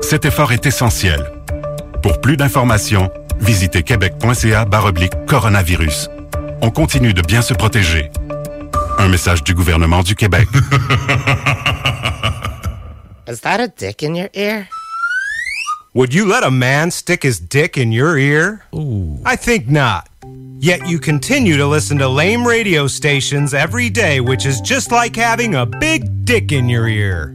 Cet effort est essentiel. Pour plus d'informations, visitez québec.ca baroblique coronavirus. On continue de bien se protéger. Un message du gouvernement du Québec. Is that a dick in your ear? Would you let a man stick his dick in your ear? Ooh. I think not. Yet you continue to listen to lame radio stations every day, which is just like having a big dick in your ear.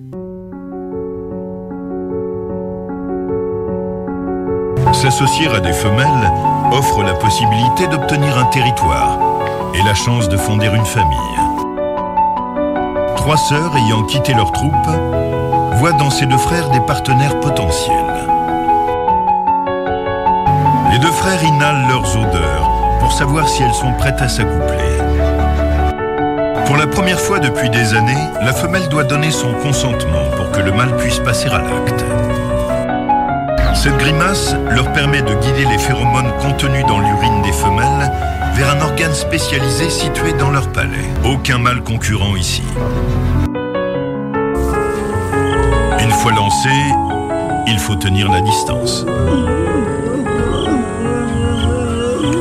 S'associer à des femelles offre la possibilité d'obtenir un territoire et la chance de fonder une famille. Trois sœurs ayant quitté leur troupe voient dans ces deux frères des partenaires potentiels. Les deux frères inhalent leurs odeurs pour savoir si elles sont prêtes à s'accoupler. Pour la première fois depuis des années, la femelle doit donner son consentement pour que le mâle puisse passer à l'acte. Cette grimace leur permet de guider les phéromones contenus dans l'urine des femelles vers un organe spécialisé situé dans leur palais. Aucun mâle concurrent ici. Une fois lancé, il faut tenir la distance.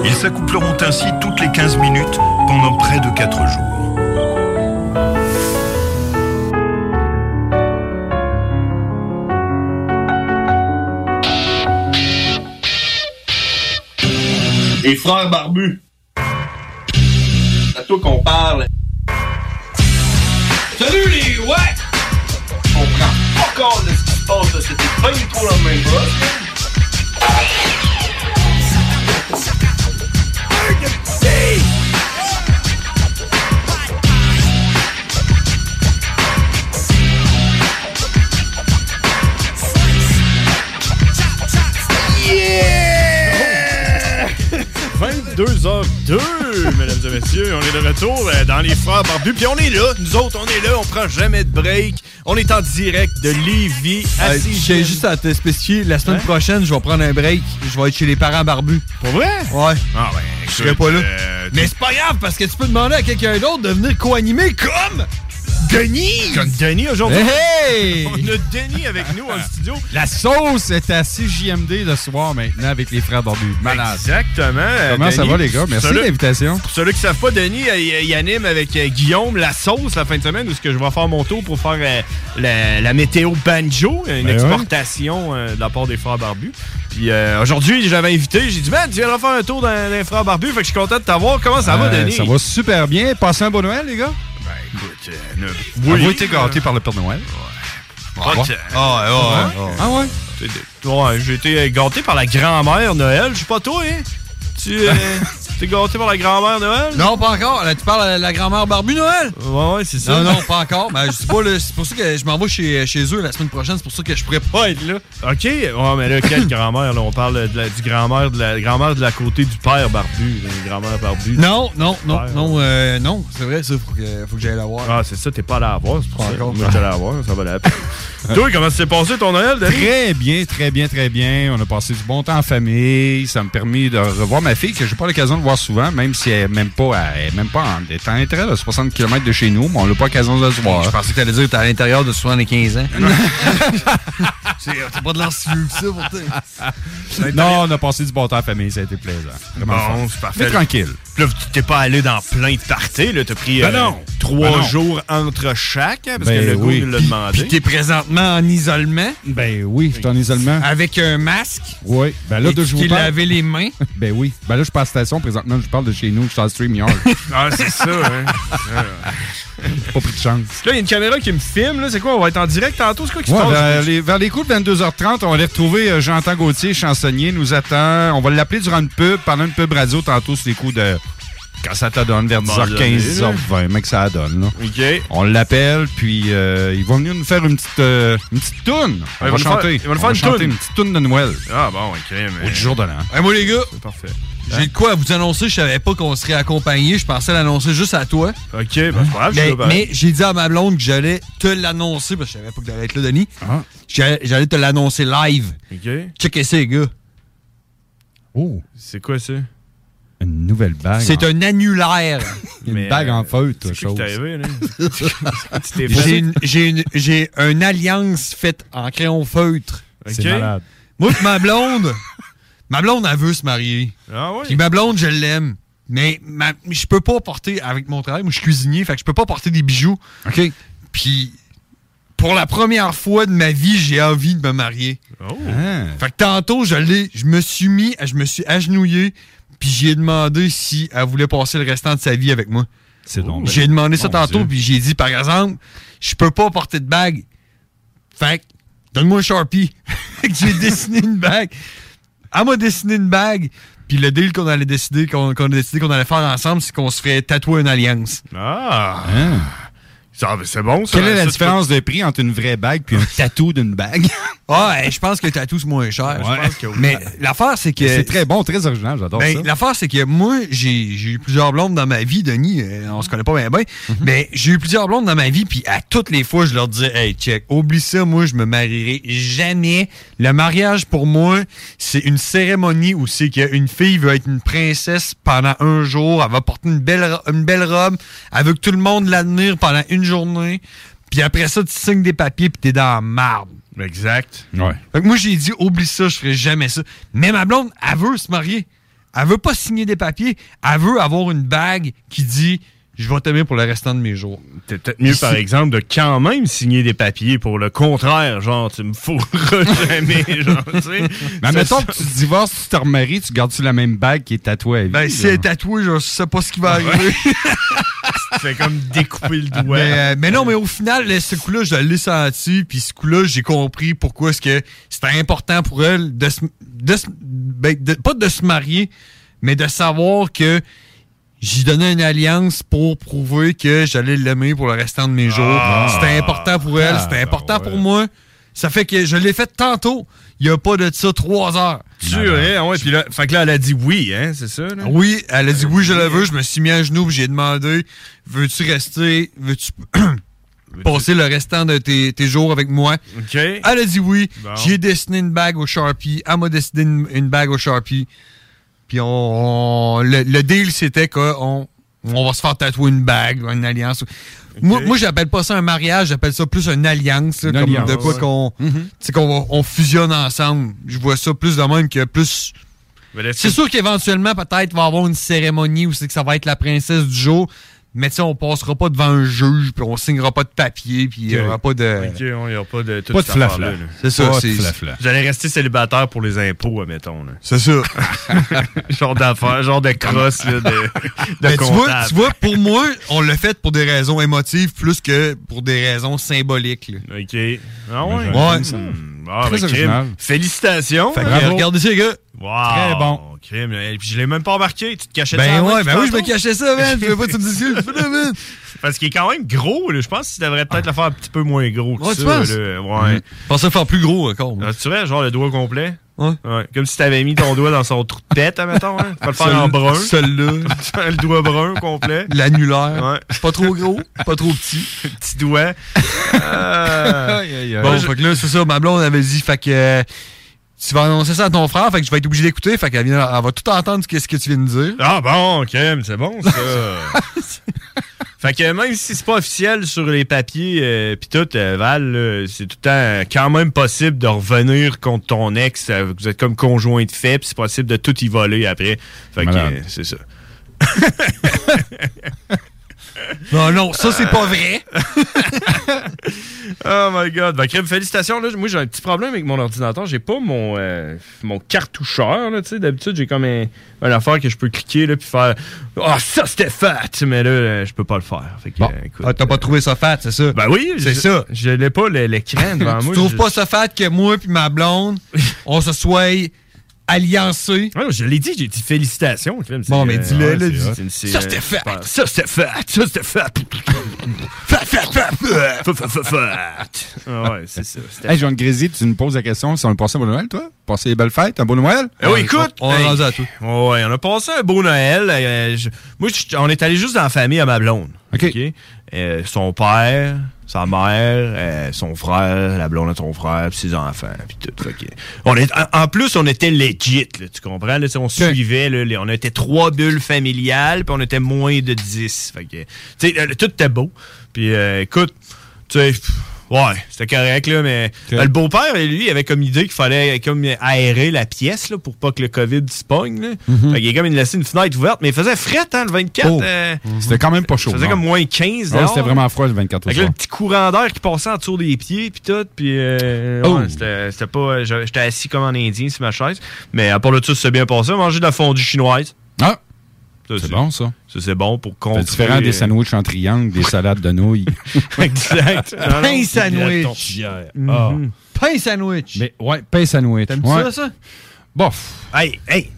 Ils s'accoupleront ainsi toutes les 15 minutes pendant près de 4 jours. Les frères barbus. C'est à toi qu'on parle. Salut les ouais! On prend pas compte de ce qui se passe, là. c'était pas du tout la même Yeah! 22h02, mesdames et messieurs, on est de retour euh, dans les frères barbus. Puis on est là, nous autres, on est là, on prend jamais de break. On est en direct de Lévis à Euh, J'ai juste à te spécifier, la semaine Hein? prochaine, je vais prendre un break. Je vais être chez les parents barbus. Pour vrai? Ouais. Ah euh, ouais. Je serai pas là. Mais c'est pas grave parce que tu peux demander à quelqu'un d'autre de venir co-animer comme Denis! Comme Denis aujourd'hui. Hey! On a Denis avec nous en studio. La sauce est à 6JMD le soir maintenant avec les frères barbus. Malade. Exactement. euh, Comment ça Denis. va les gars? Merci Pour de ceux-là- l'invitation. Pour ceux qui savent pas, Denis, euh, il, il anime avec euh, Guillaume la sauce la fin de semaine où ce que je vais faire mon tour pour faire euh, la, la météo banjo, une Ben exportation euh, de la part des frères barbus. Puis euh, aujourd'hui, j'avais invité, j'ai dit, man, tu viendras faire un tour dans les frères barbus. Fait que je suis content de t'avoir. Comment ça va, Euh, Denis? Ça va super bien. Passez un bon Noël les gars? Ben, écoute, euh, ne- Vous été gâtés par le Père Noël. Au Pas revoir. de- Ah ouais, ouais. Ah ouais? T'es- t'es- Ouais, j'ai été euh, gâté par la grand-mère Noël. Je sais pas toi, hein? Tu euh, t'es gâté par la grand-mère Noël? Non, pas encore. Là, tu parles à la grand-mère barbu Noël? Ouais, ouais, c'est ça. Non, non, pas encore. Mais je sais pas, là, c'est pour ça que je m'en vais chez, chez eux la semaine prochaine. C'est pour ça que je pourrais pas être là. OK, ouais, mais là, quelle grand-mère? là? On parle de la- du grand-mère de la grand-mère de la côté du père barbu. là, une grand-mère barbu. Non, non, non, Ouais, non, euh, non. C'est vrai, ça, faut que, faut que j'aille la voir. Ah, c'est ça, t'es pas allé la voir, c'est pour Pas ça. encore. Moi, j'étais allé la voir, ça va la peine. Toi, comment s'est passé ton Noël, Denis? Très bien, très bien, très bien. On a passé du bon temps en famille. Ça me permet de revoir ma fille que j'ai pas l'occasion de voir souvent, même si elle est même pas, à- elle est même pas en étant à 30, à 60 km de chez nous, mais on n'a pas l'occasion de se voir. pensais que t'allais dire que t'es à l'intérieur de 75 ans. C'est- T'as pas de l'air si vieux que ça pour toi. Non, on a passé du bon temps en famille, ça a été plaisant. Vraiment Bon, fun. c'est parfait. Mais tranquille. Puis là, tu t'es pas allé dans plein de parties, là. T'as pris euh, Ben non. trois Ben non. jours entre chaque, hein, parce Ben que le oui. goût nous l'a Puis- demandé. puis t'es présentement en isolement. Ben oui, je suis en isolement. Avec un masque. Oui. Ben là, Et de je qui vous parle- lavait les mains. Ben oui. Ben là, je suis pas à la station présentement. Je parle de chez nous. Je suis en StreamYard. Ah, c'est ça, hein. Ah. pas pris de chance. Là, il y a une caméra qui me filme, là. C'est quoi? On va être en direct tantôt? C'est quoi qui se Ouais, ben, passe? vers, les, vers les coups de 22h30, on va aller retrouver euh, Jean-Antoine Gauthier, chansonnier, nous attend. On va l'appeler durant une pub, pendant une pub radio tantôt sur les coups de. Quand ça te donne, vers Bon, 10h15, là. 10h20, mec, ça la donne. là. OK. On l'appelle, puis euh, ils vont venir nous faire une petite, euh, une petite toune. On Ouais, ils vont va nous faire- chanter. ils vont nous On faire va une chanter toune. une petite toune de Noël. Ah bon, ok, mais. Ah, Au jour de l'an. Hey, Eh, moi, les gars. Parfait. J'ai de quoi à vous annoncer. Je savais pas qu'on serait accompagné. Je pensais l'annoncer juste à toi. OK, ben, c'est pas grave, je suis Mais, là, ben. mais j'ai dit à ma blonde que j'allais te l'annoncer parce que je savais pas que t'allais être là, Denis. Ah. J'allais j'allais te l'annoncer live. OK. Check ça, les gars. Oh. C'est quoi ça? Une nouvelle bague. C'est un annulaire. Une bague euh, en feutre, chose. T'es arrivé, là? tu t'es J'ai fait- une, j'ai une- j'ai une alliance faite en crayon feutre. C'est Ok. malade. Moi, pis ma blonde, ma blonde, elle veut se marier. Ah ouais? Puis ma blonde, je l'aime. Mais ma- je peux pas porter, avec mon travail, moi, je suis cuisinier, fait que je peux pas porter des bijoux. OK. Puis, pour la première fois de ma vie, j'ai envie de me marier. Hein? Fait que tantôt, je l'ai, je me suis mis, je me suis agenouillé, puis j'ai demandé si elle voulait passer le restant de sa vie avec moi. C'est donc. J'ai demandé ça Mon tantôt, Dieu. puis j'ai dit, par exemple, je peux pas porter de bague. Fait que, donne-moi un Sharpie. Fait que j'ai dessiné une bague. Elle m'a dessiné une bague. Puis le deal qu'on allait décider, qu'on qu'on a décidé qu'on allait faire ensemble, c'est qu'on se ferait tatouer une alliance. Hein? Ah! Ça, ben, c'est bon, ça. Quelle est la Ça, tu différence de prix entre une vraie bague puis un tatou d'une bague? Ah, eh, je pense que le tatou, c'est moins cher. Je pense que oui. Mais l'affaire, c'est que. C'est très bon, très original, j'adore Ben, ça. L'affaire, c'est que moi, j'ai j'ai eu plusieurs blondes dans ma vie, Denis. euh, on se connaît pas bien, bien. Mhm. Mais j'ai eu plusieurs blondes dans ma vie, puis à toutes les fois, je leur disais, hey, check, oublie ça, moi, je me marierai jamais. Le mariage, pour moi, c'est une cérémonie où c'est qu'une fille veut être une princesse pendant un jour. Elle va porter une belle, ro- une belle robe. Elle veut que tout le monde l'admire pendant une journée. Puis après ça, tu signes des papiers, puis t'es dans la marde. Exact. Ouais. Fait que moi, j'ai dit, oublie ça, je ferai jamais ça. Mais ma blonde, elle veut se marier. Elle veut pas signer des papiers. Elle veut avoir une bague qui dit, je vais t'aimer pour le restant de mes jours. T'es peut-être mieux, par exemple, de quand même signer des papiers pour le contraire. Genre, tu me fourras jamais, genre, tu sais. Mais Ça, mettons ça- que tu te divorces, tu te remaries, tu gardes-tu la même bague qui est tatouée à vie? Ah Ben, si elle est tatouée, je sais pas ce qui va arriver. C'est comme découper le doigt. Mais, euh, mais non, mais au final, là, ce coup-là, je l'ai senti, puis ce coup-là, j'ai compris pourquoi est-ce que c'était important pour elle de se, de se- ben, de- pas de se marier, mais de savoir que j'y donnais une alliance pour prouver que j'allais l'aimer pour le restant de mes jours. Ah. c'était important pour elle, Ah, c'était ben important pour moi. Ça fait que je l'ai fait tantôt. Il n'y a pas de ça trois heures. Tu es, hein, ouais, puis là, fait que là, elle a dit oui, hein, c'est ça, là? Oui, elle a dit oui, je la veux. Je me suis mis à genoux, puis j'ai demandé veux-tu rester Veux-tu passer le restant de tes, tes jours avec moi OK. Elle a dit oui. Bon. J'ai dessiné une bague au Sharpie. Elle m'a dessiné une, une bague au Sharpie. Puis on, on- le, le deal, c'était qu'on on va se faire tatouer une bague, une alliance. Moi, moi j'appelle pas ça un mariage, j'appelle ça plus une alliance. là, Une comme alliance. de quoi Ouais. qu'on tu sais, qu'on va- on fusionne ensemble. Je vois ça plus de même que plus. Mais là, C'est sûr qu'éventuellement, peut-être, va y avoir une cérémonie où c'est que ça va être la princesse du jour. Mais tu sais, on passera pas devant un juge, puis on signera pas de papier, puis il y aura pas de. OK, on y aura pas de toute Pas de cette affaire-là, flafla. là. C'est ça, Pas de c'est- flafla. Vous allez rester célibataire pour les impôts, admettons, là. C'est ça. genre d'affaire, genre de crosse, là, de, de Mais tu vois, comptable. tu vois, pour moi, on l'a fait pour des raisons émotives plus que pour des raisons symboliques. là. OK. Ah ouais? Ouais. Hmm. Ah, Très ben, crime. original. Félicitations. Fait que, Bravo. regardez ça, les gars. Wow. Très bon. Crime. Et puis, je l'ai même pas remarqué. Tu te cachais ça Ben avant ouais, tout ben oui, je me tantôt? cachais ça, man. Je voulais pas que tu me dises que je fais, man. Parce qu'il est quand même gros, là. Je pense que tu devrais peut-être le faire un petit peu moins gros que Ouais, ça. tu penses? là. Ouais. Je pensais faire plus gros encore. moi. Ah, tu vois, genre le doigt complet? Ouais. Comme si t'avais mis ton doigt dans son trou de tête, admettons. Hein? Tu peux le faire en Celui- brun. Celui-là. le doigt brun complet. L'annulaire. Ouais. Pas trop gros, pas trop petit. Petit doigt. Euh, Aïe, aïe, aïe. Bon, fait que là, c'est ça, ma blonde avait dit, fait que euh, tu vas annoncer ça à ton frère, fait que je vais être obligé d'écouter, fait qu'elle vient- elle va tout entendre ce que, ce que tu viens de dire. Ah bon, Kim, c'est bon ça. Fait que même si c'est pas officiel sur les papiers, euh, pis tout, euh, Val, là, c'est tout le temps euh, quand même possible de revenir contre ton ex. euh, vous êtes comme conjoint de fait, pis c'est possible de tout y voler après. Fait que Malade. euh, c'est ça. Non, non, ça, c'est pas vrai. oh my god. Ben, crème, félicitations. Là, moi, j'ai un petit problème avec mon ordinateur. J'ai pas mon, euh, mon cartoucheur. là, tu sais. D'habitude, j'ai comme un, une affaire que je peux cliquer là, puis faire Ah, ça, c'était fat! Mais là, euh, je peux pas le faire. Fait que, euh, écoute, Ah, t'as pas trouvé ça fat, c'est ça? Ben oui, c'est je- ça. Je l'ai pas le- l'écran Hein, devant tu moi. trouves je- pas ça fat que moi puis ma blonde, on se soit alliancés? Ah je l'ai dit, j'ai dit félicitations. Crème, Bon, c'est, mais euh, dis-le, ouais, là, c'est dis- hot, c'est- ça, euh, c'était fat. super. Ça, c'était fat. Ça, c'était fat. Fat, fat, fat, fat. Fat, fat, fat, fat. Ah Ouais, c'est ça. c'était Hey, John Grésy, tu nous poses la question si on a passé un bon Noël, toi? Passé des belles fêtes, un bon Noël? Eh oui, écoute, hey, ouais, on a passé un beau Noël. euh, je- moi, je- on est allé juste dans la famille à ma blonde. OK. Euh, son père, sa mère, euh, son frère, la blonde à son frère, puis ses enfants, puis tout. Fait que- on est, en- en plus, on était legit, là, tu comprends? Là, tu sais, on suivait, là, les- on était trois bulles familiales, puis on était moins de 10. Fait que, tu sais, euh, tout était beau. Puis euh, écoute, tu sais, pff, ouais, c'était correct, là, mais euh, le beau-père, lui, il avait comme idée qu'il fallait euh, comme aérer la pièce là, pour pas que le COVID se pogne. là. Fait qu'il a comme il laissait une fenêtre ouverte, mais il faisait fret, hein, le 24. Mhm. Oh. euh, C'était quand même pas chaud. ça faisait non? comme moins 15 Ouais, dehors. Ah, c'était vraiment froid le 24 au Fait que là, soir. le petit courant d'air qui passait en dessous des pieds, puis tout, puis euh, Oh. ouais, c'était c'était pas... j'a- J'étais assis comme en indien sur ma chaise, mais à part le tout, c'est bien passé. Manger de la fondue chinoise. Ah! Ça, C'est bon, ça. Ça, c'est bon pour C'est contrer... différent des euh, sandwichs en triangle, des salades de nouilles. Exact. Non, non, Pain la sandwich. tortillère. Ah. Pain sandwich. Mais ouais, pain sandwich. T'aimes ça, ça? Bof. Hey, hey!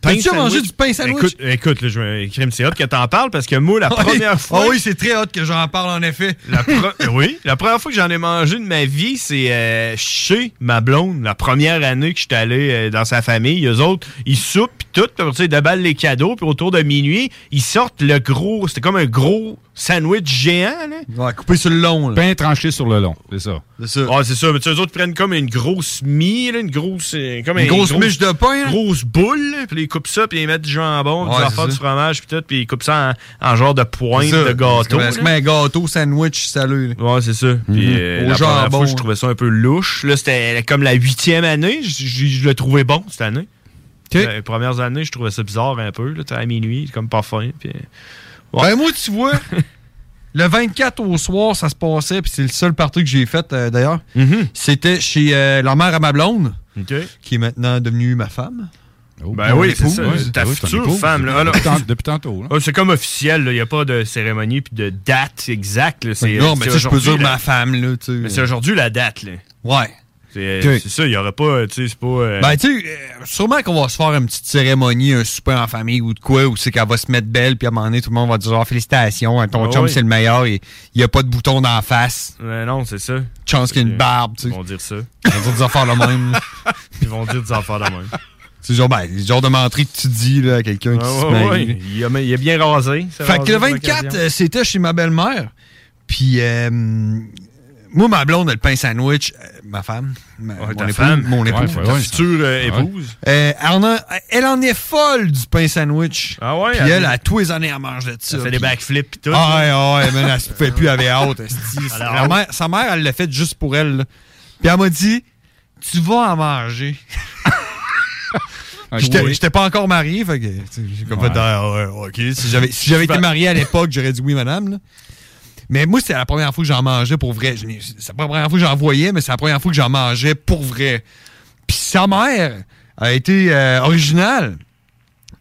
T'as-tu déjà sandwich? mangé du pain sandwich? Écoute, écoute là, je vais- crime, c'est hot que t'en parles parce que moi, la première fois. Ah oui, c'est très hot que j'en parle, en effet. la pre- oui, la première fois que j'en ai mangé de ma vie, c'est euh, chez ma blonde. La première année que j'étais allé euh, dans sa famille, eux autres, ils soupent pis tout, puis après ça, ils déballent les cadeaux, puis autour de minuit, ils sortent le gros, c'était comme un gros sandwich géant, là. Ouais, coupé sur le long. Pain tranché sur le long, c'est ça. C'est ça. Ah, c'est ça. Mais tu sais, eux autres prennent comme une grosse mie, là, une grosse. euh, Comme Une grosse miche de pain, Grosse boule, là, puis ils coupent ça, puis ils mettent du jambon, Ouais, du c'est affaire, ça. du fromage, puis tout, puis ils coupent ça en, en genre de pointe C'est ça. de gâteau. C'est là. comme un gâteau, sandwich, salut. Ouais, c'est ça. Puis euh, Au la première jambon. fois, je trouvais ça un peu louche. Là, c'était euh, comme la huitième année. Je, je- je le trouvais bon cette année. Les premières années, je trouvais ça bizarre un peu. Là, t'as à minuit, comme parfum. Puis... euh, Ben, moi, tu vois, le 24 au soir, ça se passait, puis c'est le seul parti que j'ai fait, euh, d'ailleurs. Mhm. C'était chez euh, la mère à ma blonde, qui est maintenant devenue ma femme. Oh. Ben Mon oui, c'est épouse. ça. Ouais, ta ah oui, ton future épouse. femme. Là. Ah, non. Depuis tant- depuis tantôt. là. Ah, c'est comme officiel, il n'y a pas de cérémonie puis de date exacte. là, c'est- euh, non, c'est mais tu sais, je peux aujourd'hui, dire là. ma femme, là, tu sais. Mais c'est aujourd'hui la date. Là. Ouais. C'est euh, Ok. c'est ça, il n'y aurait pas. Tu sais, c'est pas. euh, Ben, tu sais, euh, sûrement qu'on va se faire une petite cérémonie, un souper en famille ou de quoi, où c'est qu'elle va se mettre belle, puis à un moment donné, tout le monde va dire Ah, Félicitations, hein, ton Ah chum, oui. c'est le meilleur, et il n'y a pas de bouton d'en face. euh, non, c'est ça. Chance qu'il y a une barbe, tu Ils sais. vont dire ça. Ils vont dire des affaires le même. là. Ils vont dire des affaires de même. C'est genre, ben, le genre de menterie que tu dis là, à quelqu'un qui Ah, se ouais, marie. ouais. là. Il, a, il a bien rasé. ça Fait que rasé le pour 24, l'occasion. euh, c'était chez ma belle-mère. Puis, euh, moi, ma blonde, elle pain sandwich, euh, ma femme, ma- Ouais, mon, ta époux, femme. mon époux. Ouais, ta future euh, épouse. Euh, elle, en a- elle en est folle du pain sandwich. Ah ouais? Puis elle, à tous les années, elle mange de ça. Elle fait des puis- backflips pis tout. hein. Ah ouais, ouais, man, elle se fait plus, elle avait hâte. esti. Alors, Sa mère- Sa mère, elle l'a fait juste pour elle. là. Puis elle m'a dit, tu vas en manger. Ah, J'étais Ah, Oui. j'étais pas encore marié, fait que tu sais, j'ai comme Ouais. fait, ah, ouais, ok. Si j'avais si j'avais été marié à l'époque, j'aurais dit oui, madame. là. Mais moi, c'était la première fois que j'en mangeais pour vrai. Je n'ai- C'est pas la première fois que j'en voyais, mais c'est la première fois que j'en mangeais pour vrai. Puis sa mère a été euh, originale.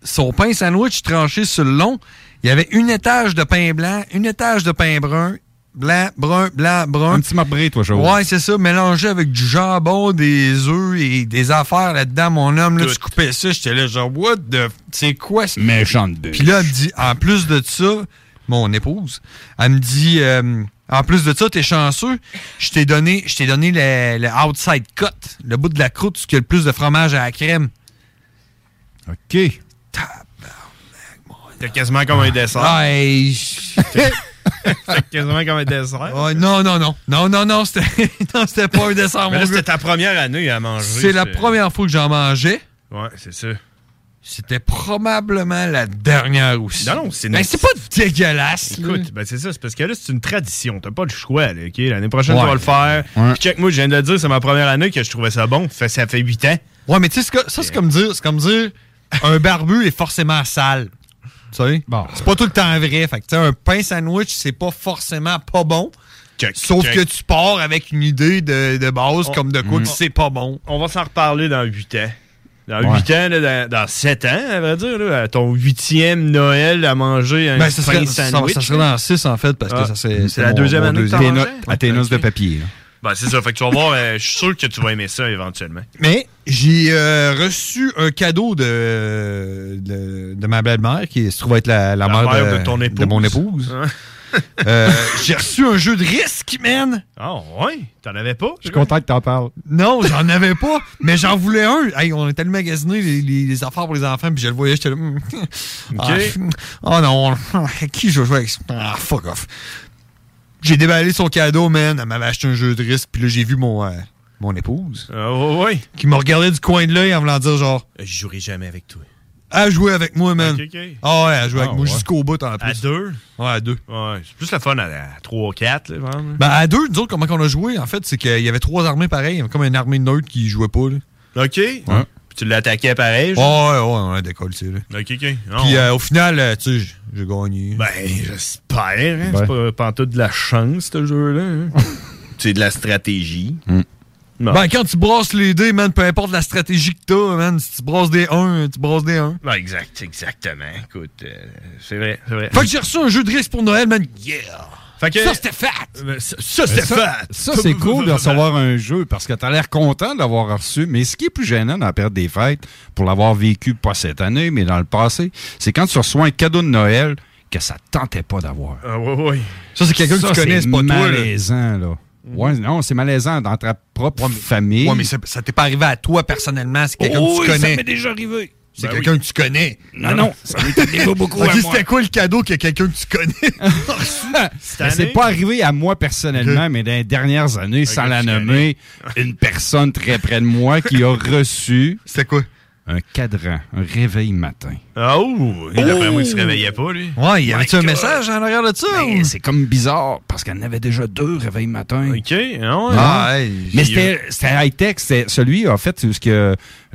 Son pain sandwich tranché sur le long, il y avait une étage de pain blanc, une étage de pain brun, blanc, brun, blanc, brun. Un petit marbré, toi, Joe. Ouais, c'est ça, mélangé avec du jambon, des œufs et des affaires là-dedans, mon homme. Là, Tout. tu coupais ça, j'étais là, genre, what the. C'est quoi ça? Méchante bûche. Puis là, elle me dit, en plus de ça, mon épouse, elle me dit, euh, en plus de ça, t'es chanceux, je t'ai donné, je t'ai donné le, le outside cut, le bout de la croûte, ce qui a le plus de fromage à la crème. OK. C'était quasiment comme un dessert. Ah, hey, je- C'était quasiment comme un dessert. Ah, non, non, non. Non, non, non, c'était non, c'était pas un dessert, Mais là, mon gars. c'était ta première année à manger. C'est la c'était- première fois que j'en mangeais. Ouais, c'est ça. C'était probablement la dernière aussi. Non, non, c'est Ben, c'est pas dégueulasse. Écoute, ben c'est ça, c'est parce que là, c'est une tradition. T'as pas le choix, là, OK? L'année prochaine, Ouais. tu vas le faire. Ouais. Puis check, moi, je viens de le dire, c'est ma première année que je trouvais ça bon. Fait- ça fait 8 ans. Ouais, mais tu sais, c'est que- ça, c'est comme dire, c'est comme dire, un barbu est forcément sale. Tu sais? C'est pas tout le temps vrai. Fait que, tu sais, un pain sandwich, c'est pas forcément pas bon. sauf check. que tu pars avec une idée de, de base, On- comme de quoi Mm. que c'est pas bon. On va s'en reparler dans 8 ans. Dans Ouais. 8 ans, là, dans, dans 7 ans, à vrai dire, là, à ton huitième Noël à manger un Ben, ça pain serait, ça- sandwich. ça serait là. dans 6, en fait, parce Ah, que ça, c'est. c'est la deuxième année que t'en Tes no- mangeais? à tes noces de papier. là. Ben, c'est ça. Fait que tu vas voir, euh, je suis sûr que tu vas aimer ça éventuellement. Mais j'ai euh, reçu un cadeau de, de, de ma belle-mère, qui se trouve être la, la mère, mère de ton épouse. mon épouse. Euh, j'ai reçu un jeu de risque, man! Ah, ouais? T'en avais pas? Je suis content que t'en parles. Non, j'en avais pas, mais j'en voulais un. Hey, on est allé magasiner les, les- les affaires pour les enfants, puis je le voyais, j'étais là. hmm, ah, oh non, qui je vais jouer avec ça? Ah, fuck off. J'ai déballé son cadeau, man. Elle m'avait acheté un jeu de risque, puis là, j'ai vu mon, euh, mon épouse. Ah, Qui me regardait du coin de l'œil en voulant dire genre, Euh, Je jouerai jamais avec toi. elle jouait avec moi, man. Ok, ok. Ah ouais, elle jouait Ah avec moi ouais. jusqu'au bout, en plus. À deux? Ouais, à deux. Ouais, c'est plus la fun à, à 3 4, là, vraiment. Ben, à deux, nous autres, comment qu'on a joué, en fait, c'est qu'il y avait trois armées pareilles. Il y avait comme une armée neutre qui jouait pas, là. OK. Puis tu l'attaquais pareil. hein. Ouais, ouais, ouais, genre? on a décollé, tu sais, là. OK, OK. Non, Puis euh, au final, euh, tu sais, j- j'ai gagné. Ben, j'espère. hein. C'est pas, pas en tout de la chance, ce jeu-là. hein. c'est de la stratégie. Non. Ben, quand tu brasses les dés, man, peu importe la stratégie que t'as, man, si tu brasses des 1, tu brasses des 1. Ben, exact, exactement. Écoute, euh, c'est vrai, c'est vrai. Fait que j'ai reçu un jeu de risque pour Noël, man. Yeah! Fait que- Euh, Ça, c'était fat! Ben, ça, ça, c'est Ça, fat! ça, c'est cool de recevoir un jeu parce que t'as l'air content de l'avoir reçu, mais ce qui est plus gênant dans la période des fêtes, pour l'avoir vécu pas cette année, mais dans le passé, c'est quand tu reçois un cadeau de Noël que ça te tentait pas d'avoir. Ah, ouais, ouais. Ça, c'est quelqu'un que Ça, tu connais, c'est pas toi, là. malaisant, là. Mm-hmm. Ouais, non, c'est malaisant dans ta propre famille. Ouais, mais ça, ça t'est pas arrivé à toi personnellement, c'est quelqu'un Oh que oui, tu ça connais. m'est déjà arrivé. C'est Ben quelqu'un oui. que tu connais. Non, non, ça m'est arrivé pas beaucoup Ok, à moi. c'était quoi le cadeau que quelqu'un que tu connais a reçu? Mais c'est pas arrivé à moi personnellement, mais dans les dernières années, sans la nommer, une personne très près de moi qui a reçu. C'était quoi? Un cadran, un réveil matin. Ah, ouh! Et d'après moi, il se réveillait pas, lui. Ouais, il y My avait-tu un God. message en arrière de ça? Mais C'est comme bizarre parce qu'elle en avait déjà deux réveils matin. OK, non, hein, Ah, ouais. Mais c'était c'était high-tech. c'était- Celui, en fait, c'est ce que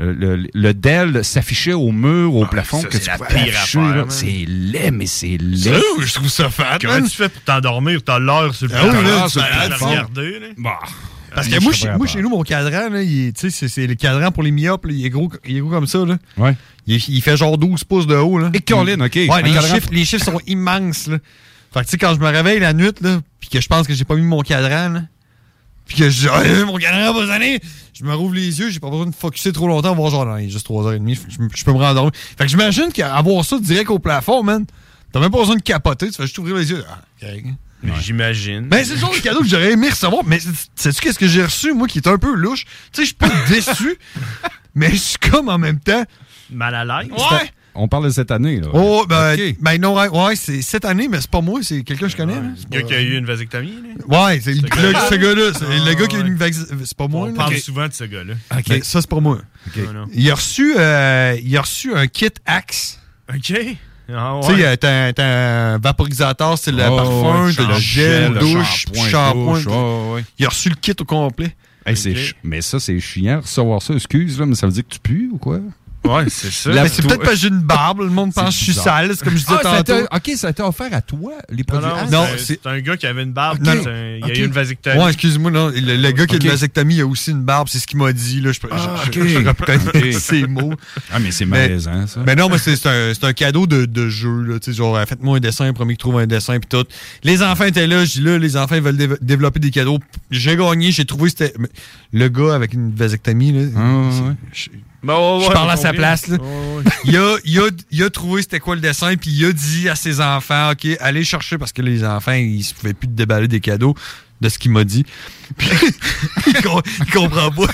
euh, le, le Dell s'affichait au mur, au plafond, ça, que c'est tu la pouvais pire afficher, affaire, là. man. C'est laid, mais c'est Ça, laid. je trouve ça fat, Comment man. tu fais pour t'endormir? T'as l'air sur le Ah oui, t'as là, l'air sur le malade à plafond. regarder, là. Bah. Parce Ah, que je moi, suis chez, pas moi, prêt à chez nous, mon cadran, là, il est- tu sais, c'est, c'est le cadran pour les myopes, là, il, est gros, il est gros comme ça. Là. Ouais. Il, est- il fait genre 12 pouces de haut. Là. Et Colin, OK. Un Ouais, les cadran- chiffres, les chiffres sont immenses. Là. Fait que, tu sais, quand je me réveille la nuit, là, puis que je pense que j'ai pas mis mon cadran, là, puis que je dis, Ah, mon cadran va sonner, je me rouvre les yeux, j'ai pas besoin de focusser trop longtemps, voir genre, non, il est juste 3h30, je, je peux me rendormir. Fait que j'imagine qu'avoir ça direct au plafond, man, t'as même pas besoin de capoter, tu fais juste ouvrir les yeux. Ah, correct. J'imagine. Ben, c'est le genre de cadeau que j'aurais aimé recevoir, mais c'est- sais-tu qu'est-ce que j'ai reçu, moi, qui est un peu louche? Tu sais, je suis pas déçu, mais je suis comme en même temps. Mal à l'aise? Ouais! On parle de cette année, là. Oh, ben, ben non, ouais, ouais, c'est cette année, mais c'est pas moi, c'est quelqu'un que je connais. là. Le gars qui a eu une vasectomie, là. Ouais, c'est le, gars-là. le- ce gars-là, c'est Ah, le gars qui a eu une vaccin. C'est pas moi. On là. parle Ok. souvent de ce gars-là. Ben, ça, c'est pas moi. Ah, non. Il a reçu, euh, il a reçu un kit Axe. OK. Ah, Tu sais, ouais. euh, t'as un- t'as un vaporisateur, c'est le Oh, parfum, ouais, t'as le shampoing, gel, le douche, puis shampoing, shampoing. douche, ouais, ouais. Il a reçu le kit au complet. Hey, c'est Ok. chi- Mais ça, c'est chiant, recevoir ça. Excuse, là, mais ça veut dire que tu pues ou quoi? Ouais, c'est ça. Mais c'est peut-être parce que j'ai une barbe, le monde pense que je suis sale, c'est comme je disais Ah, ça tantôt. t'a- OK, ça t'a offert à toi, les Non, produits. non, Ah, non ça- c'est un gars qui avait une barbe. Ok. c'est un- Il a Ok. eu une vasectomie. Ouais, excuse-moi, non, le, le gars qui a Ok. une vasectomie, il a aussi une barbe, c'est ce qu'il m'a dit, là. Je, je- Ah, je- ok. je reconnais Ok. ces mots. Ah, mais c'est Mais- malaisant, ça. Mais non, mais c'est c'est un, c'est un cadeau de, de jeu, là. Tu sais, genre, euh, faites-moi un dessin, premier qui trouve un dessin, puis tout. Les enfants étaient là, j'ai dit là, les enfants ils veulent déve- développer des cadeaux. J'ai gagné, j'ai trouvé, c'était. mais Le gars avec une vasectomie, là. Je, Ben, ouais, ouais, je parle j'ai à sa compris. place, là. Ouais, ouais. il, a, il, a, il a trouvé c'était quoi le dessin, puis il a dit à ses enfants, OK, allez chercher, parce que les enfants, ils se pouvaient plus déballer des cadeaux, de ce qu'il m'a dit. Puis, il, com- il comprend pas.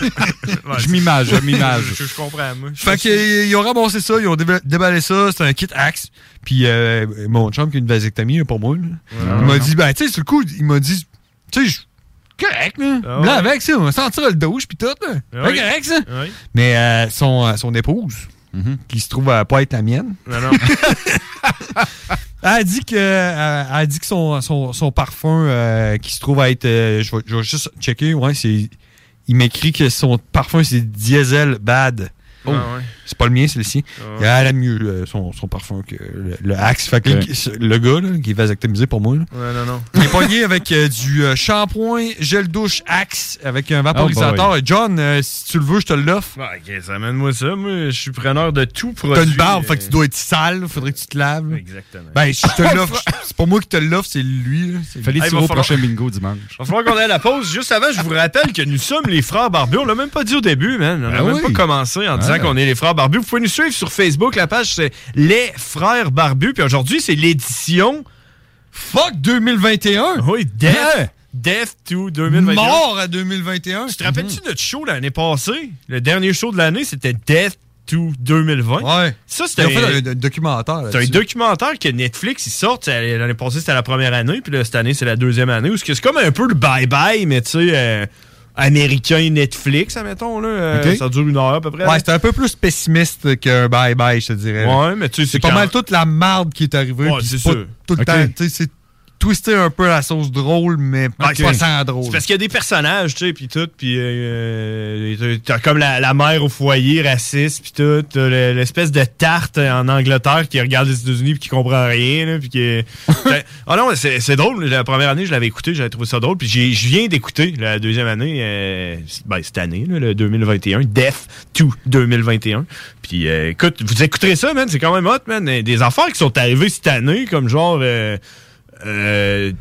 Ouais, Je m'image, je m'image. Je, je comprends, moi. Fait qu'ils ils ont ramassé ça, ils ont déba- déballé ça, c'est un kit axe. Puis euh, mon chum qui a une vasectomie, là, pour moi, là, il m'a dit, ben, tu sais, sur le coup, il m'a dit, tu sais, je- correct, là. Ah ouais. Là, avec ça, on va sentir le douche, puis tout, là. Ah oui. Correct, ça. Ouais. Mais euh, son, euh, son épouse, qui se trouve à pas être la mienne. Non, non. Elle dit que, euh, elle dit que son, son- son parfum euh, qui se trouve à être. euh, je, vais, je vais juste checker. Ouais, c'est, il m'écrit que son parfum, c'est Diesel Bad. Oh. Ah ouais. C'est pas le mien, c'est le sien. Ah Il ouais. a mieux le- son, son parfum que le, le Axe. Fait que Ok. le, le gars là, qui va vasectomiser pour moi. là, Ouais, non, non. il est pogné avec euh, du euh, shampoing, gel douche, Axe, avec un vaporisateur. Ah, boy. John, euh, si tu le veux, je te l'offre. Bah, ok, ça amène-moi ça. Moi, je suis preneur de tout produit. euh, T'as une barbe, fait que tu dois être sale, faudrait que tu te laves. Exactement. Ben, je te l'offre. C'est pas moi qui te l'offre, c'est lui. là. C'est- Fallait Hey, tirer Ah, va au falloir- prochain bingo dimanche. Il va falloir qu'on ait la pause. Juste avant, je vous rappelle que nous sommes les Frères Barbus. On l'a même pas dit au début, man. On n'a Ah même oui. pas commencé en disant Ah. qu'on est les Frères Barbus. Vous pouvez nous suivre sur Facebook. La page, c'est Les Frères Barbus. Puis aujourd'hui, c'est l'édition... Fuck 2021! Oui, Death, Hein? Death to 2021. Mort à 2021. Tu te rappelles-tu de notre show l'année passée? Le dernier show de l'année, c'était Death to 2020. Ouais. Ça, c'était... Ils ont fait un, un documentaire. C'est un là-dessus. documentaire que Netflix, ils sortent. C'est- L'année passée, c'était la première année, puis là, cette année, c'est la deuxième année. où c'est que c'est comme un peu le bye-bye, mais tu sais, euh, américain Netflix, admettons. Là, euh, Ok. Ça dure une heure à peu près. Ouais, c'était un peu plus pessimiste qu'un bye-bye, je te dirais. Ouais, mais tu sais, c'est c'est pas quand- mal toute la marde qui est arrivée. Ouais, puis c'est c'est pas sûr. Tout le Ok. temps, tu sais, c'est twisté un peu à la sauce drôle, mais Ouais, pas sans drôle. C'est parce qu'il y a des personnages, tu sais, puis tout, puis euh, t'as- t'as comme la, la mère au foyer raciste, puis tout, t'as le- l'espèce de tarte en Angleterre qui regarde les États-Unis puis qui comprend rien, là, puis qui... T'as- ah non, c'est c'est drôle, la première année, je l'avais écouté, j'avais trouvé ça drôle, puis j'ai- je viens d'écouter la deuxième année, euh, c'est- ben, cette année, là, le 2021, Death to 2021, puis euh, écoute, vous écouterez ça, man, c'est quand même hot, man, des affaires qui sont arrivées cette année, comme genre... euh, euh,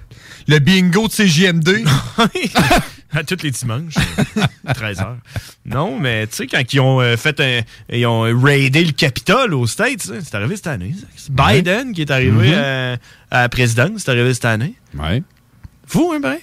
le bingo de CGMD. à tous les dimanches, 13h. Non, mais tu sais, quand ils ont euh, fait un. Ils ont raidé le Capitole aux States, hein, c'est arrivé cette année. ça. C'est Ouais. Biden qui est arrivé Mhm. euh, à la présidence, c'est arrivé cette année. Ouais. Vous, hein, ben?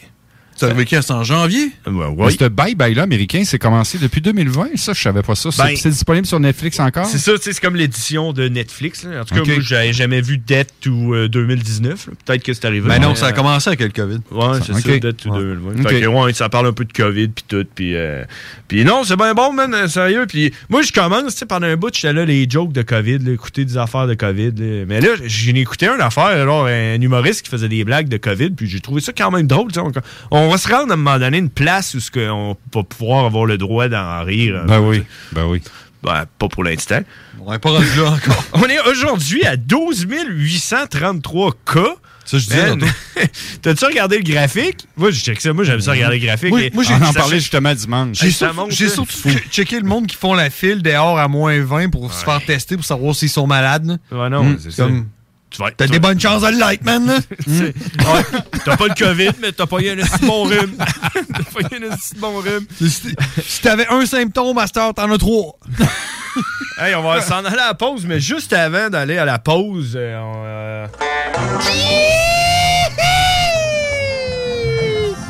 C'est arrivé quand? C'est en janvier? Mais Ce bye-bye-là américain, c'est commencé depuis 2020. Ça, je savais pas ça. C'est- Ben- c'est disponible sur Netflix encore? C'est ça, tu sais, c'est comme l'édition de Netflix. là. En tout cas, Ok. moi, j'avais jamais vu Death ou euh, 2019. là. Peut-être que c'est arrivé. Ben non, ça a Euh, commencé avec le COVID. Ouais, c'est Ok. ça, Death to Ouais. 2020. Ok. Fait que, ouais, ça parle un peu de COVID, puis tout, puis... euh, puis non, c'est bien bon, man, euh, sérieux. Puis moi, je commence, tu sais, pendant un bout, j'étais là, les jokes de COVID, là, écouter des affaires de COVID. là. Mais là, j'ai écouté une affaire, alors, un humoriste qui faisait des blagues de COVID, puis j'ai trouvé ça quand même drôle, tu sais. On, on va se rendre, à un moment donné, une place où ce que on va pouvoir avoir le droit d'en rire. Ben oui, ben oui. Ben, pas pour l'instant. On n'est pas rendu là encore. On est aujourd'hui à 12 833 cas. Ça, je disais Man, T'as-tu regardé le graphique? Moi, je check ça. Moi, j'aime ça regarder le graphique. Moi- Et- moi, j'ai- Ah, j'en ça parlais fait- justement dimanche. J'ai Hmm. Hey, ça hein. surtout, monte, j'ai là. surtout che- checké le monde qui font la file dehors à moins 20 pour se faire tester, pour savoir s'ils sont malades. Hmm. Ouais, non, c'est ça. Tu vas- T'as tu des vas- bonnes chances de le light, man. là. Hmm. C'est- ouais, T'as pas le COVID, mais t'as pas eu un si bon rhume. t'as pas eu un si bon rhume. Si si t'avais un symptôme, Master, t'en as trois. Hey, on va s'en aller à la pause, mais juste avant d'aller à la pause, euh, on, euh,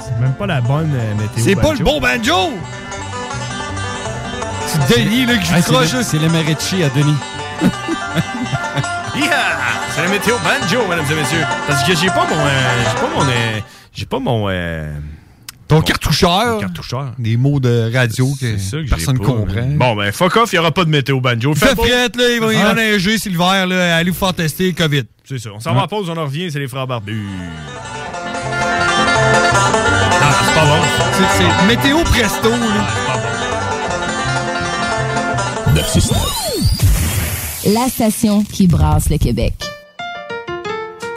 c'est même pas la bonne euh, météo. C'est pas banjo. le bon banjo! C'est Denis, là, que je Hey, crois c'est le- C'est le Marechi à Denis. Yeah! C'est la météo banjo, mesdames et messieurs. Parce que j'ai pas mon. euh, j'ai pas mon. euh, j'ai pas mon. euh, Ton cartoucheur. cartoucheur. Des mots de radio que, personne j'ai pas, comprend. mais- Bon, ben, fuck off, il n'y aura pas Ah. de météo banjo. Fait beau. frette, là, il va y Ouais. eneiger, c'est l'hiver, là. Allez vous faire tester le COVID. C'est ça. On s'en va en pause, on en revient, c'est les frères barbus. Ah, Non, c'est pas bon. C'est c'est météo presto, là. La station qui brasse le Québec.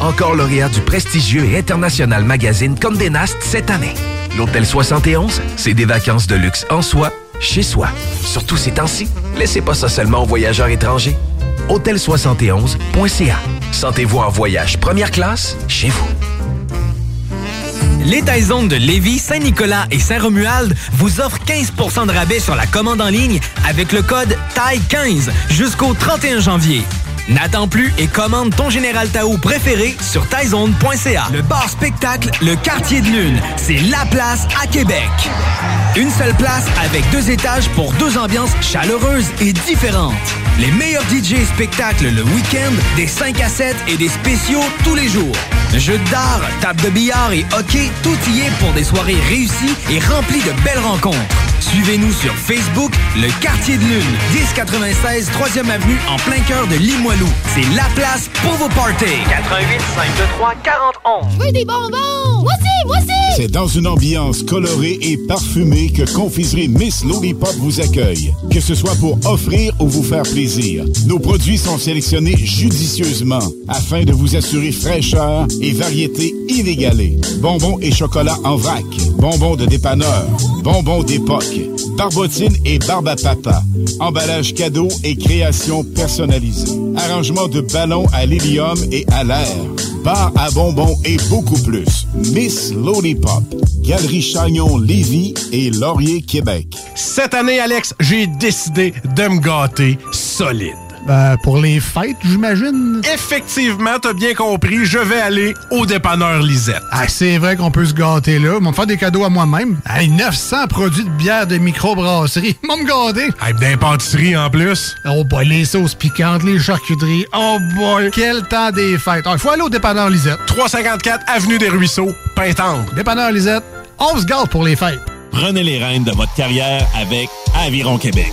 Encore lauréat du prestigieux et international magazine Condé Nast cette année. L'Hôtel 71, c'est des vacances de luxe en soi, chez soi. Surtout ces temps-ci, laissez pas ça seulement aux voyageurs étrangers. Hôtel71.ca. Sentez-vous en voyage première classe chez vous. Les Taizones de Lévis, Saint-Nicolas et Saint-Romuald vous offrent 15 de rabais sur la commande en ligne avec le code TAI15 jusqu'au 31 janvier. N'attends plus et commande ton Général Tao préféré sur taizone.ca. Le bar spectacle, le quartier de lune, c'est la place à Québec. Une seule place avec deux étages pour deux ambiances chaleureuses et différentes. Les meilleurs DJ spectacles le week-end, des 5 à 7 et des spéciaux tous les jours. Jeux d'art, table de billard et hockey, tout y est pour des soirées réussies et remplies de belles rencontres. Suivez-nous sur Facebook, le quartier de lune, 1096 3e avenue en plein cœur de Limoilou. C'est la place pour vos parties. 88 523 41. Je veux des bonbons! Moi aussi, moi aussi! C'est dans une ambiance colorée et parfumée que Confiserie Miss Lollipop vous accueille. Que ce soit pour offrir ou vous faire plaisir, nos produits sont sélectionnés judicieusement afin de vous assurer fraîcheur et variété inégalée. Bonbons et chocolat en vrac, bonbons de dépanneur, bonbons d'époque, barbotines et barbe à papa, emballage cadeau et création personnalisée, arrangement de ballons à l'hélium et à l'air, bar à bonbons et beaucoup plus. Miss Lollipop, Galerie Chagnon Lévis et Laurier Québec. Cette année, Alex, j'ai décidé de me gâter solide. Ben, pour les fêtes, j'imagine. Effectivement, t'as bien compris, je vais aller au dépanneur Lisette. Ah, c'est vrai qu'on peut se gâter là. M'en faire des cadeaux à moi-même. Ah, 900 produits de bière de microbrasserie. M'en me garder. Ah, d'impantisserie en plus. Oh boy, les sauces piquantes, les charcuteries. Oh boy, quel temps des fêtes. Ah, Il faut aller au dépanneur Lisette. 354 Avenue des Ruisseaux, Pintendre. Dépanneur Lisette, on se gâte pour les fêtes. Prenez les rênes de votre carrière avec Aviron Québec.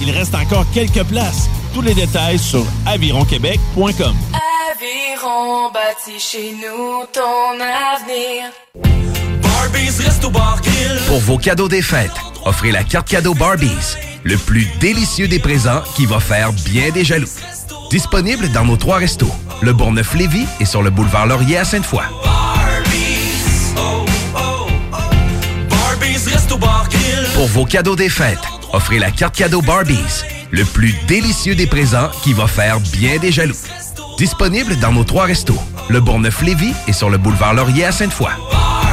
il reste encore quelques places. Tous les détails sur avironquebec.com. Aviron bâti chez nous ton avenir. Barbies Resto Bar Grill. Pour vos cadeaux des fêtes, offrez la carte cadeau Barbies, le plus délicieux des présents qui va faire bien des jaloux. Disponible dans nos trois restos, le Bourgneuf-Lévis et sur le boulevard Laurier à Sainte-Foy. Barbies, oh oh oh. Barbies Resto Bar Grill. Pour vos cadeaux des fêtes, offrez la carte cadeau Barbies, le plus délicieux des présents qui va faire bien des jaloux. Disponible dans nos trois restos, le Bourgneuf-Lévis et sur le boulevard Laurier à Sainte-Foy.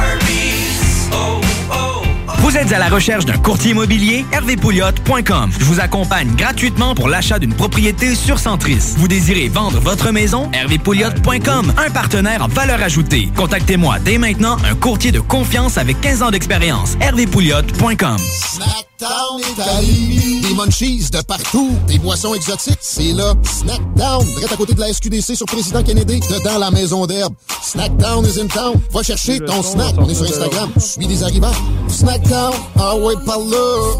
Barbies, oh oh oh. Vous êtes à la recherche d'un courtier immobilier? hervépouliotte.com. Je vous accompagne gratuitement pour l'achat d'une propriété sur Centris. Vous désirez vendre votre maison? hervépouliotte.com. Un partenaire en valeur ajoutée. Contactez-moi dès maintenant un courtier de confiance avec 15 ans d'expérience. hervépouliotte.com. Snackdown Italie. Des munchies de partout. Des boissons exotiques. C'est là. Snackdown. Direct à côté de la SQDC sur Président Kennedy. Dedans la maison d'herbe. Snackdown is in town. Va chercher ton snack. On est sur Instagram. Suis des arrivants. Snackdown. Ah ouais, par là.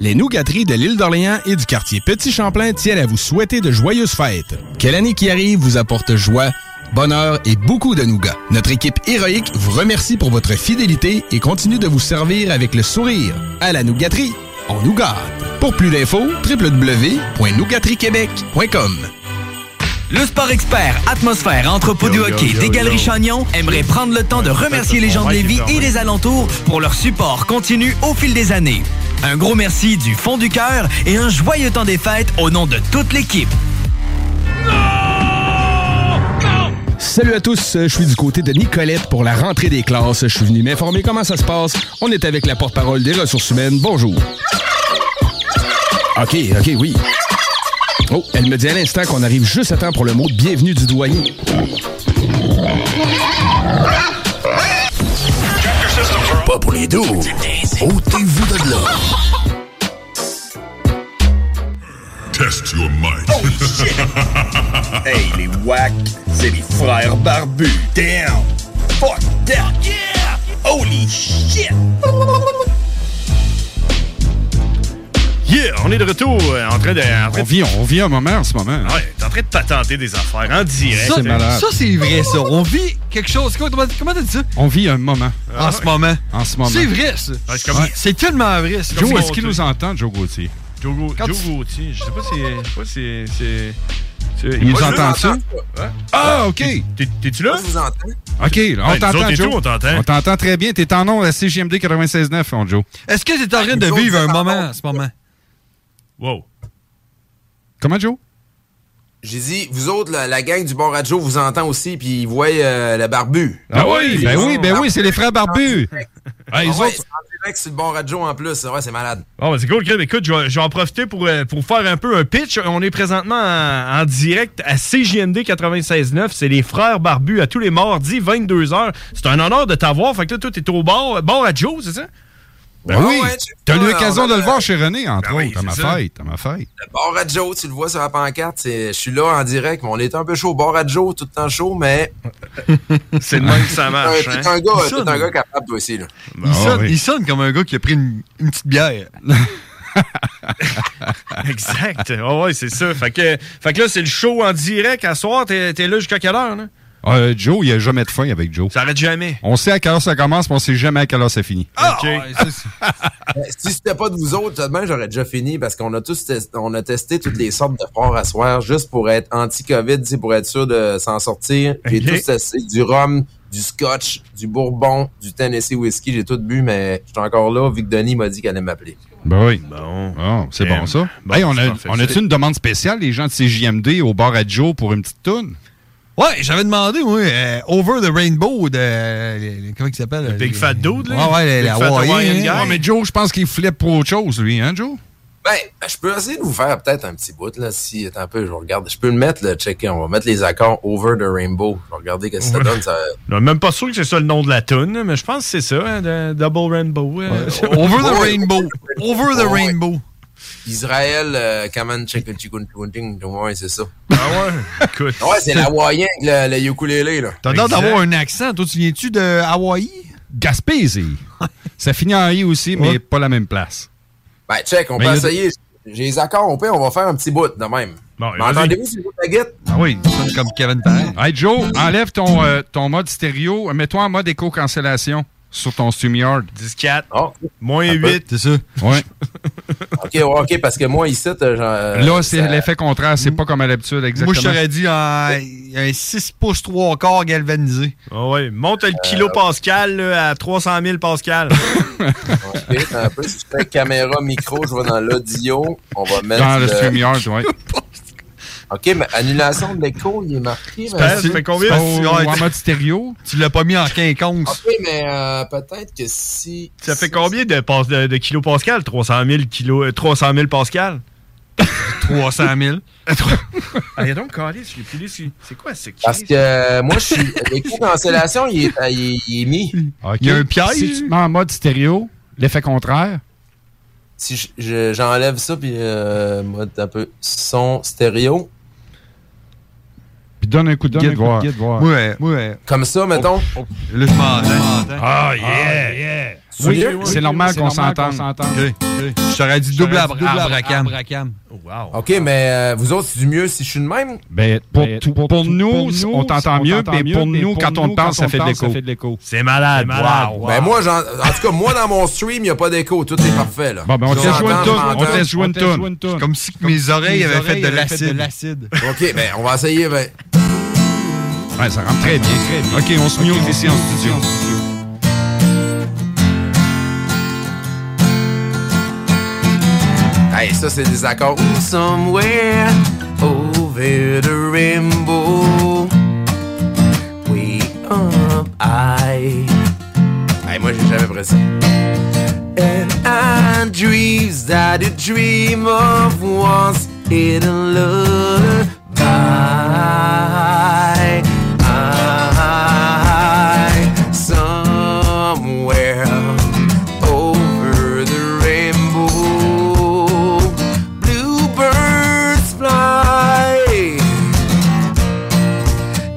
Les nougateries de l'île d'Orléans et du quartier Petit Champlain tiennent à vous souhaiter de joyeuses fêtes. Que l'année qui arrive vous apporte joie, bonheur et beaucoup de nougats. Notre équipe héroïque vous remercie pour votre fidélité et continue de vous servir avec le sourire. À la nougaterie, on nous gâte. Pour plus d'infos, www.nougateriequebec.com. Le sport expert, atmosphère, entrepôt Yo, du yo, hockey yo, des Galeries yo. Chagnon aimerait prendre le temps de remercier les gens de Lévis et des alentours pour leur support continu au fil des années. Un gros merci du fond du cœur et un joyeux temps des fêtes au nom de toute l'équipe. Salut à tous, je suis du côté de Nicolette pour la rentrée des classes. Je suis venu m'informer comment ça se passe. On est avec la porte-parole des ressources humaines. Bonjour. OK, OK, oui. Oh, elle me dit à l'instant qu'on arrive juste à temps pour le mot de bienvenue du douanier. Pas pour les deux. Ôtez-vous de là. Test your might. Oh, hey, les wack, c'est les frères barbus. Damn! Fuck that! Yeah! Holy shit! Yeah, on est de retour euh, en train de. en train On de- vit, on vit un moment en ce moment. hein. Ouais, t'es en train de patenter des affaires hein. en direct. Ça, c'est malade. Ça, c'est vrai, ça. On vit quelque chose. Comment comment- comment t'as dit ça? On vit un moment. En ce moment. En ce moment. C'est vrai, ça. Ouais, c'est comme- C'est tellement vrai. ça. Joe, est-ce qu'il nous entend, Joe Gauthier? Joe, Gau- Joe Gauthier, je sais pas si. Je sais pas si. c'est- c'est- Il nous Moi, je entend ça? l'entends. Hein? Ah, OK. T'es- T'es-tu là? Je vous entends. OK, là, on Ouais, nous autres t'entend, et Joe. tout, on t'entend. très bien. T'es en ondes à CGMD 96.9, on Joe. Est-ce que t'es en train de Joe, vivre vous un êtes en moment en ce moment? Wow. Comment, Joe? J'ai dit, vous autres, la, la gang du bon radio vous entend aussi, puis ils voient euh, le barbu. Ah oui, ben oui, ben oui, c'est les frères barbus. Ah, ils ouais, autres- c'est en direct sur le bon radio en plus. Ouais, c'est malade. Bon, ben, c'est cool, Chris. Écoute, je vais, je vais en profiter pour, euh, pour faire un peu un pitch. On est présentement en, en direct à CJMD 96.9. C'est les frères barbus à tous les mardis, 22h. C'est un honneur de t'avoir. Fait que là, toi, t'es au bord, bord à Joe, c'est ça? Ben oui, t'as eu l'occasion de le voir chez René, entre Ben oui, autres, à c'est ma ça. fête, à ma fête. Le bar à Joe, tu le vois sur la pancarte. c'est- Je suis là en direct, mais on est un peu chaud. Bar à Joe, tout le temps chaud, mais. c'est le même que ça marche, T'es un, hein. gars- Il t'es sonne. Ah un gars capable, toi aussi. Là. Ah il, sonne, il sonne comme un gars qui a pris une, une petite bière. exact. Ah Ouais, ouais, c'est ça. Fait que, fait que là, c'est le show en direct à soir. T'es t'es là jusqu'à quelle heure, là? Euh, Joe, il n'y a jamais de fin avec Joe. Ça arrête jamais. On sait à quelle heure ça commence, mais on sait jamais à quelle heure ça finit. Ah, ouais, Euh, si c'était pas de vous autres, demain j'aurais déjà fini parce qu'on a tous tes- on a testé toutes les sortes de forts à soir juste pour être anti-Covid, tu sais, pour être sûr de s'en sortir. J'ai Ok. tous testé du rhum, du scotch, du bourbon, du Tennessee whiskey, j'ai tout bu, mais je suis encore là vu que Denis m'a dit qu'elle allait m'appeler. Ben oui. Bon. c'est Bien. bon, ça. Bon, Hey, on c'est a, parfait. on a-tu une demande spéciale, les gens de CJMD, au bar à Joe pour une petite toune? Ouais, j'avais demandé, moi, euh, Over the Rainbow de. euh, les- les- comment il s'appelle? Big les- Fat Dude, Ouais, ouais, les- la Hawaiian. hein? Ouais, mais Joe, je pense qu'il flippe pour autre chose, lui, hein, Joe? Ben, je peux essayer de vous faire peut-être un petit bout là, si attends un peu, je regarde. Je peux le mettre, le checker, on va mettre les accords over the rainbow. Je vais regarder qu'est-ce que ça Ouais. donne. Ça... Non, même pas sûr que c'est ça le nom de la tune, mais je pense que c'est ça, hein, de- Double Rainbow. euh. Over the Rainbow. Over the Oh, ouais. Rainbow. Israël, euh, comment check le chicken twenting, au moins c'est ça. Ah ouais? Écoute. Ouais, c'est l'Hawaïen avec le, le ukulélé, là. T'as l'air d'avoir un accent. Toi, tu viens-tu de Hawaï? Gaspésie. ça finit en I aussi, mais pas la même place. Ben, check, on Mais peut il y a- essayer. J'ai les accords, on peut, on va faire un petit bout de même. Mais vas-y. entendez-vous si vous baguette? Ah oui, sonne comme Kevin Parent. Hey Joe, enlève ton, euh, ton mode stéréo, mets-toi en mode éco-cancellation sur ton StreamYard. 10-4. Ah. Un Moins peu. 8. C'est ça? Ouais. OK, ouais, OK, parce que moi, ici, t'as genre... euh, Là, c'est ça- l'effet contraire, c'est pas comme à l'habitude, exactement. Moi, je t'aurais dit ah, un, un 6 pouces 3 quarts galvanisé. Ah ouais, monte le Euh, kilo pascal là, à 300 000 pascal. OK, attends un peu, si je fais caméra, micro, je vais dans l'audio, on va mettre... Dans le StreamYard, ouais. OK, mais annulation de l'écho, il est marqué. mais- Oh, En mode stéréo? Tu l'as pas mis en quinconce. OK, mais euh, peut-être que si... Ça fait combien de, pas- de, de kilo pascal? 300 000 kilo, euh, 300 000 pascal? 300 000. Ah, y a donc Calis, je l'ai plus lu, c'est- C'est quoi ce Parce que euh, moi, je suis... L'écho-cancellation, il est, euh, il, est- il est mis. Ah, Ok. Si tu te mets en mode stéréo, l'effet contraire, Si je- je- j'enlève ça, puis euh, mode un peu son stéréo. puis donne un coup de Donne un guide coup de voir. guide, voir. Ouais, Oh, ouais. Comme ça, mettons. Là, je m'entends. Ah, yeah, yeah. Oui, Oui, oui, c'est oui, normal c'est qu'on normal s'entende. qu'on Je t'aurais dit double Oh, à Bracam. Wow. OK, mais euh, vous autres, c'est du mieux si je suis de même? Ben, pour, tout- pour, nous, on t'entend mieux, mais pour nous, quand on te parle, ça fait de l'écho. Ah, C'est Ah, malade, wow. Ben moi, j'en- en tout cas, moi, dans mon stream, il n'y a pas d'écho. Tout est parfait, là. Bon, ben, on te Je laisse jouer une m'entends, toune, je on m'entends. te laisse jouer une toune. C'est Comme si Comme si mes oreilles mes avaient fait oreilles de avaient fait de l'acide. OK, ben, on va essayer, ben. Ouais, ça rentre très bien. OK, on se mute ici en studio. Hey, ça, c'est des accords. Somewhere over the rainbow, way up high. Hey, moi, j'ai jamais pressé. And I dreams that you dream of once in a lullaby. I, somewhere over the rainbow, bluebirds fly.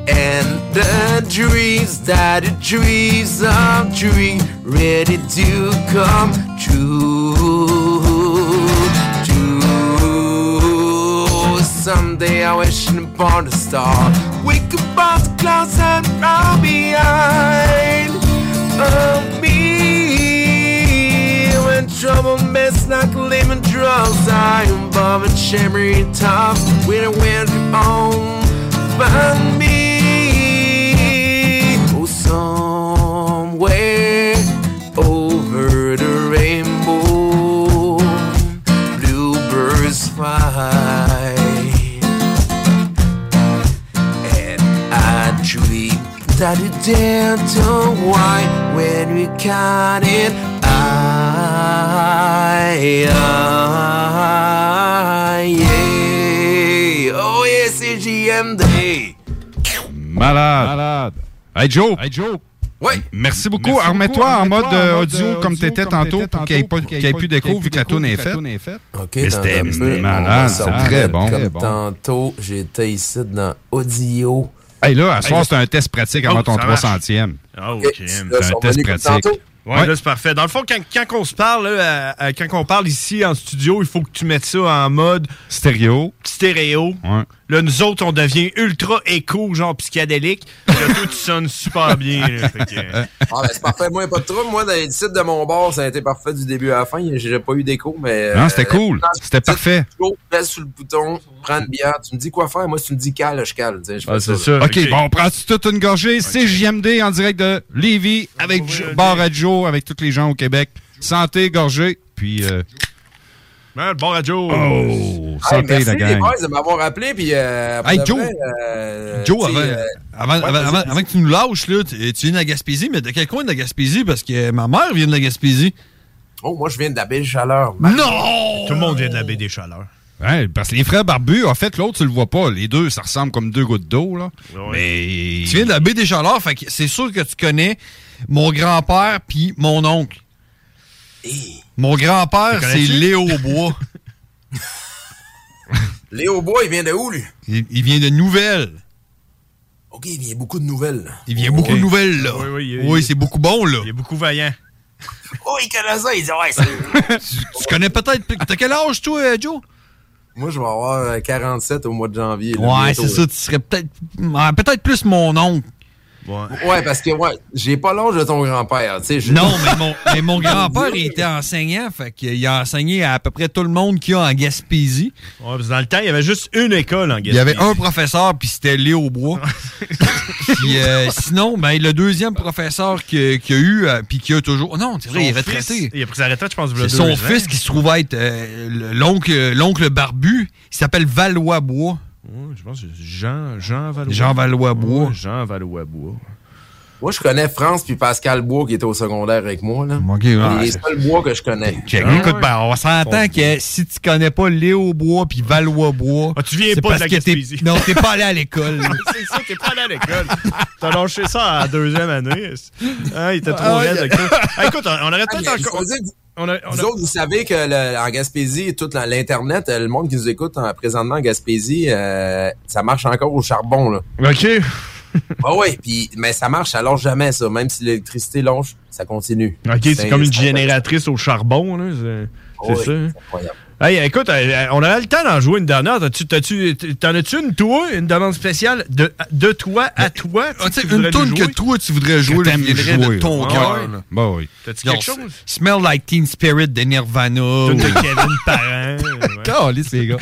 And the dreams that the dreams of dream ready to come true. True. Someday I wish upon a star. Wake up off the clouds and I'll be behind of me. When trouble mess like lemon drops, I flying above a cherry top with a wind on behind me. Oh, somewhere over the rainbow, bluebirds fly, and I dream that it did to why when we got it. I, I, yeah. Oh, yeah, c'est JMD. Malade. Hey Joe. Ouais. Merci beaucoup. Merci Remets-toi beaucoup. en mode Remets-toi en euh, mode, audio, euh, comme audio t'étais comme tantôt t'étais pour qu'il n'y ait pas qu'il y ait plus d'écho vu que la tourne est faite. Ok, Mais dans un c'était peu, c'était on malade. va s'en Très remettre. bon. Comme Très bon. tantôt, j'étais ici dans Audio. Hey, là, à ce soir, c'est un test pratique avant Oh, ton ça marche. 300e. Oh, Et Jim, tu l'as c'est un survolé test comme pratique. tantôt? Ouais, Ouais. là, c'est parfait. Dans le fond, quand, quand on se parle, là, à- à- quand on parle ici en studio, il faut que tu mettes ça en mode stéréo. Stéréo. Là, nous autres, on devient ultra écho, genre psychédélique. Là, toi, tu sonnes super bien. là. Fait que, euh, Ah, ben, c'est parfait. Moi, pas de trouble. Moi, dans les sites de mon bar, ça a été parfait du début à la fin. J'ai pas eu d'écho, mais. euh, Non, c'était cool. C'était parfait. Go, laisse sur le bouton, prends une bière. Tu me dis quoi faire. Moi, si tu me dis cale, je cale. tu sais, je Ah, fais là. OK, bon, on prend toute une gorgée. C'est JMD en direct de Lévis avec Jo- Bar à Joe, avec tous les gens au Québec. Santé, gorgée, puis... euh, Hein, man, bon radio. Oh, Hey, santé, merci la les gang. boys de m'avoir appelé. Puis, euh, pour Hey, de Joe. vrai, euh, Joe, tu avant, sais, euh, avant, ouais, avant- vas-y, avant- avant que tu nous lâches, là, tu, tu viens de la Gaspésie, mais de quel coin de la Gaspésie? Parce que euh, ma mère vient de la Gaspésie. Oh, moi, je viens de la baie des Chaleurs. Non! Tout le monde vient de la baie des Chaleurs. Ouais, parce que les frères barbus, en fait, l'autre, tu le vois pas. Les deux, ça ressemble comme deux gouttes d'eau, là. Mais... Tu viens de la baie des Chaleurs, fait que c'est sûr que tu connais mon grand-père puis mon oncle. Mon grand-père, Le c'est connais-tu? Léo Bois. Léo Bois, il vient de où, lui? il, il vient de Nouvelles. OK, il vient beaucoup de nouvelles. là. Il vient beaucoup de Nouvelles, là. Oui, oui, il- oui c'est beaucoup bon, là. Il est beaucoup vaillant. Oh, il connaît ça. Il dit, ouais, c'est... Tu connais peut-être. T'as quel âge, toi, euh, Joe? Moi, je vais avoir euh, 47 au mois de janvier. là, Ouais, bientôt, c'est ça. là. Tu serais peut-être. ouais, Peut-être plus mon oncle. Ouais, parce que, ouais, j'ai pas l'âge de ton grand-père, tu sais. je- Non, mais mon, mais mon grand-père, il était enseignant, fait qu'il a enseigné à à peu près tout le monde qu'il y a en Gaspésie. Ouais, parce que dans le temps, il y avait juste une école en Gaspésie. Il y avait un professeur, puis c'était Léo Bois. puis euh, sinon, ben, le deuxième professeur que- qu'il y a eu, euh, puis qu'il y a toujours... Non, c'est vrai, Son il est retraité. fils, il a pris sa retraite, je pense, il y a C'est deux son ans. fils qui se trouvait être euh, le- l'oncle l'oncle barbu. Il s'appelle Valois-Bois. Ouais, je pense que c'est Jean, Jean Valois. Jean Valois-Bois. Ouais, Jean Valois-Bois. Moi, je connais France puis Pascal Bois qui était au secondaire avec moi, là. ouais, les c'est- seuls Bois que je connais. Check. Ah Écoute, ben, on s'entend que si tu connais pas Léo Bois puis Valois Bois, Ah, tu viens c'est pas de parce la que t'es- Gaspésie. Non, t'es pas allé à l'école. c'est ça, t'es pas allé à l'école. T'as lâché ça à la deuxième année. Hein, il était trop Ah, raide. ouais. avec toi. Ah, écoute, on, on aurait Ah, peut-être mais encore. je veux dire, On a- on Vous a- autres, vous savez que le- en Gaspésie, tout la- l'Internet, euh, le monde qui nous écoute en- présentement en Gaspésie, euh, ça marche encore au charbon, là. OK. Ah ouais, puis mais ça marche, ça lâche jamais ça, même si l'électricité lâche, ça continue. OK, c'est comme une c'est- Ah génératrice au charbon, là. C'est c'est Oui, c'est ça. hein? Hey, écoute, euh, on aurait le temps d'en jouer une dernière. T'as-tu- t'as-tu- T'en as-tu une, toi, une demande spéciale de, de toi à toi? Ah, tu sais, une toune que toi, tu voudrais jouer, là, t'aimes qui viendrait jouer, de ton là. cœur. Ah ouais. là. Ben oui. T'as-tu Genre, quelque chose? Smell like Teen Spirit de Nirvana. Toune de ou- Kevin Parent. ouais. Calisse, les gars.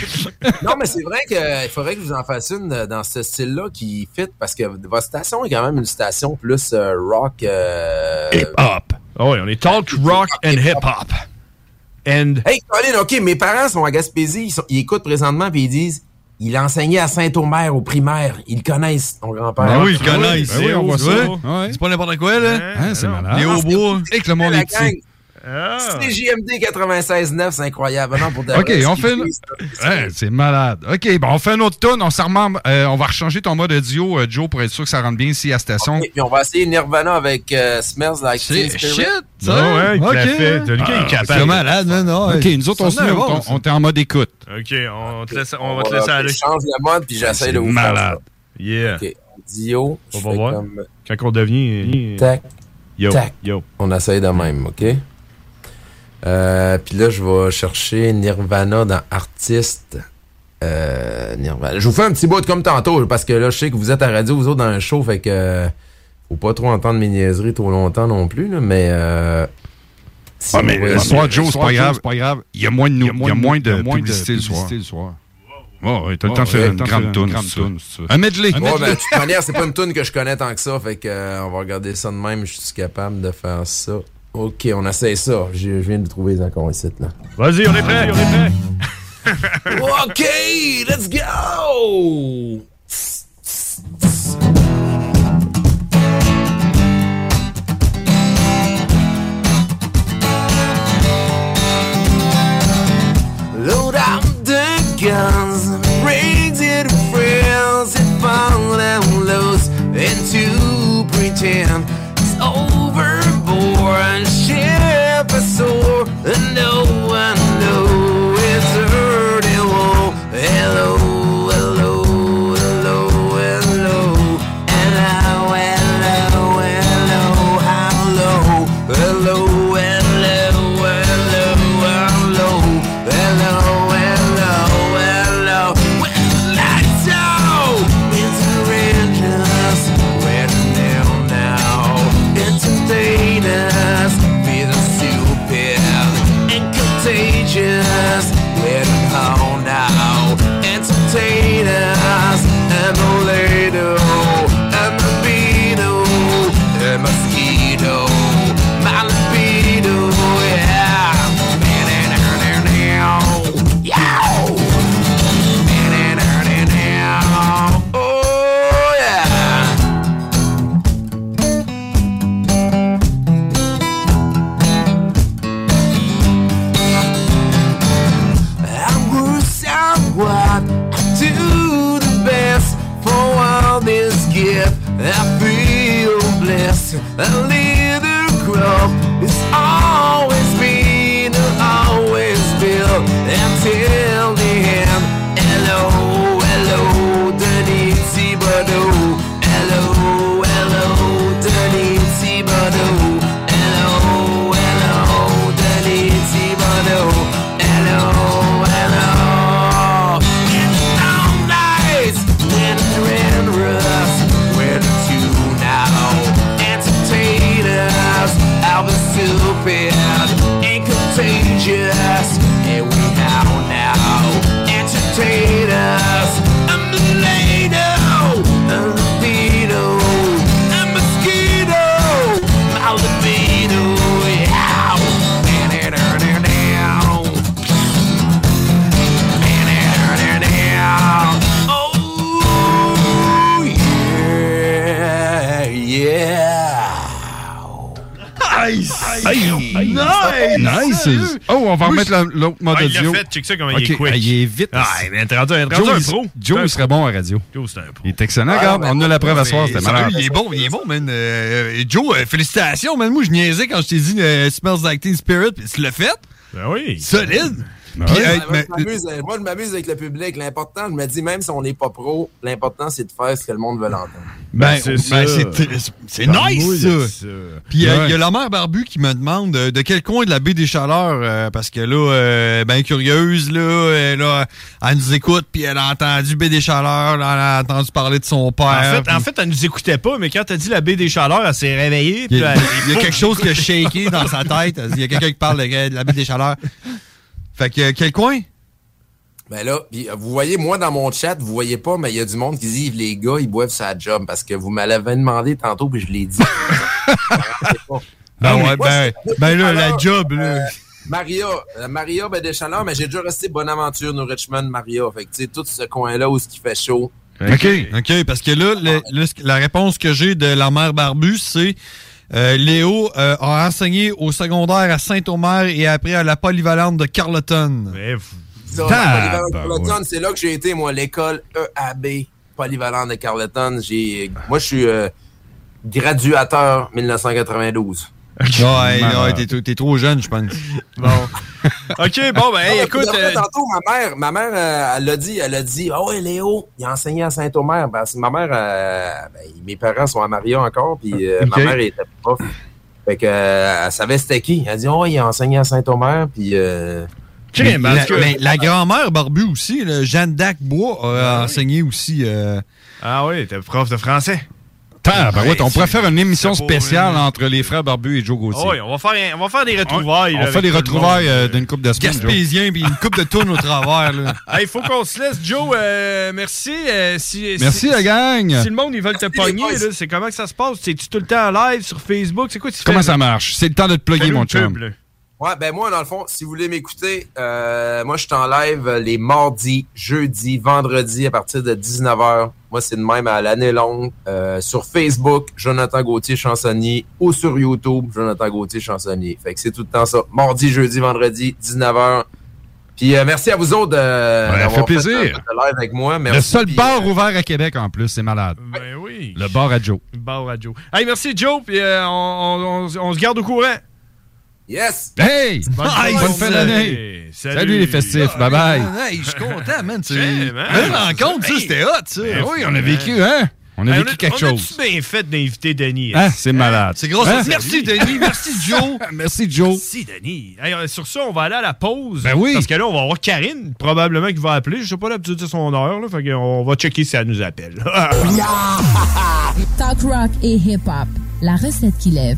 non, mais c'est vrai qu'il faudrait que je vous en fasse une euh, dans ce style-là qui fit parce que votre station est quand même une station plus euh, rock. euh, Hip-hop. Oh, oui, on est talk rock and hip-hop. And... Hey, Colin, OK, mes parents sont à Gaspésie, ils, sont- ils écoutent présentement puis ils disent il enseignait à Saint-Omer au primaire. Ils le connaissent, ton grand-père. Ben oui, ils connaissent. Ben oui, on voit ça. C'est pas n'importe quoi, là. Hein, c'est malade. Léo Bois. Et que le monde La est petit. gang. Ah. C'est JMD 96.9, c'est incroyable. Non, pour de OK, vrai, on ce fait qu'ils une... disent, là. Ouais, c'est malade. OK, bon, on fait une autre tonne. On, s'en remembre, euh, on va rechanger ton mode audio, euh, Joe, pour être sûr que ça rentre bien ici à la station. Et puis on va essayer Nirvana avec euh, Smells Like Teen Spirit. Ah ouais, tout à ok. Ah, fait. Lucas, il est capable. c'est malade, man. Ah, OK, nous autres, on, ça se en est met- bon, on- ça. on est en mode écoute. OK, on, te laisse- on va Voilà, te laisser aller. Je change la mode puis j'essaie de vous faire malade. Yeah. ça. OK, audio. On je va fais voir. comme- Quand on devient... Tac. Yo, Tac. yo. On essaye de même, OK? Euh, Puis là, je vais chercher Nirvana dans artiste. Euh, Nirvana. Je vous fais un petit bout comme tantôt, parce que là, je sais que vous êtes à radio, vous autres, dans un show, fait que euh, faut pas trop entendre mes niaiseries trop longtemps non plus, là, mais euh, Ah, mais le soir de Joe, c'est pas grave. Il y a moins de, nou- il y a moins de, publicité publicité le soir. le soir. Ouais, ouais, t'as le Ouais, temps de faire ouais, une t'as le grande temps de toune. faire si une grande tu veux. toune, si tu veux. Un medley. Ouais, ben, de toute manière, c'est pas une tune que je connais tant que ça. Fait que, euh, on va regarder ça de même. Je suis capable de faire ça. Ok, on essaie ça. Je, je viens de trouver les accords ici. Là. Vas-y, on est prêt, on est prêt. OK, let's go! Load up the guns, bring it to friends, and follow loose, and to pretend it's overboard. Ship is sore, and no one knows it's early war. Hello, hello, hello, hello, hello, hello, hello, hello, hello, hello, hello, hello. Hello, hello, hello. Let's go! It's outrageous. We're now, now. It's contagious. Feeling stupid and contagious. We're now, now. It's contagious. And a later. And a beetle. A mosquito. My libido, yeah. Oh yeah. I'm gonna sound what I do the best for all this gift. I feel blessed. A little growth is always been, and always built until the end. Hello, hello, Danny Thibodeau. Hello, hello, Danny Thibodeau. Hello, hello, Danny Thibodeau. Hello, hello. It's all nice when we're in rust. We're the two now. Entertainers, I was stupid and contagious. And we now now. Entertainers, I'm the lady. I'm the beetle. I'm mosquito. My libido, yeah. Na-na-na-na-na. Oh, yeah, yeah. Nice! Aïe. Nice! Sérieux? Oh, on va Moi, remettre je- la- l'autre mode Ah, il l'a audio. fait, check ça comment il est Ok, quick. ah, Il est vite. Ah, il est rendu- il est rendu Joe, un il- pro. Joe, il serait bon à radio. Joe, c'est un pro. Ah, Il est excellent, regarde. On a la preuve à soir, c'était Sérieux, malade. Il est bon, il est bon, man. Euh, euh, Joe, euh, félicitations, man. Moi, je niaisais quand je t'ai dit euh, Smells Like Teen Spirit, puis tu l'as fait. Ben oui. Solide. Ben Puis, oui. euh, Ah, Moi, je mais- m'amuse- Moi, je m'amuse avec le public. L'important, je me dis, même si on n'est pas pro, l'important, c'est de faire ce que le monde veut l'entendre. Ben, c'est ben, ça. c'est tr- c'est Ben nice, oui, ça. c'est ça. Puis euh, il Ouais. y a la mère Barbu qui me demande euh, de quel coin de la baie des Chaleurs, euh, parce que là, euh, ben curieuse, là, euh, là, elle nous écoute, puis elle a entendu baie des Chaleurs, là, elle a entendu parler de son père. En fait, puis- en fait, elle nous écoutait pas, mais quand t'as dit la baie des chaleurs, elle s'est réveillée. il y a, il y a quelque chose qui a shaké dans sa tête. Il y a quelqu'un qui parle de, de la baie des Chaleurs. Fait que, euh, quel coin? Ben là, puis, euh, vous voyez, moi, dans mon chat, vous voyez pas, mais il y a du monde qui dit, les gars, ils boivent sa job parce que vous m'avez demandé tantôt, puis je l'ai dit. Ben ouais, oui. Moi, ben, c'est- ben là, Alors, la job, là. Maria, euh, Maria ben, des chaleurs, mais j'ai déjà resté Bonaventure, New Richmond, Maria. Fait que, tu sais, tout ce coin-là où ce qui fait chaud. OK. OK, parce que là, le- le- la réponse que j'ai de la mère Barbu, c'est euh, Léo euh, a enseigné au secondaire à Saint-Omer et après à la polyvalente de Carleton. Ça, la Ah, polyvalente ben de Carleton, c'est là que j'ai été, moi, l'école EAB, polyvalente de Carleton. J'ai, moi, je suis euh, graduateur 1992. Ouais, ouais, t'es trop- t'es trop jeune, je pense. Bon. OK, bon, ben, hey, Ah, écoute. puis après, euh, tantôt, ma mère, ma mère, euh, elle l'a dit, elle a dit, ah ouais, Léo, il a enseigné à Saint-Omer. Parce que ma mère, euh, ben, mes parents sont à Maria encore, puis euh, Ok. ma mère était prof. Fait que, euh, elle savait c'était qui. Elle a dit, oh, il a enseigné à Saint-Omer, puis. Euh, Mais la, que- mais la Ah, grand-mère Barbu aussi, là, Jeanne Dac Bois, a enseigné aussi. euh, Ah oui, t'es prof de français. Tabarouette, on Ouais, pourrait c'est- faire une émission c'est pas- spéciale entre les frères Barbu et Joe Gauthier. Ah oui, on va faire, un- on va faire des retrouvailles. on là, fait avec des tout le monde. retrouvailles euh, d'une coupe de semaines. Joe. Gaspésien, puis une coupe de tourne au travers. Là. Il faut qu'on se laisse, Joe. euh, merci. euh, si, Merci, si- la gang. Si le monde, ils veulent te pogner, là, c'est comment que ça se passe? C'est-tu tout le temps en live sur Facebook? C'est quoi tu Comment fais, ça là? marche? C'est le temps de te plugger, Fais-nous mon le chum. pub, là. Ouais, ben moi, dans le fond, si vous voulez m'écouter, euh, moi, je suis en live euh, les mardis, jeudis, vendredis à partir de 19h. Moi, c'est de même à l'année longue. euh, sur Facebook, Jonathan Gauthier Chansonnier ou sur YouTube, Jonathan Gauthier Chansonnier. Fait que c'est tout le temps ça. Mardi, jeudi, vendredi, 19h. Puis euh, merci à vous autres euh, Ouais, d'avoir fait plaisir. un peu de live avec moi. Merci. le seul puis, bar ouvert à Québec, en plus, c'est malade. Ben oui. Le bar à Joe. Bon radio. Hey, merci, Joe. Puis euh, on, on- on- on se garde au courant. Yes! Hey! Bonne Hey, fin bonne de fin journée. d'année! Salut. Ah, Salut. les festifs, bye bye! Hey, je suis content, man. Tu Hey, man. Belle rencontre, ça, Hey. c'était hot, ça. Ben oui, on a vécu, hein? On a Hey, vécu quelque chose. Ben, On a bien fait d'inviter Denis. Hein, c'est malade. C'est grosse. Hein? Merci, Denis. Merci, Joe. Merci, Joe. Merci, Denis. Hey, euh, sur ça, on va aller à la pause. Ben oui. Parce que là, on va avoir Karine, probablement, qui va appeler. Je sais pas l'habitude de son heure. Là, fait que on va checker si elle nous appelle. Talk rock et hip-hop. La recette qui lève.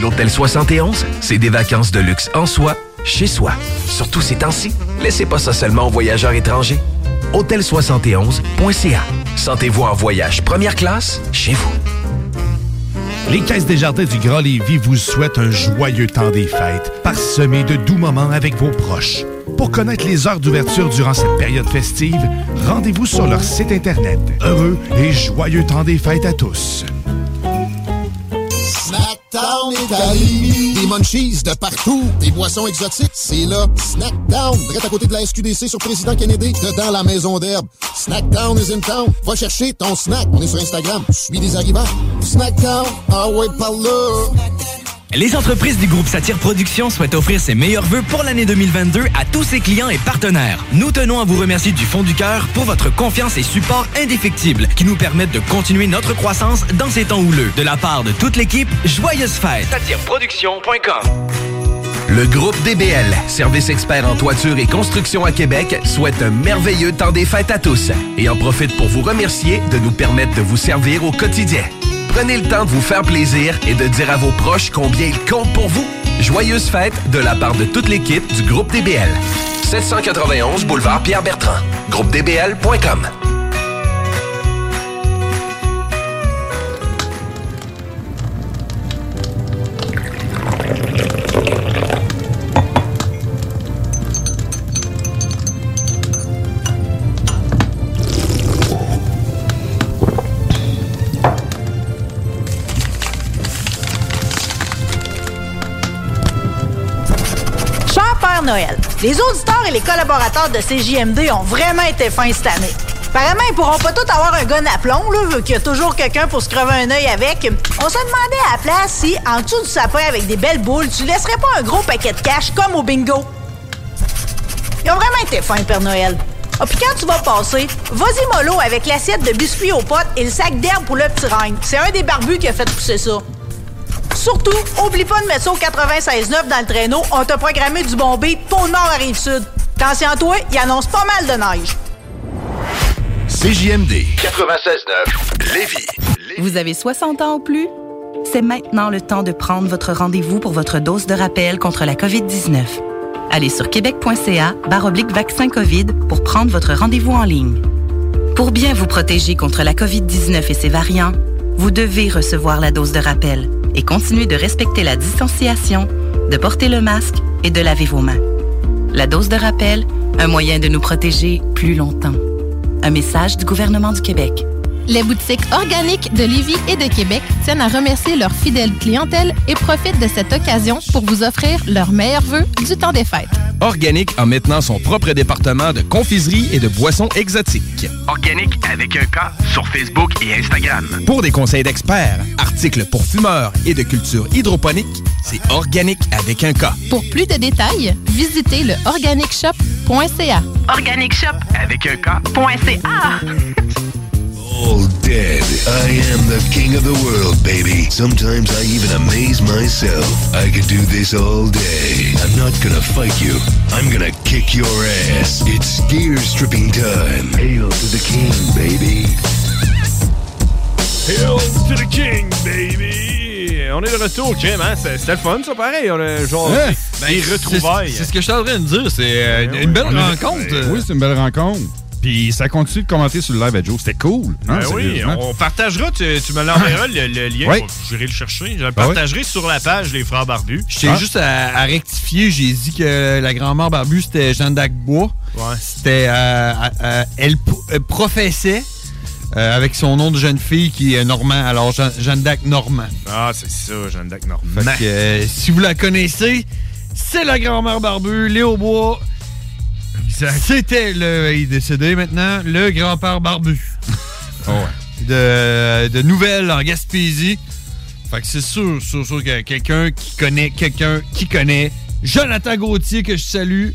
L'Hôtel 71, c'est des vacances de luxe en soi, chez soi. Surtout ces temps-ci, laissez pas ça seulement aux voyageurs étrangers. Hôtel71.ca Sentez-vous en voyage première classe chez vous. Les Caisses des Jardins du Grand Lévis vous souhaitent un joyeux temps des fêtes, parsemé de doux moments avec vos proches. Pour connaître les heures d'ouverture durant cette période festive, rendez-vous sur leur site Internet. Heureux et joyeux temps des fêtes à tous. Snackdown Italie. Des munchies de partout. Des boissons exotiques. C'est là. Snackdown. Direct à côté de la SQDC sur Président Kennedy. Dedans la maison d'herbe. Snackdown is in town. Va chercher ton snack. On est sur Instagram. Suis des arrivants. Snackdown. Ah ouais, par là. Les entreprises du groupe Satire Productions souhaitent offrir ses meilleurs vœux pour l'année 2022 à tous ses clients et partenaires. Nous tenons à vous remercier du fond du cœur pour votre confiance et support indéfectible qui nous permettent de continuer notre croissance dans ces temps houleux. De la part de toute l'équipe, joyeuses fêtes. SatireProduction.com Le groupe DBL, service expert en toiture et construction à Québec, souhaite un merveilleux temps des fêtes à tous et en profite pour vous remercier de nous permettre de vous servir au quotidien. Prenez le temps de vous faire plaisir et de dire à vos proches combien ils comptent pour vous. Joyeuses fêtes de la part de toute l'équipe du groupe DBL. 791 boulevard Pierre Bertrand. Groupe DBL.com. Cher Père Noël, les auditeurs et les collaborateurs de CJMD ont vraiment été fins cette année. Apparemment, ils pourront pas tous avoir un gun à plomb, là, vu qu'il y a toujours quelqu'un pour se crever un œil avec. On se demandait à la place si, en dessous du sapin avec des belles boules, tu laisserais pas un gros paquet de cash comme au bingo. Ils ont vraiment été fins, Père Noël. Ah, puis quand tu vas passer, vas-y mollo avec l'assiette de biscuits aux potes et le sac d'herbe pour le petit règne. C'est un des barbus qui a fait pousser ça. Surtout, oublie pas de mettre ça au 96.9 dans le traîneau. On t'a programmé du bon beat pour le nord à Rive-Sud. Attention à toi, il annonce pas mal de neige. CJMD 96.9 Lévis. Vous avez 60 ans ou plus? C'est maintenant le temps de prendre votre rendez-vous pour votre dose de rappel contre la COVID-19. Allez sur québec.ca baroblique vaccin COVID pour prendre votre rendez-vous en ligne. Pour bien vous protéger contre la COVID-19 et ses variants, vous devez recevoir la dose de rappel et continuer de respecter la distanciation, de porter le masque et de laver vos mains. La dose de rappel, un moyen de nous protéger plus longtemps. Un message du gouvernement du Québec. Les boutiques organiques de Lévis et de Québec tiennent à remercier leur fidèle clientèle et profitent de cette occasion pour vous offrir leurs meilleurs vœux du temps des fêtes. Organic en maintenant son propre département de confiserie et de boissons exotiques. Organique avec un K sur Facebook et Instagram. Pour des conseils d'experts, articles pour fumeurs et de culture hydroponique, c'est Organic avec un K. Pour plus de détails, visitez le organicshop.ca. Organic Shop. Avec un K. all dead. I am the king of the world, baby. Sometimes I even amaze myself. I could do this all day. I'm not gonna fight you. I'm gonna kick your ass. It's gear stripping time. Hail to the king, baby. Hail to the king, baby! On est de retour, Jim, hein? C'est- C'était le fun, ça, pareil. On a genre Ouais. des des retrouvailles. C'est ce que je suis en train de dire. C'est euh, ben une, belle On a- rencontre. euh. Oui, c'est une belle rencontre. Puis ça continue de commenter sur le live à Joe. C'était cool. Ben hein, oui, sérieusement. on partagera, tu, tu me l'enverras le, le lien, Oui. pour- j'irai le chercher. Je le Ah oui. partagerai sur la page Les Frères Barbus. Ah. Je tiens juste à, à rectifier. J'ai dit que la grand-mère Barbu, c'était Jeanne d'Agbois. C'était. euh, euh, elle, po- elle professait euh, avec son nom de jeune fille qui est Normand. Alors, Jean- Jeanne d'Ac Normand. Ah, c'est ça, Jeanne d'Arc Fait Normand. que, euh, si vous la connaissez, c'est la grand-mère Barbu, Léo Bois. C'était le. Il est décédé maintenant, le grand-père Barbu. Ah de, de nouvelles en Gaspésie. Fait que c'est sûr, sûr, sûr que quelqu'un qui connaît, quelqu'un qui connaît Jonathan Gauthier que je salue.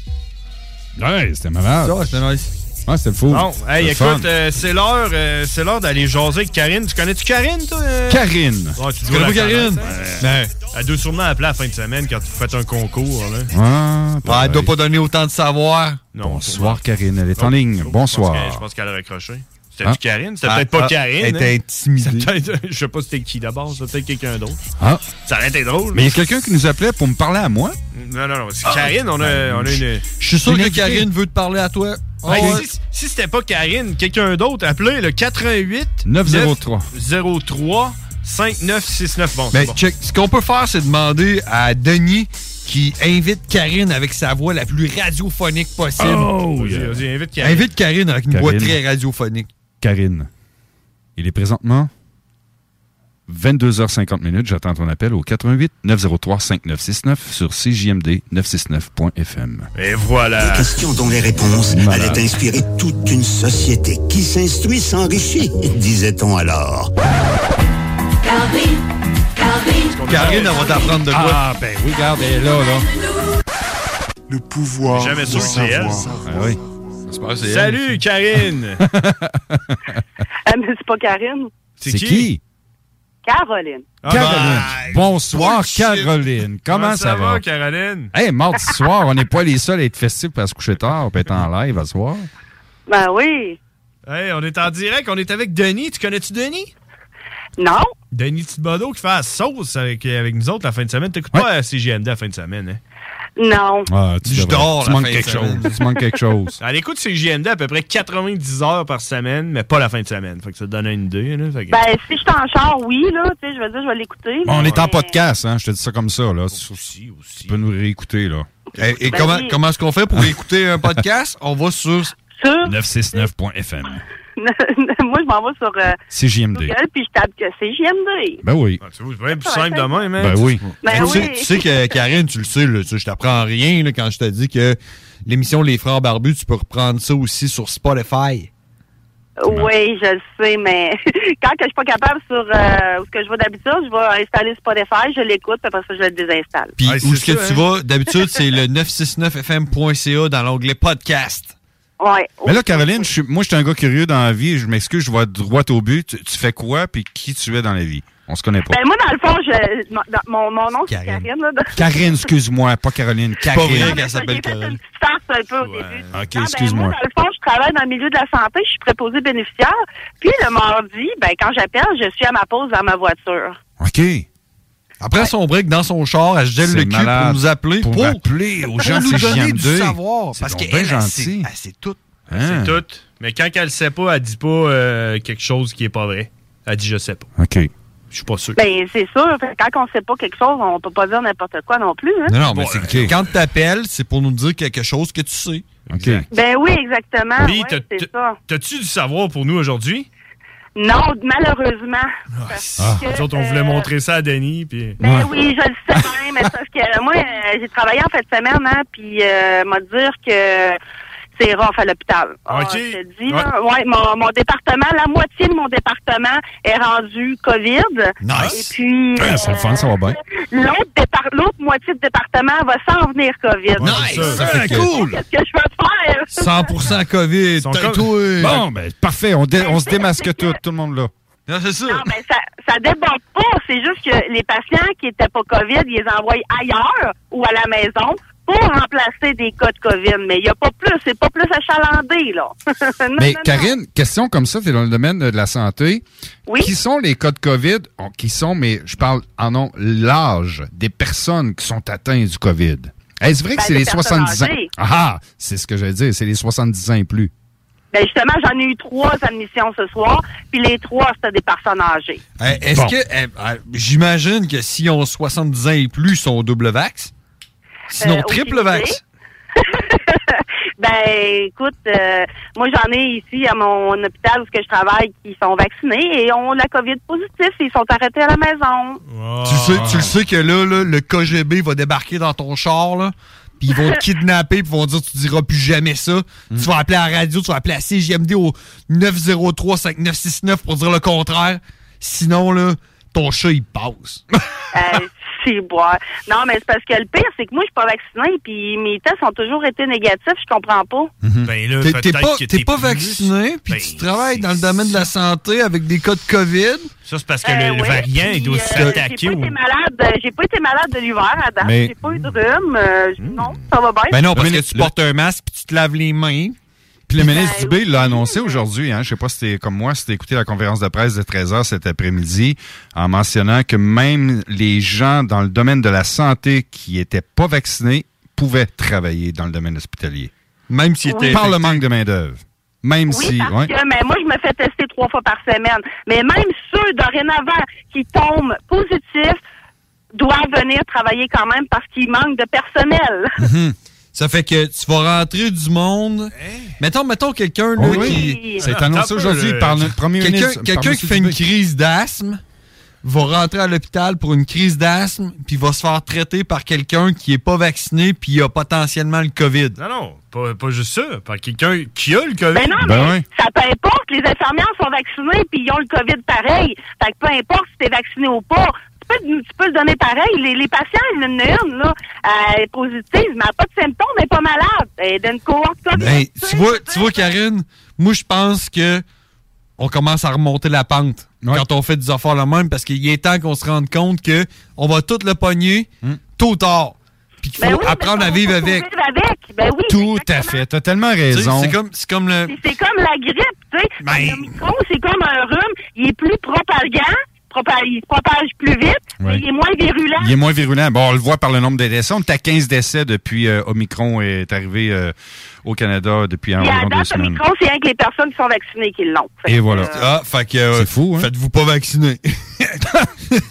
Ouais, c'était malade. Ça, c'était nice. Ouais, c'était fou. Bon, hey, C'était fun. écoute, euh, c'est l'heure euh, c'est l'heure d'aller jaser avec Karine. Tu connais-tu Karine, toi? euh? Karine. Ouais, tu Tu connais dois la pas Karine? Ben. connaître, hein? Elle doit sûrement appeler à la fin de semaine quand vous faites un concours. Là. Ah, Ouais, elle doit pas donner autant de savoir. Bonsoir, Karine. Elle est en oh, ligne. Parce que Je Bonsoir. pense qu'elle a raccroché. C'était Ah. du Karine? C'était Ah, peut-être pas ah, Karine. elle était intimidée. C'était peut-être- Je sais pas c'était qui d'abord, c'était peut-être quelqu'un d'autre. Ah. Ça aurait été drôle. Mais il y a quelqu'un qui nous appelait pour me parler à moi. Non, non, non. C'est Karine, on a, on a une. Je suis sûr que Karine veut te parler à toi. Hey, Ah ouais. Si, si c'était pas Karine, quelqu'un d'autre, appelez le 88 903. 03 5969. Bon, Mais c'est bon. Ben, check, ce qu'on peut faire, c'est demander à Denis qui invite Karine avec sa voix la plus radiophonique possible. Oh, Vas-y, yeah. vas-y, invite Karine. Invite Karine avec une voix Karine. très radiophonique. Karine. Il est présentement 22h50 minutes. J'attends ton appel au 88 903 5969 sur CJMD 969.fm. Et voilà. Des questions dont les réponses Malade. allaient inspirer toute une société qui s'instruit s'enrichit, disait-on alors. Karine, on va t'apprendre de quoi? Ah, ben oui, regarde, elle est là, là. Le pouvoir. Jamais sûr que c'est elle. Ah oui. Salut, Karine! Ah, mais c'est Ah. pas Karine. C'est qui? Caroline. Caroline. Bonsoir, Caroline. Comment, Comment ça, ça va? va, Caroline? Hey, mardi soir, on n'est pas les seuls à être festifs et à se coucher tard puis être en live à soir. Ben oui. Hey, on est en direct, on est avec Denis. Tu connais-tu Denis? Non. Denis Thibodeau qui fait la sauce avec, avec nous autres la fin de semaine. T'écoutes pas CGMD la fin de semaine, hein? Non. Ah, Tu devrais- dors tu la manques fin de quelque chose. semaine. Tu manques quelque chose. Elle écoute CGMD à peu près 90 heures par semaine, mais pas la fin de semaine. Fait que ça te donne une idée, là. Fait que- Ben, si je suis en char, oui, là, tu sais, je vais dire, je vais l'écouter. Bon, on est en Mais- podcast, hein? Je te dis ça comme ça, là. Tu peux nous réécouter, là. Et, et comment, Ben comment est-ce qu'on fait pour écouter un podcast? On va sur... 969.fm. Moi, je m'en vais sur euh, CJMD. Google, puis je tape que c'est JMD. Ben oui. Ah, tu vois, c'est bien plus simple demain, man. Ben oui. Ben tu, oui. Sais, tu sais que, Karine, tu le sais, là, tu sais, je t'apprends rien là, quand je te dis que l'émission Les Frères Barbus, tu peux reprendre ça aussi sur Spotify. Oui, je le sais, mais quand que je suis pas capable sur euh, où ce que je vais d'habitude, je vais installer Spotify, je l'écoute, puis après ça, je le désinstalle. Puis où est-ce c'est que ça, tu hein? vas? D'habitude, c'est le 969fm.ca dans l'onglet podcast. Ouais. Mais là, Caroline, je suis- moi, je suis un gars curieux dans la vie. Je m'excuse, je vais droit au but. Tu, tu fais quoi puis qui tu es dans la vie? On se connaît pas. Ben, moi, dans le fond, je, mon- mon, mon nom, c'est Karine. Karine. Là, Karine, excuse-moi, pas Caroline. Karine. s'appelle Karine. farce un peu au début. Ok, Ah, ben, Moi, excuse-moi. dans le fond, je travaille dans le milieu de la santé, je suis préposée bénéficiaire. Puis le mardi, ben quand j'appelle, je suis à ma pause dans ma voiture. OK. Après son break dans son char, elle se gèle C'est le cul malade. pour nous appeler. Pour appeler aux gens de nous chez donner JM2. du savoir. C'est Parce donc qu'elle, bien elle, gentil. sait- elle sait tout. Hein? C'est tout. Mais quand elle sait pas, elle dit pas euh, quelque chose qui est pas vrai. Elle dit je sais pas. OK. Je suis pas sûr. Ben c'est sûr, fait que quand on sait pas quelque chose, on peut pas dire n'importe quoi non plus. Hein? Non, non, mais c'est quand t'appelles, c'est pour nous dire quelque chose que tu sais. OK. Ben oui, exactement. Puis, ouais, t'as- c'est ça. T'as-tu du savoir pour nous aujourd'hui? Non, malheureusement. Parce Ah. que, euh, Nous autres, on voulait montrer ça à Denis. Puis... Ben oui, je le sais bien, mais sauf que moi, euh, j'ai travaillé en fin de semaine, hein, puis euh, m'a dire que c'est rough à l'hôpital. Ah, OK. je te dis, là, ouais, mon, mon département, la moitié de mon département est rendu COVID. Nice. Et puis, Ah, c'est le fun, ça va bien. l'autre départ- l'autre moitié du département va s'en venir COVID. Ouais, Nice. c'est ça. Ça fait que- Cool. Qu'est-ce que je veux faire? 100% COVID. Tais-toi. Bon, ben, parfait. On, dé- on se démasque tout, tout le monde là. Non, c'est ça. Non, mais ça, ça déborde pas. C'est juste que les patients qui étaient pas COVID, ils les envoient ailleurs ou à la maison pour remplacer des cas de COVID. Mais il n'y a pas plus. C'est pas plus achalandé, là. Non, Mais non, non. Karine, question comme ça, tu dans le domaine de la santé. Qui sont les cas de COVID, oh, qui sont, mais je parle en nom, l'âge des personnes qui sont atteintes du COVID? Est-ce vrai Ben, que c'est des les personnes 70 ans? âgées. Ah, ah, c'est ce que j'allais dire, c'est les 70 ans et plus. Ben justement, j'en ai eu trois admissions ce soir, puis les trois, c'était des personnes âgées. Euh, Est-ce Bon. que. euh, euh, J'imagine que si on 70 ans et plus, ils sont double vax. Sinon Euh, triple aucune vax. idée. Ben, écoute, euh, moi, j'en ai ici à mon hôpital où ce que je travaille qui sont vaccinés et ont la COVID positive. Ils sont arrêtés à la maison. Tu, sais, tu le sais que là, là, le KGB va débarquer dans ton char, là. Puis ils vont te kidnapper, puis ils vont dire tu diras plus jamais ça. Tu vas appeler à la radio, tu vas appeler à CGMD au 903-5969 pour dire le contraire. Sinon, là, ton chat, il passe. Euh, c'est boire. Non, mais c'est parce que le pire, c'est que moi, je suis pas vaccinée, puis mes tests ont toujours été négatifs, je comprends pas. Ben là, Mhm. T'es- T'es peut-être pas, que t'es t'es pas plus- Ben, vacciné, puis tu travailles dans le domaine de la santé avec des cas de COVID. Ça, c'est parce que Euh, le, le ouais, variant, il doit puis, euh, s'attaquer J'ai pas au. été malade, euh, j'ai pas été malade de l'hiver à date, Mais- j'ai pas eu de rhume, euh, non, ça va bien. Ben non, parce que tu portes un masque, puis tu te laves les mains. Puis Ben le ministre Dubé l'a annoncé aujourd'hui, hein, je sais pas si c'était comme moi, si t'as écouté la conférence de presse de 13h cet après-midi, en mentionnant que même les gens dans le domaine de la santé qui étaient pas vaccinés pouvaient travailler dans le domaine hospitalier. Même s'ils étaient Par le infectés. manque de main-d'œuvre. Même Oui, si. parce ouais. que mais moi, je me fais tester trois fois par semaine. Mais même ceux dorénavant qui tombent positifs doivent venir travailler quand même parce qu'il manque de personnel. Mhm. Ça fait que tu vas rentrer du monde. Hein? Mettons, mettons quelqu'un là, Oh oui. qui. C'est annoncé aujourd'hui par le premier Quelqu'un- ministre, par Quelqu'un qui Monsieur fait une Dubé. crise d'asthme va rentrer à l'hôpital pour une crise d'asthme, puis va se faire traiter par quelqu'un qui est pas vacciné, puis il a potentiellement le COVID. Non, non, pas, pas juste ça. Par quelqu'un qui a le COVID. Ben non, mais ça peu importe, les infirmières sont vaccinées puis ils ont le COVID pareil. Fait que peu importe si t'es vacciné ou pas, tu peux, tu peux le donner pareil. Les, les patients, il y en a une, là, elle est positive, mais elle n'a pas de symptômes, elle n'est pas malade. Elle est d'une cohorte COVID. Ben, tu vois, tu vois, Karine, moi, je pense que on commence à remonter la pente quand on fait des affaires le même parce qu'il est temps qu'on se rende compte que on va tout le pogner Hmm. tôt ou tard. Puis qu'il faut Ben oui, apprendre mais à faut- vivre faut avec. vivre avec. Ben oui, Tout à fait. T'as tellement Tu sais, raison. C'est comme, c'est comme le. Ben. Puis c'est comme la grippe, tu sais. Ben. Le micro, c'est comme un rhume, il est plus propagant, propa- il se propage plus vite, mais Ouais. il est moins virulent. Il est moins virulent. Bon, on le voit par le nombre de décès. On est à 15 décès depuis euh, Omicron est arrivé euh, au Canada depuis hein, Puis à environ deux date, le semaines. micro, c'est rien que les personnes qui sont vaccinées qui l'ont. Fait Et que, voilà. euh, Ah, fait que. c'est hein. fou, Faites-vous pas vacciner.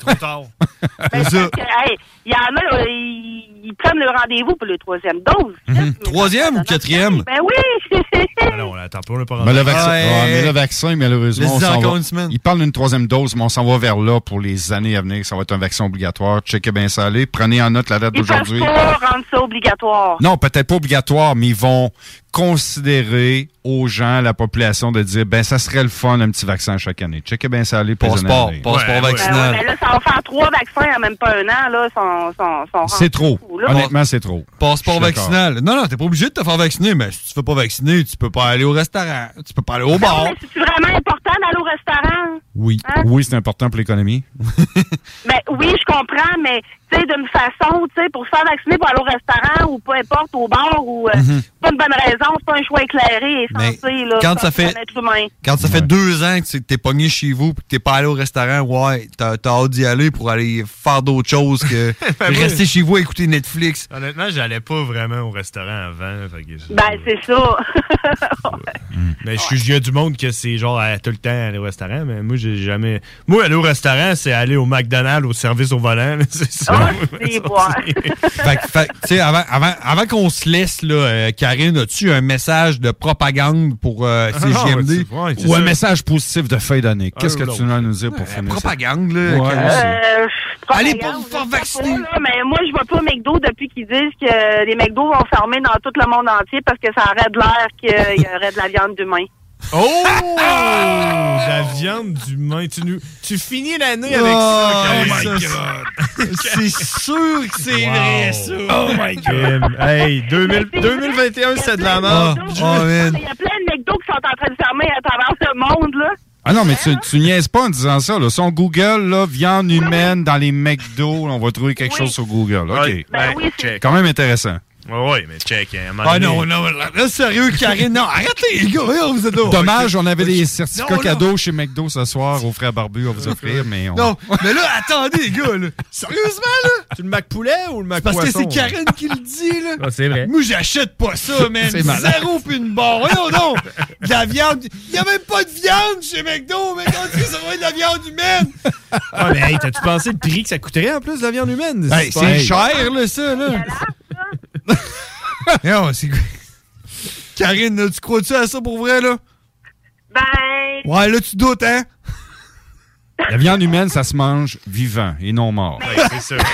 trop tard. Ben, parce que, hey, Il y en a, euh, ils ils prennent le rendez-vous pour le troisième dose. Hmm. Troisième ou quatrième? Ben oui! Ah non, là, attends pas, on l'a pas Mais rendu. le, vaccin, Ah, mais le vaccin, malheureusement, on Laissez-en s'en encore va. une semaine. Il parle d'une troisième dose, mais on s'en va vers là pour les années à venir. Ça va être un vaccin obligatoire. Checkez bien ça aller. Prenez en note la date Ils peuvent d'aujourd'hui. pas rendre ça obligatoire. Non, peut-être pas obligatoire, mais ils vont considérer aux gens, la population, de dire, ben, ça serait le fun, un petit vaccin chaque année. Checkez bien ça aller. pour les Passeport, années à venir. passeport Ben ouais, mais là, ça va faire trois vaccins en même pas un an, là, sont, sont, sont C'est rendus trop. fous, là. Honnêtement, c'est trop. Passeport Je suis d'accord. vaccinal. Non, non, t'es pas obligé de te faire vacciner, mais si tu te fais pas vacciner, tu peux pas aller au restaurant, tu peux pas aller au Ben Non, bar. mais c'est vraiment important d'aller au restaurant. Oui. Hein? Oui, c'est important pour l'économie. Ben oui, je comprends, mais tu sais, d'une façon, tu sais, pour se faire vacciner, pour aller au restaurant ou peu importe, au bar ou euh, Mhm. c'est pas une bonne raison, c'est pas un choix éclairé et Mais sensé, là. quand c'est ça fait- un être humain. Quand ça fait deux ans que tu- t'es pogné chez vous puis que t'es pas allé au restaurant, ouais, t'as t'as hâte d'y aller pour aller faire d'autres choses que Ben, moi- rester chez vous à écouter Netflix. Honnêtement, j'allais pas vraiment au restaurant avant. fait que- Ben, c'est ça. Mm. Mais je suis- il y a du monde que c'est genre à tout le temps aller au restaurant, mais moi, j'ai jamais. Moi, aller au restaurant, c'est aller au McDonald's, au service au volant. là, C'est ça. Ah, Fait que- fait que, tu sais, avant, avant, avant qu'on se laisse, là, euh, Karine, as-tu un message de propagande pour euh, Ah non, CGMD? c'est- ouais, c'est ça. message positif de fin d'année? Qu'est-ce que tu veux nous dire pour finir ça? Propagande, là. Ouais, Karine, c'est- Euh, Allez pas vous faire vacciner. mais moi, je vais pas au McDo depuis qu'ils disent que les McDo vont fermer dans tout le monde entier parce que ça aurait de l'air qu'il y aurait de la viande d'humain. Oh! La viande d'humain. Tu, nous- tu finis l'année avec ça. Oh Carlis. my C'est sûr que c'est vrai, ça. Oh my God. hey, 2000 2021, c'est de la mort. Ah, Ah. Ah, Il y a plein de McDo qui sont en train de fermer à travers le monde, là. Ah non, mais tu, tu niaises pas en disant ça. Là. Si on Google, là, viande humaine dans les McDo, on va trouver quelque chose sur Google. OK. Ouais, ben oui, c'est- Quand même intéressant. Oui, mais check. hein, à un moment Ah donné- non, non, là, là, sérieux, Karine, non, arrêtez, les gars, hein, vous êtes là. Dommage, Ok. on avait Ok. des certificats Non, là. cadeaux chez McDo ce soir aux frères Barbu à vous offrir, mais on... Non, mais là, attendez, les gars, là. Sérieusement, là? C'est le Mac Poulet ou le Mac Parce que Poisson, c'est Karine qui le dit, là. Ah, c'est vrai. Moi, j'achète pas ça, man. C'est malade. Zéro puis une barre. Voyons donc. De la viande. Il y a même pas de viande chez McDo, mais quand tu sais, ça va être de la viande humaine. Ah, mais hey, t'as-tu pensé le prix que ça coûterait en plus, la viande humaine? Hey, pas- Ben, c'est Hey. cher, là, ça, là. Non, c'est quoi? Karine, là, tu crois-tu à ça pour vrai, là? Ben. Ouais, là, tu doutes, hein? La viande humaine, ça se mange vivant et non mort. Ouais, c'est sûr.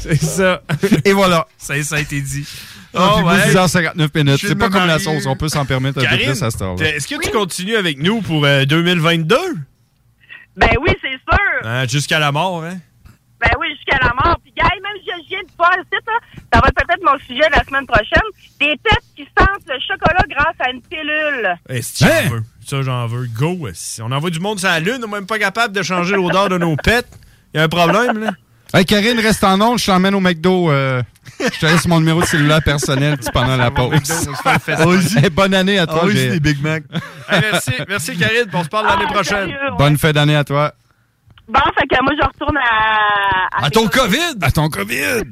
c'est ça. Euh, Et voilà. Ça, ça a été dit. Oh, Ah, puis moi, ouais. 10h59 minutes. Je C'est pas me comme la marie. sauce, on peut s'en permettre un peu Karine, plus à cette heure-là. t'es- Est-ce que tu continues avec nous pour euh, 2022? Ben oui, c'est sûr. Hein, Jusqu'à la mort, hein? Ben oui, jusqu'à la mort. Puis, gars, même si je viens de voir le site, là, ça va être peut-être mon sujet la semaine prochaine. Des têtes qui sentent le chocolat grâce à une pilule. Est-ce que Hein? j'en veux? Ça, j'en veux. Go! esti. On envoie du monde sur la Lune, on n'est même pas capable de changer l'odeur de nos pets. Il y a un problème, là. Hey, Karine, reste en onde, je t'emmène au McDo. euh, je te laisse mon numéro de cellulaire personnel tu- pendant la pause. Hey, bonne année à Ah toi. Gilles. Mac. Hey, Ah, merci, merci, Karine. puis On se parle l'année prochaine. Bonne fin d'année à toi. Ah, Bon, fait que moi, je retourne à. À ton COVID! À ton COVID!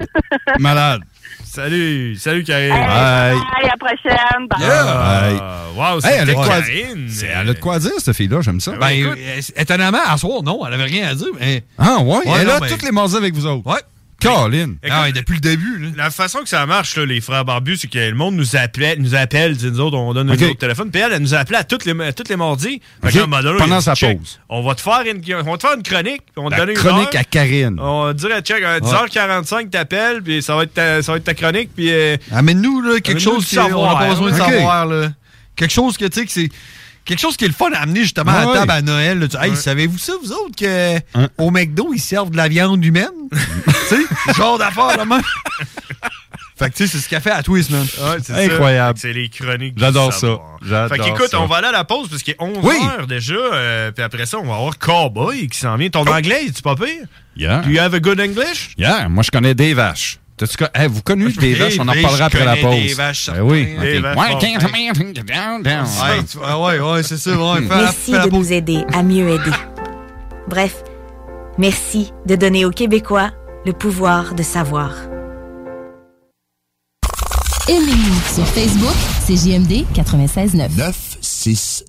Malade. Salut. Salut, Karine. Ah, Bye. à la prochaine. Bye. Bye. Wow, Hey, c'était elle a de quoi- Karine. c'est- Elle a de quoi dire, cette fille-là, j'aime ça. Ben, euh, étonnamment, à soir, non, elle avait rien à dire. Mais... ah, ouais, elle non, a mais- toutes les mardis avec vous autres. Ouais. Colin. Ah, ouais, depuis le début. La façon que ça marche, là, les frères barbus, c'est que le monde nous appelle, nous appelle, tu sais, nous autres, on donne un numéro de téléphone, puis elle, elle nous appelait à toutes les, à toutes les mardis. Fait Ok, qu'à un moment donné, pendant il dit, sa Check, pause. On va te faire une, on va te faire une chronique, puis on va te La donner chronique une heure. à Karine. On va te dire, check, à Ouais. 10h45, t'appelles, puis ça va être ta, ça va être ta chronique, puis... euh, Amène-nous là, Amène-nous quelque chose du qu'on n'a pas savoir. besoin de Ok. savoir. Là. Quelque chose que tu sais que c'est. Quelque chose qui est le fun à amener justement à Ouais. la table à Noël. là. Tu- Hey, Ouais. Hein? savez-vous ça, vous autres, que au McDo, ils servent de la viande humaine? tu sais, genre d'affaire, là, même. fait que tu sais, c'est ce qu'elle fait à tous les semaines. Ouais, c'est ça. Incroyable. C'est les chroniques. du J'adore ça. savoir. J'adore Fait qu'écoute, ça. on va aller à la pause parce qu'il est 11 h déjà. euh, puis après ça, on va avoir Cowboy qui s'en vient. Ton anglais, est tu pas pire? Oh. Yeah. Do you have a good English? Yeah, moi je connais des vaches. T'as-tu con- Hey, vous connaissez des Des vaches, on en vaches, parlera je après la connais pause. des vaches, Ben oui, certains. Des ok. vaches, Ouais, bon, tiens, ouais. tiens, tiens, tiens, Ben, tiens. Ouais, tu- ouais, Ah ouais, ouais, c'est ça. Ouais, fais la- Merci fais la de pause. nous aider à mieux aider. Bref, merci de donner aux Québécois le pouvoir de savoir. Aimez-nous sur Facebook, c'est JMD 969. 6-9.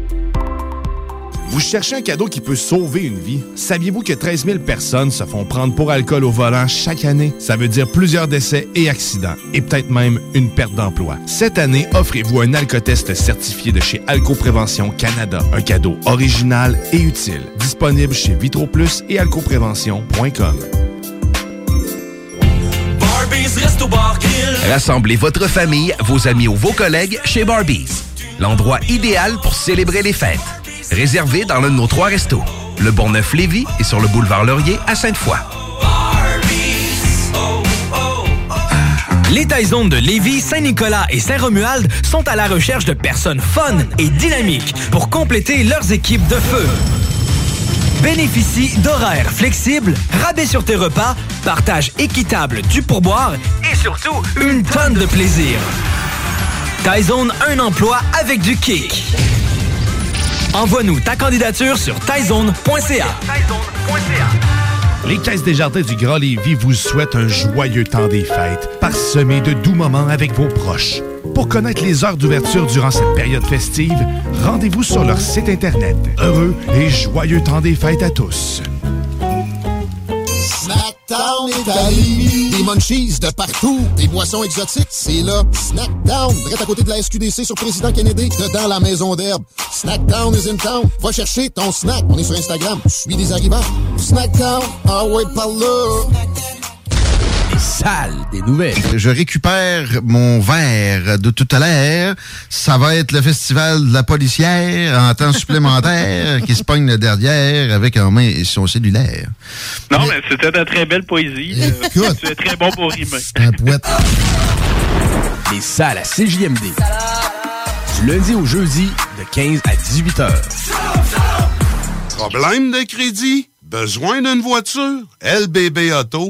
Vous cherchez un cadeau qui peut sauver une vie? Saviez-vous que 13 000 personnes se font prendre pour alcool au volant chaque année? Ça veut dire plusieurs décès et accidents, et peut-être même une perte d'emploi. Cette année, offrez-vous un alcotest certifié de chez Alcoprévention Canada. Un cadeau original et utile. Disponible chez Vitro Plus et alcoprévention.com. Barbies Resto Bar Grill. Rassemblez votre famille, vos amis ou vos collègues chez Barbies. L'endroit idéal pour célébrer les fêtes. Réservé dans l'un de nos trois restos. Le Bonneuf-Lévis et sur le boulevard Laurier à Sainte-Foy. Barbies. Oh, oh, Les Taizones de Lévis, Saint-Nicolas et Saint-Romuald sont à la recherche de personnes fun et dynamiques pour compléter leurs équipes de feu. Bénéficie d'horaires flexibles, rabais sur tes repas, partage équitable du pourboire et surtout une tonne de plaisir. Taizone, un emploi avec du kick. Envoie-nous ta candidature sur taizone.ca. Les Caisses Desjardins du Grand Lévis vous souhaitent un joyeux temps des fêtes, parsemé de doux moments avec vos proches. Pour connaître les heures d'ouverture durant cette période festive, rendez-vous sur leur site Internet. Heureux et joyeux temps des fêtes à tous. Snackdown Italie. Des munchies de partout, des boissons exotiques, c'est là. Snackdown, direct à côté de la SQDC sur Président Kennedy, dedans la maison d'herbe. Snackdown is in town. Va chercher ton snack. On est sur Instagram. Je suis des arrivants. Snackdown, ah ouais, par là. Sale des nouvelles. Je récupère mon verre de tout à l'heure. Ça va être le festival de la policière en temps supplémentaire qui se pogne le derrière avec en main son cellulaire. Non, mais c'était de la très belle poésie. Euh, Écoute. Tu es très bon pour rimer. Un poète. Les salles à CJMD. Du lundi au jeudi, de 15 à 18 heures. Problème de crédit? Besoin d'une voiture? lbbauto.com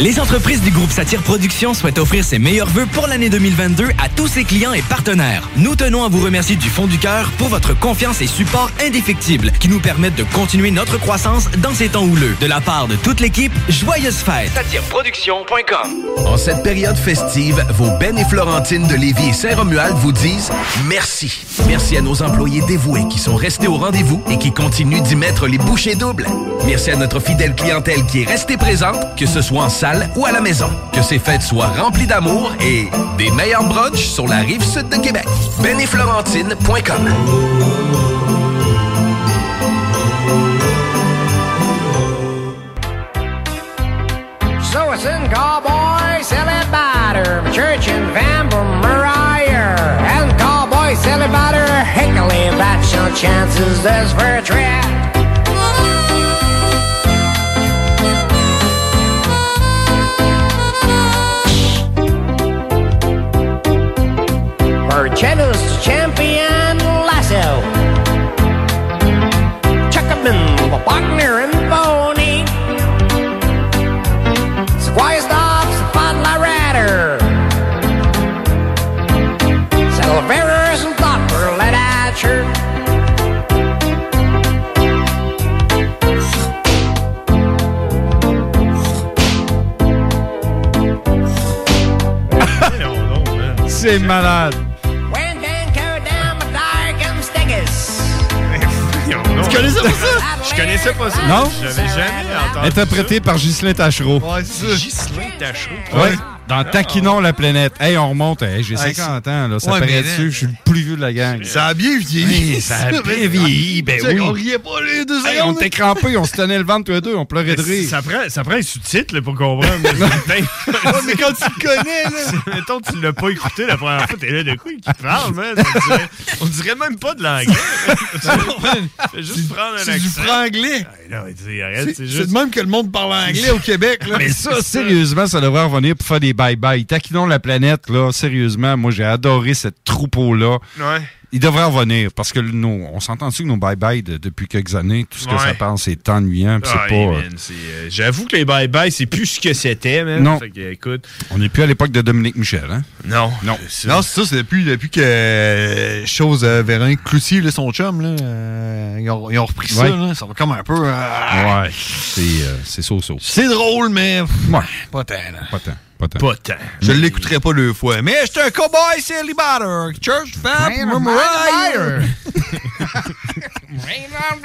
Les entreprises du groupe Satire Productions souhaitent offrir ses meilleurs vœux pour l'année 2022 à tous ses clients et partenaires. Nous tenons à vous remercier du fond du cœur pour votre confiance et support indéfectible qui nous permettent de continuer notre croissance dans ces temps houleux. De la part de toute l'équipe, joyeuses fêtes. Satireproduction.com En cette période festive, vos Ben et Florentine de Lévis et Saint-Romuald vous disent merci. Merci à nos employés dévoués qui sont restés au rendez-vous et qui continuent d'y mettre les bouchées doubles. Merci à notre fidèle clientèle qui est restée présente, que ce soit en salle ou à la maison. Que ces fêtes soient remplies d'amour et des meilleurs brunchs sur la rive sud de Québec. Ben et Florentine.com Suicide Cowboy Celibator, Church and Vanbrugh Mariah, and Cowboy Celibator Hickley, that's your chances, there's for a trap. Marchetto's champion Lasso, Chuckman, Wagner, and Boney. Squire stops upon La Rider. Silverers and Copper let at her. hein. C'est malade. When can go down the dark and stickers. Tu connaissais pas ça? Je connaissais pas ça. Non? J'avais jamais entendu. Interprété par Ghislain Tachereau. Gislain Tachereau. Ouais. Ah. Dans Taquinons la planète. Hey, on remonte. Hey, J'ai Ah, Hey, 50 c'est- ans. Là. Ça Ouais, paraît mais dessus. là- Je suis le plus vieux de la gang. Ça a bien vieilli. Oui, ça a bien Ben, vieilli. Ben check, oui. On riait pas les deux Hey, on était crampés. On se tenait le ventre, tous les deux. On pleurait de rire. Ça prend, ça prend un sous-titre là, pour comprendre. ouais, mais quand tu le connais, là. Mettons, tu l'as pas écouté la première fois, t'es là de quoi qui parle, man. On dirait, on dirait même pas de l'anglais. Fais juste prendre un accent. C'est du franglais. Hey, Non, mais dis, arrête, C'est c'est c'est juste. de même que le monde parle anglais au Québec. Là. Mais ça, sérieusement, ça devrait revenir pour faire des bye-bye. Taquinons la planète, là. Sérieusement, moi, j'ai adoré cette troupeau-là. Ouais. Il devrait revenir parce que nos, on s'entend dessus que nos bye-bye de- depuis quelques années, tout ce que Ouais. ça parle, c'est ennuyant. puis Ah, c'est pas, man, c'est, euh, J'avoue que les bye-bye, c'est plus ce que c'était, man. Non. Fait que, écoute, on n'est plus à l'époque de Dominique Michel. Hein? Non. Non. Non, c'est ça, c'est depuis, depuis que euh, chose euh, Vérin Cloutier, là, son chum, là, euh, ils, ont, ils ont repris ça. Ouais. Là, ça va comme un peu. euh, Ouais. C'est euh, c'est so-so. c'est drôle, mais. Ouais. Pas tant. là. Pas tant. Pas tant. Pas tant. Je l'écouterai pas deux fois. Mais j'étais un cowboy célibataire. Church femme, Mariah. Ah oui,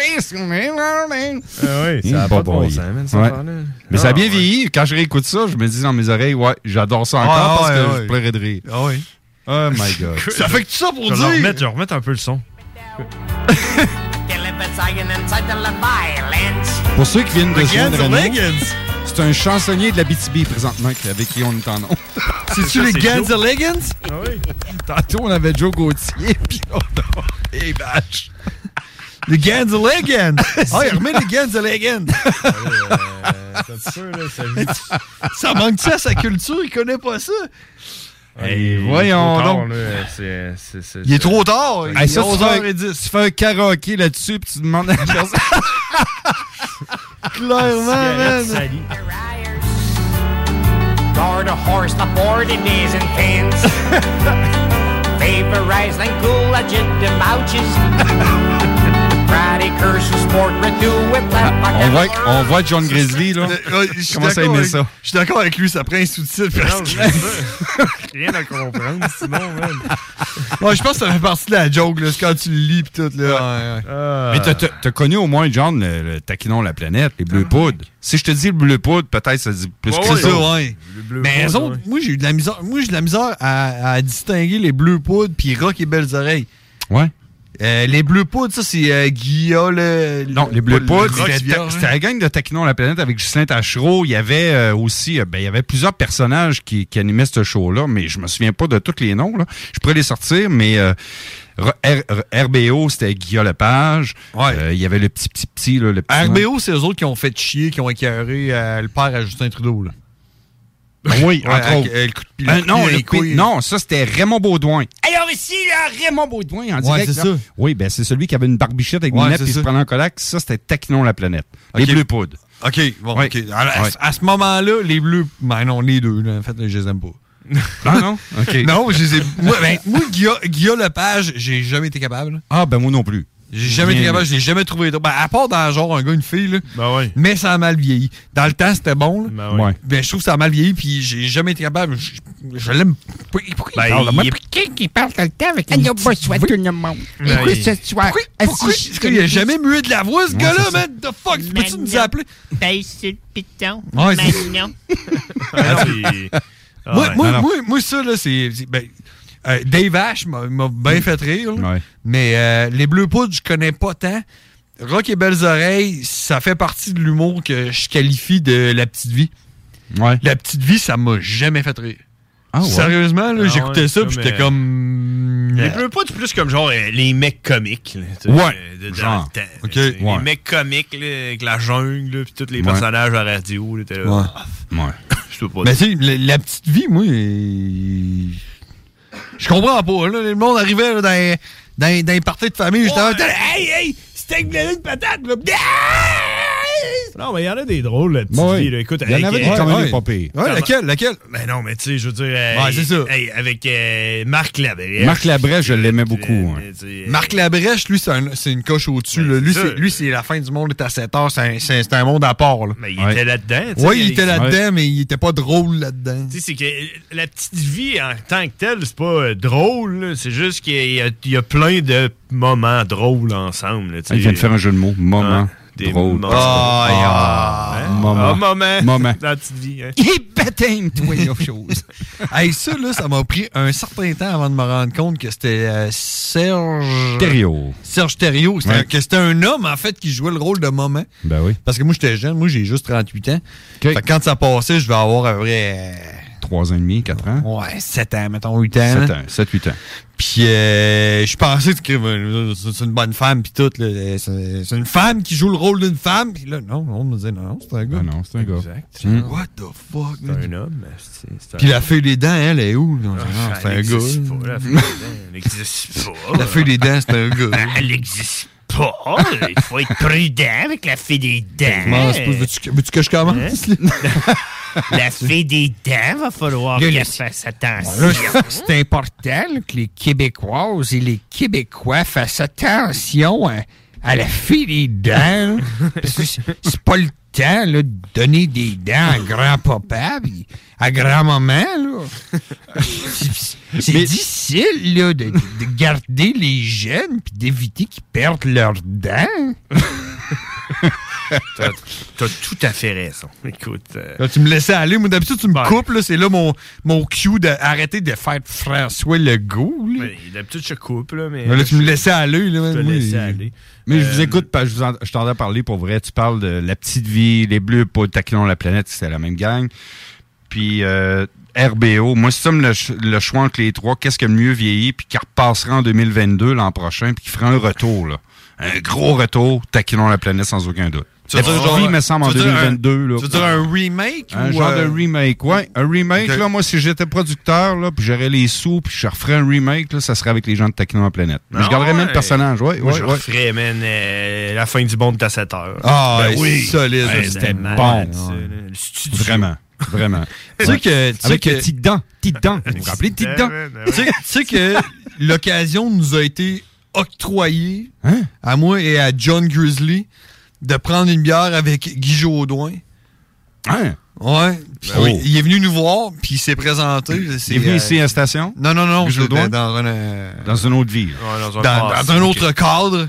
ça a Hum, pas de bon bon boy. sens, man, cette Ouais. affaire-là. Mais ça a Ah, bien vieilli. Quand je réécoute ça, je me dis dans mes oreilles, ouais, j'adore ça encore Ah, parce ouais, que ouais. je pleurais de rire. Ah oui. Oh my God. Ça fait que tout ça pour Je vais dire- leur remettre- je vais remettre un peu le son. Pour ceux qui viennent de se Wiggins, joindre à nous, Wiggins. c'est un chansonnier de la BTB présentement avec qui on est en nom. C'est-tu les Ganzeleggins? Ah oui. Tantôt, on avait Joe Gauthier, puis on a... Hey, bâche! Les Ganzeleggins! Ah, il remet les Ganzeleggins! euh, ça manque ça, sa culture, il connaît pas ça! Hey, voyons trop tard, donc. là, c'est- c'est- c'est- Il est trop tard! Ouais. Hey, ça, tu, fais un, 11h10. tu fais un karaoké là-dessus, puis tu demandes à la personne... Clairement, Cigarette man! Guard a horse aboard in days and pins. Vaporized and cool legit demouches. Friday curse sport redo with left On voit, on voit John Grizzly, là. Comment ça aimait ça? Je suis d'accord avec lui, ça prend un sous-titre. parce que- Rien à comprendre, sinon, man. Ouais, je pense que ça fait partie de la joke, là, c'est quand tu le lis pis tout, là. Mais t'as- t'as t'as connu au moins, John, le, le taquinons la planète, les bleus poudres. Si je te dis le bleu poudre, peut-être ça dit plus Ouais, que ouais, ça. ça, ouais. Mais eux autres, moi, j'ai eu de la misère, moi, j'ai de la misère à, à distinguer les bleus poudres puis rock et belles oreilles. Euh, Ouais. les bleus poudres, ça, c'est euh, Guilla, le, Non, les bleus poudres, Rock, c'était c'était- c'était la gang de taquinons la planète avec Justin Tachereau. Il y avait euh, aussi, euh, ben, il y avait plusieurs personnages qui, qui animaient ce show-là, mais je me souviens pas de tous les noms. Là. Je pourrais les sortir, mais euh, R- R- RBO, c'était Guillaume Lepage. Euh, il y avait le petit, petit, petit, là, le petit RBO, c'est eux autres qui ont fait chier, qui ont écœuré euh, le père à Justin Trudeau, là. Ben Oui, Ouais, entre avec, autres. euh, le coup de pied- Euh, le coup de non, pied le dans les coup de- couilles. non, ça, c'était Raymond Baudouin. Alors ici, là, Raymond Baudouin en Ouais, direct, c'est là. ça. Oui, ben c'est celui qui avait une barbichette avec Ouais, des lunettes c'est et se ça. prenait en colac. Ça, c'était Taquinon la planète. Ok. Les bleus poudres. OK, bon, Ouais. OK. Alors, à, Ouais. à ce moment-là, les bleus... Ben non, les deux, là, en fait, je les aime pas. Ah non? OK. non, je les ai... Moi, ben, moi Guilla- Guilla Lepage, j'ai jamais été capable. Ah, ben moi non plus. J'ai jamais été Bien. capable, je l'ai jamais trouvé drôle. Ben, à part dans genre un gars, une fille, là. Ben ouais. Mais ça a mal vieilli. Dans le temps, c'était bon, là. Ben ouais. Ouais. Ben, je trouve que ça a mal vieilli, puis j'ai jamais été capable. Je, je l'aime. Pourquoi pourquoi Ben, il parle de moi? il- Pourquoi il parle tout le temps avec Allô, une petite bonsoir voix? tout le monde. Ben, Écoute il- ce soir. Pourquoi- assis pourquoi- chez est-ce qu'il a nous. jamais mué de la voix, ce Ouais, gars-là, c'est man? The fuck? Peux-tu nous appeler? Paye sur le piton. Ouais, c'est- Manon. Ah, c'est- Ah, moi, ouais. moi, Non, non. moi, moi, ça, là, c'est. c'est- ben, euh, Dave Ash m'a m'a bien fait rire. là. Mais euh, les Bleus Poudres, je connais pas tant. Rock et Belles Oreilles, ça fait partie de l'humour que je qualifie de la petite vie. La petite vie, ça m'a jamais fait rire. Ah ouais? Sérieusement, là, Ah j'écoutais ouais, ça, puis comme, j'étais euh, comme. Mmh. Les bleus poudres, plus comme genre euh, les mecs comiques. là, tu sais, euh, Ouais, de- dans genre. le temps, Ok, tu sais, ouais. Les mecs comiques, là, avec la jungle, là, puis tous les Ouais. personnages à la radio. Là, t'es là, Ouais. ah, Ouais. je peux pas Mais dire. tu sais, la, la petite vie, moi, euh, je comprends pas. Là, le monde arrivait là, dans, les- dans, les- dans les parties de famille, justement. t'as- Hey, hey, steak blindé de patate, là. Non, mais il y en a des drôles, la petite Ouais, ouais. vie. Là, écoute, Il y avec, en euh, avait des quand même des pas pires. Ouais, laquelle, laquelle? Mais Ben non, mais tu sais, je veux dire. Ouais, c'est ça. avec euh, Marc Labrèche. Marc Labrèche, je l'aimais beaucoup. hein. Marc Labrèche, lui, c'est un- c'est une coche au-dessus. là. Ben, lui, ça. c'est- lui, c'est la fin du monde, il est à 7 heures, c'est un, c'est- c'est un monde à part. Là. Mais il était là-dedans. tu sais, Oui, il était ouais. là-dedans, mais il était pas drôle là-dedans. Tu sais, c'est que euh, la petite vie en tant que telle, c'est pas euh, drôle. là. C'est juste qu'il y, a- il y a plein de moments drôles ensemble. là, tu Ah, il vient de sais. faire un jeu de mots. Moment. des drôles. moments. Ah, Hein? moment. Ah, moment. Moment. Dans la petite vie. hein. Il patine, toi, il y a chose. hey, ça, là, ça m'a pris un certain temps avant de me rendre compte que c'était euh, Serge. Thériault. Serge Thériault. C'était Ouais. un- Que c'était un homme, en fait, qui jouait le rôle de moment. Ben oui. Parce que moi, j'étais jeune. Moi, j'ai juste 38 ans. Fait que quand ça passait, je vais avoir à peu près. euh, 3 ans et demi, 4 ans. Ouais, 7 ans, mettons 8 ans. 7 ans, 7, 8 ans. Puis euh, je pensais que euh, c'est c'est une bonne femme puis tout. là, C'est c'est une femme qui joue le rôle d'une femme. Puis là, non, on me disait non, c'est un gars. Ah, non, c'est un gars. Exact. Hmm. What the fuck? Ah. C'est un homme. c'est- c'est un- Puis la feuille des dents, elle est où? Non, Ah, c'est un elle existe gars. pas, La feuille des dents, elle n'existe pas. La feuille des dents, c'est un gars. Elle n'existe pas. Il faut être prudent avec la fée des dents. Comment ça se peut? Veux-tu que- veux-tu que je commence? Hein? La fée des dents, va falloir Là, qu'elle la- fasse Là, attention. Ben c'est important là, que les Québécoises et les Québécois fassent attention à, à la fille des dents. là. parce que c'est c'est pas le temps là, de donner des dents à grand-papa puis à grand-maman. là. C'est- C'est difficile là, de, de garder les jeunes puis d'éviter qu'ils perdent leurs dents. T'as t'as tout à fait raison. Écoute. euh, Là, tu me laissais aller. Moi, d'habitude, tu me coupes. là, C'est là mon, mon cue d'arrêter de faire François Legault. là. ouais, D'habitude, je coupe, là, mais. Mais là, tu me laissais aller. Là, Je te moi, laissais il- aller. Mais je Euh, vous écoute, parce que je, vous en- je t'entends parler pour vrai. Tu parles de la petite vie, les bleus, pas taquinons la planète, c'est la même gang. Puis euh, RBO, moi, si tu me le, ch- le choix entre les trois, qu'est-ce que le mieux vieillit, puis qui repassera en 2022, l'an prochain, puis qui fera un retour, là. Un gros retour, taquinons la planète sans aucun doute. Tu La veux dire petite genre- vie, me semble, en tu veux dire un- 2022, là. Tu veux dire un remake? Un ou, genre euh, de remake, ouais. Un remake, Ok. là, moi, si j'étais producteur, là, puis j'aurais les sous, puis je referais un remake, là, ça serait avec les gens de Taquinons la planète. Mais je Ah, garderais même le ouais. personnage, ouais, Moi, ouais, je ouais. referais, man, euh, la fin du monde à 7 heures. Ah, Ben c'est solide, Ben, c'était c'est bon. malade, ça, Ouais. là. Le studio. Vraiment, vraiment. Tu sais Ouais. que. tu sais Avec que- les petites dents, petites dents. Vous vous rappelez, Ben petites dents? Tu sais- tu sais que l'occasion nous a été octroyée à moi et à John Grizzly de prendre une bière avec Guy Jodoin. Hein? Ouais. Puis Oh. il, il est venu nous voir, puis Ben il s'est présenté. C'est, Il est venu euh, ici à la station? Non, non, non. Guy c'était Jodoin? Dans une, euh, Dans une autre vie. dans, dans un autre cadre.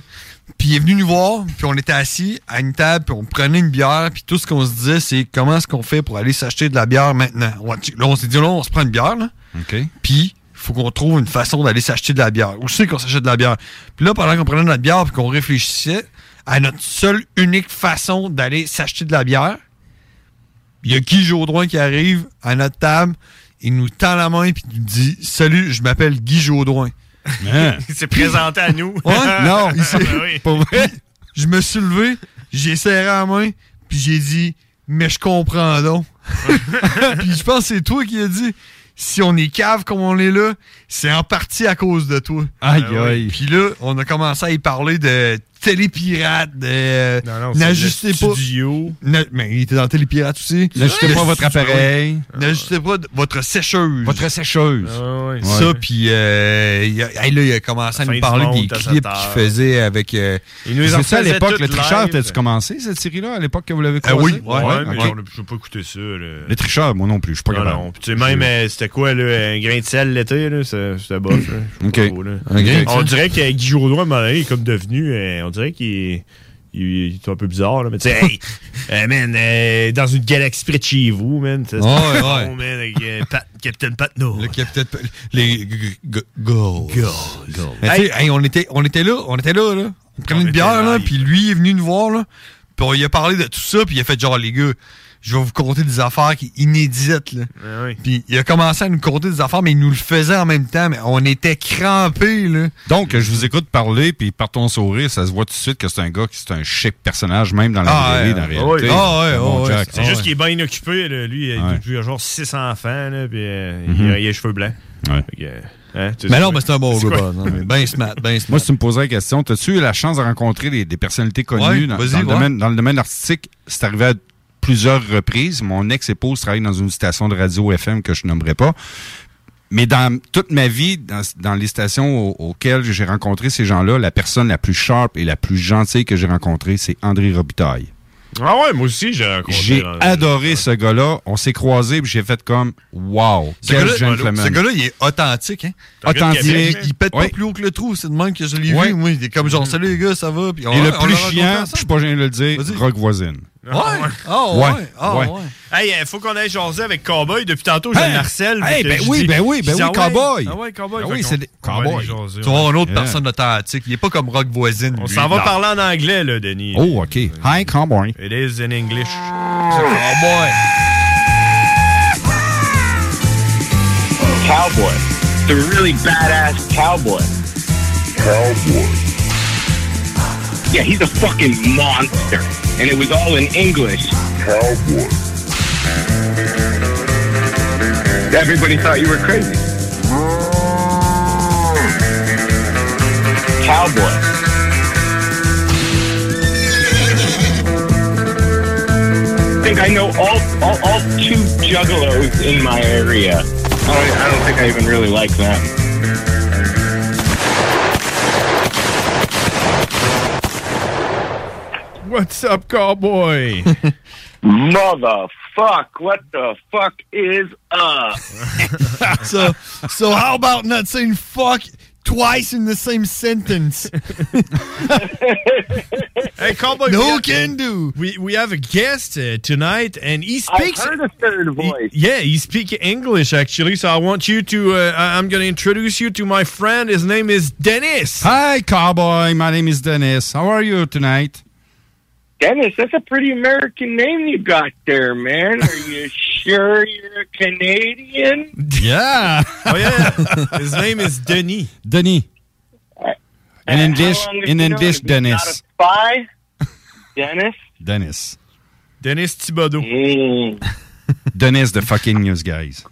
Puis il est venu nous voir, puis on était assis à une table, puis on prenait une bière, puis tout ce qu'on se disait, c'est comment est-ce qu'on fait pour aller s'acheter de la bière maintenant? On va- Là, on s'est dit, là, on se prend une bière, là. OK. Puis, faut qu'on trouve une façon d'aller s'acheter de la bière. Où c'est qu'on s'achète de la bière? Puis là, pendant qu'on prenait notre bière, puis qu'on réfléchissait à notre seule unique façon d'aller s'acheter de la bière, il y a Guy Jaudroin qui arrive à notre table, il nous tend la main, puis il nous dit Salut, je m'appelle Guy Jaudroin. Hein? Il s'est présenté à nous. Ouais, non, il s'est- Ben oui. Pour vrai, je me suis levé, j'ai serré la main, puis j'ai dit Mais je comprends donc. puis je pense que c'est toi qui as dit Si on est cave comme on est là, c'est en partie à cause de toi. Aïe, ben Ah ouais. aïe. Puis là, on a commencé à y parler de télépirate, de. c'est N'ajustez le pas. Na- Mais il était dans Télépirate aussi. N'ajustez Le pas votre studio. appareil. N'ajustez pas d- votre sécheuse. Votre sécheuse. ouais. Ça, puis euh, il a- hey, là, il a commencé à La fin nous du parler monde des à clips cette qu'il heure. faisait avec. euh, C'est ça à l'époque, le tricheur, t'as-tu commencé cette série-là à l'époque que vous l'avez Ah commencé? oui, ouais, Ouais, mais ok. on a- je peux pas écouter ça. là. Le tricheur, moi non plus, je suis pas Non, capable. non. Puis, tu sais, même, euh, c'était quoi, là, un grain de sel l'été, là, ça- c'était bof. là. Je sais pas Ok. trop, là. Un grain de On sel. dirait que Guy Jodoin, à un moment donné, il est comme devenu, euh, on dirait qu'il est, il est un peu bizarre, là, mais tu sais, hey, euh, man, euh, dans une galaxie près de chez vous, man. tu sais, Ouais, c'est ouais. bon, man, avec, euh, Pat- Captain Patno. Le Captain Patno. Les Go. Mais tu Hey. sais, hey, on, était, on était là, on était là, là. On prenait une bière, là, puis lui il est venu nous voir, là. Puis on lui a parlé de tout ça, puis il a fait genre, les gars, je vais vous conter des affaires qui inédites, là. Ah Puis il a commencé à nous conter des affaires, mais il nous le faisait en même temps, mais on était crampés, là. Donc, je vous écoute parler, puis par ton sourire, ça se voit tout de suite que c'est un gars qui c'est un chic personnage, même dans la Ah, vraie vie, ouais. dans la Ah, réalité. ouais. Ah, ouais, Mon ouais, Jack. C'est juste qu'il est bien inoccupé, là, lui. Il Ouais. a depuis genre six enfants, là, puis euh, Mhm. il, a, il a les cheveux blancs. Ouais. Fait que, euh, hein, tu sais, Mais non, mais c'est un bon c'est gars, quoi? ben, non, mais ben smart, ben smart. Moi, si tu me posais la question, as-tu eu la chance de rencontrer des, des personnalités connues Ouais, dans, vas-y, dans le ouais. domaine, dans le domaine artistique? C'est arrivé à plusieurs reprises. Mon ex-épouse travaille dans une station de radio FM que je nommerai pas. Mais dans toute ma vie, dans, dans les stations au- auxquelles j'ai rencontré ces gens-là, la personne la plus sharp et la plus gentille que j'ai rencontrée, c'est André Robitaille. Ah ouais, moi aussi, j'ai rencontré. J'ai Euh, dans- adoré ce gars-là. On On s'est croisés, puis j'ai fait comme Wow, Ce quel gars-là- gentleman. ce gars-là, il est authentique, hein? Un gars de Authentique. Québec, Il, il pète oui. pas plus haut que le trou, c'est de même que je l'ai Oui. vu. Moi, il est comme genre, salut les gars, ça va. Puis on- Et Mm. le on plus l'a rencontré chiant, ensemble. je suis pas gêné de le dire, Rock Voisine. Ouais. Ah ouais. Ah ouais. Hey, euh, faut qu'on aille jaser avec Cowboy. Depuis tantôt, j'ai Hey! le harcèle. Hey, fait que ben je oui, dis- ben oui, ben je dis, oui, ah ouais, Cowboy. Ah ouais, Cowboy. Ben oui, Fait c'est qu'on- des- on va Cowboy. aller jaser, Tu vas avoir ouais. une autre Yeah. personne authentique. Il est pas comme Rock Voisine. On s'en va parler en anglais, là, Denis. Oh, OK. Hi, Cowboy. It is in English. Cowboy. Cowboy. The really badass cowboy. Cowboy. Yeah, he's a fucking monster. And it was all in English. Cowboy. Everybody thought you were crazy. Cowboy. I think I know all, all, all two juggalos in my area. I don't, I don't think I even really like them. What's up, Cowboy? Motherfuck, what the fuck is up? so, so how about not saying fuck twice in the same sentence? hey, Cowboy. No we have- can do. We, we have a guest uh, tonight, and he I speaks. heard a third voice. Yeah, he speaks English actually. So I want you to. Uh, I- I'm going to introduce you to my friend. His name is Dennis. Hi, Cowboy. My name is Dennis. How are you tonight? Dennis, that's a pretty American name you got there, man. Are you sure you're a Canadian? Yeah. oh, yeah. His name is Denis. Denis. In Uh, English, how long have you in known English, him? He's not Dennis. a spy? Dennis? Dennis. Dennis Thibodeau. Dennis, the fucking news guys.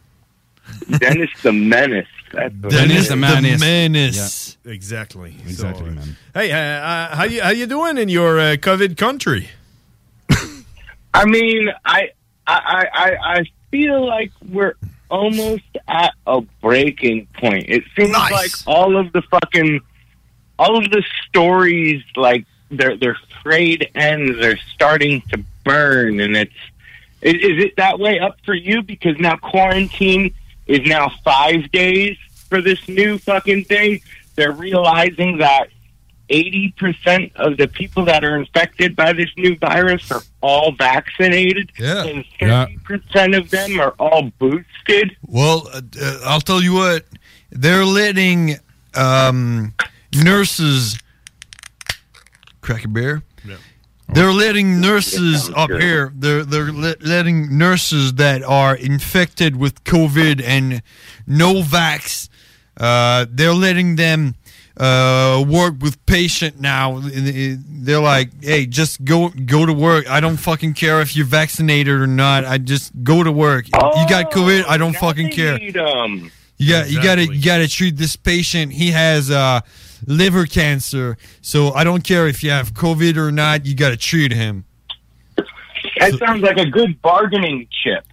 Dennis the Menace. That's what it Dennis is. the Menace. Exactly. Exactly, man. Hey, uh, uh, how you how you doing in your uh, COVID country? I mean, I, I, I, I- I feel like we're almost at a breaking point. It seems like all of the fucking, all of the stories, like their their frayed ends are starting to burn, and it's is, is it that way up for you? Because now quarantine is now five days for this new fucking thing. They're realizing that 80% of the people that are infected by this new virus are all vaccinated. And 30% of them are all boosted. Well, uh, uh, I'll tell you what, they're letting um, nurses crack a beer. They're letting nurses up here. They're they're let, letting nurses that are infected with COVID and no vax. Uh, they're letting them uh, work with patient now. They're like, hey, just go go to work. I don't fucking care if you're vaccinated or not. I just go to work. you got COVID. I don't fucking care. Need 'em. You got you got to you got to treat this patient. He has uh, liver cancer, so I don't care if you have COVID or not. You got to treat him. That sounds like a good bargaining chip.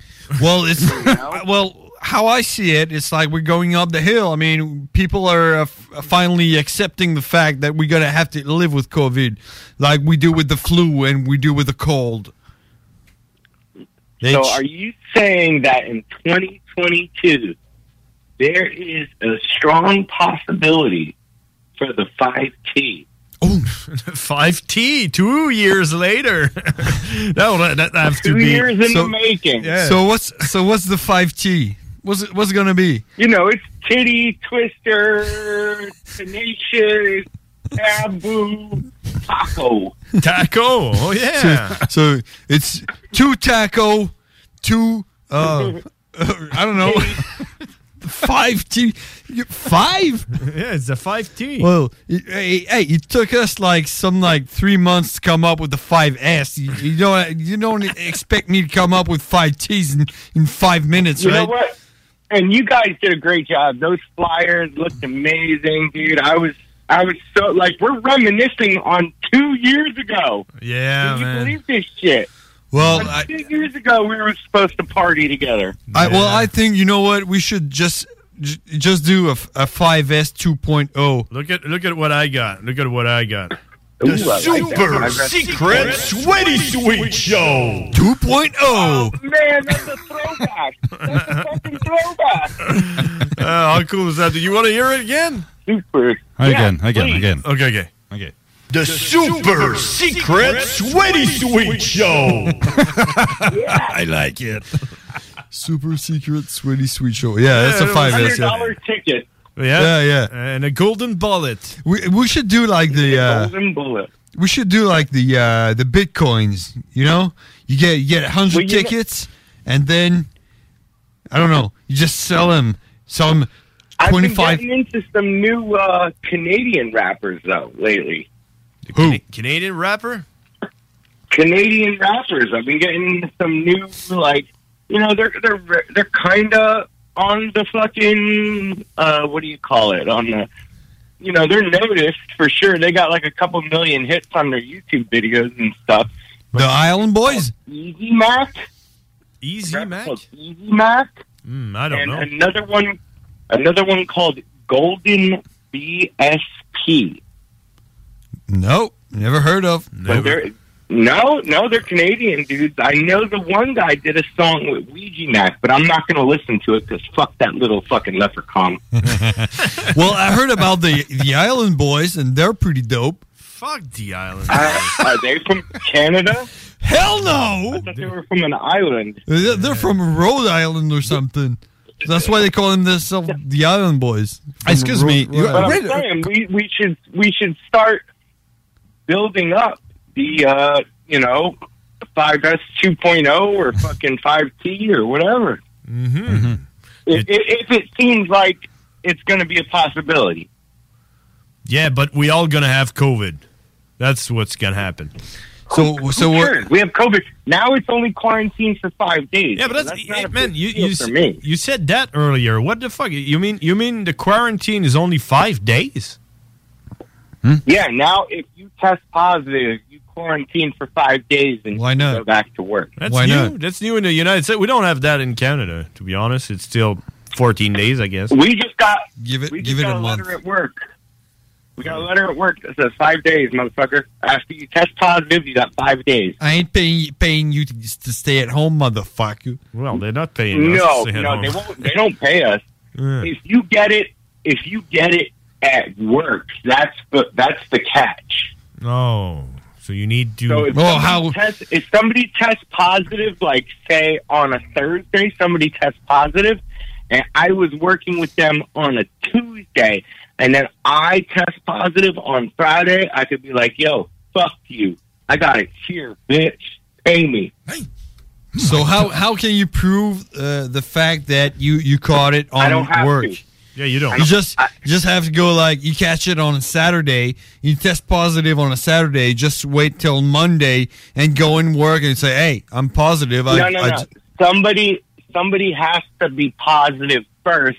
Well, it's well how I see it. It's like we're going up the hill. I mean, people are uh, f- finally accepting the fact that we're gonna have to live with COVID, like we do with the flu and we do with the cold. They So ch- are you saying that in 2022, there is a strong possibility for the 5T? Oh. 5T, two years later. no, that, that have to Two be. years in the making. So what's so what's the five T? What's it, what's it gonna be? You know, it's titty, twister, tenacious, taboo, taco. Taco. Oh yeah. So, so it's two taco, two. Uh, I don't know. five T. Five. Yeah, it's a 5T. Well, y- hey, hey, it took us like some like three months to come up with the five S. You, you don't you don't expect me to come up with five T's in, in five minutes, you right? know what? And you guys did a great job. Those flyers looked amazing, dude. I was, I was so like, we're reminiscing on two years ago. Yeah, Can you believe this shit? Well, Like, two years ago we were supposed to party together. I, well, I think you know what we should just j- just do a, f- a 5S 2.0. Look at look at what I got. Look at what I got. Ooh, I like that. I got- Sweaty Sweet Show 2.0. Man, that's a throwback. That's a fucking throwback. Uh, how cool is that? Do you want to hear it again? Super. Again, again, again. Okay, okay. Okay. The, Super Secret Sweaty Sweet Show. I like it. Super secret, sweaty, sweet show. Yeah, that's a five. yes, yeah. $100 ticket. Yeah, yeah. And a golden bullet. We we should do like the uh, Golden bullet. we should do like the uh, the bitcoins. You know, you get you get a hundred Well, you know- tickets, and then I don't know. You just sell them. Sell them I've twenty been five. getting into some new uh, Canadian rappers though lately. Who? Canadian rapper? Canadian rappers. I've been getting some new like you know they're they're they're kind of on the fucking uh, what do you call it on the you know they're noticed for sure. They got like a couple million hits on their YouTube videos and stuff. The Island Boys. Easy Mac, Easy Mac. Easy Mac. Mm, I don't and know. another one, another one called Golden BSP. Nope, never heard of. But they're- no, no, they're Canadian dudes. I know the one guy did a song with Ouija Mac, but I'm not going to listen to it because fuck that little fucking leprechaun. well, I heard about the the Island Boys, and they're pretty dope. Fuck the island. Uh, are they from Canada? Hell no! I thought they were from an island. They're, they're from Rhode Island or something. That's why they call them themselves the Island Boys. Excuse From me, Rhode- you- Rhode But Island. I'm saying we, we should we should start building up the uh, you know five S 2.0 or fucking five T or whatever. Mm-hmm. If, if if it seems like it's going to be a possibility. Yeah, but we all gonna have COVID. That's what's gonna happen. So, Who cares? we have COVID now. It's only quarantined for five days. Yeah, but that's, not hey, a man. big You deal you, for s- me. you said that earlier. What the fuck? You mean you mean the quarantine is only five days? Hmm? Yeah, now if you test positive, you quarantine for five days and Why not? go back to work. That's new. That's new in the United States. We don't have that in Canada. To be honest, it's still fourteen days, I guess. We just got give it we give just it got a a month. Mm. letter at work. We got a letter at work that says five days, motherfucker. After you test positive, you got five days. I ain't paying paying you to, to stay at home, motherfucker. Well, they're not No, no, they won't. They don't pay us. If you get it, if you get it at work, that's the that's the catch. No. So you need to. So if, somebody tests, if somebody tests positive, like say on a Thursday, somebody tests positive, and I was working with them on a Tuesday, and then I test positive on Friday, I could be like, "Yo, fuck you! I got it here, bitch. Pay me." So how how can you prove uh, the fact that you you caught it on I don't have work? to. Yeah, you You just you just have to go like you catch it on a Saturday, you test positive on a Saturday, just wait till Monday and go in work and say, "Hey, I'm positive." no, no, no. j- somebody, somebody has to be positive first,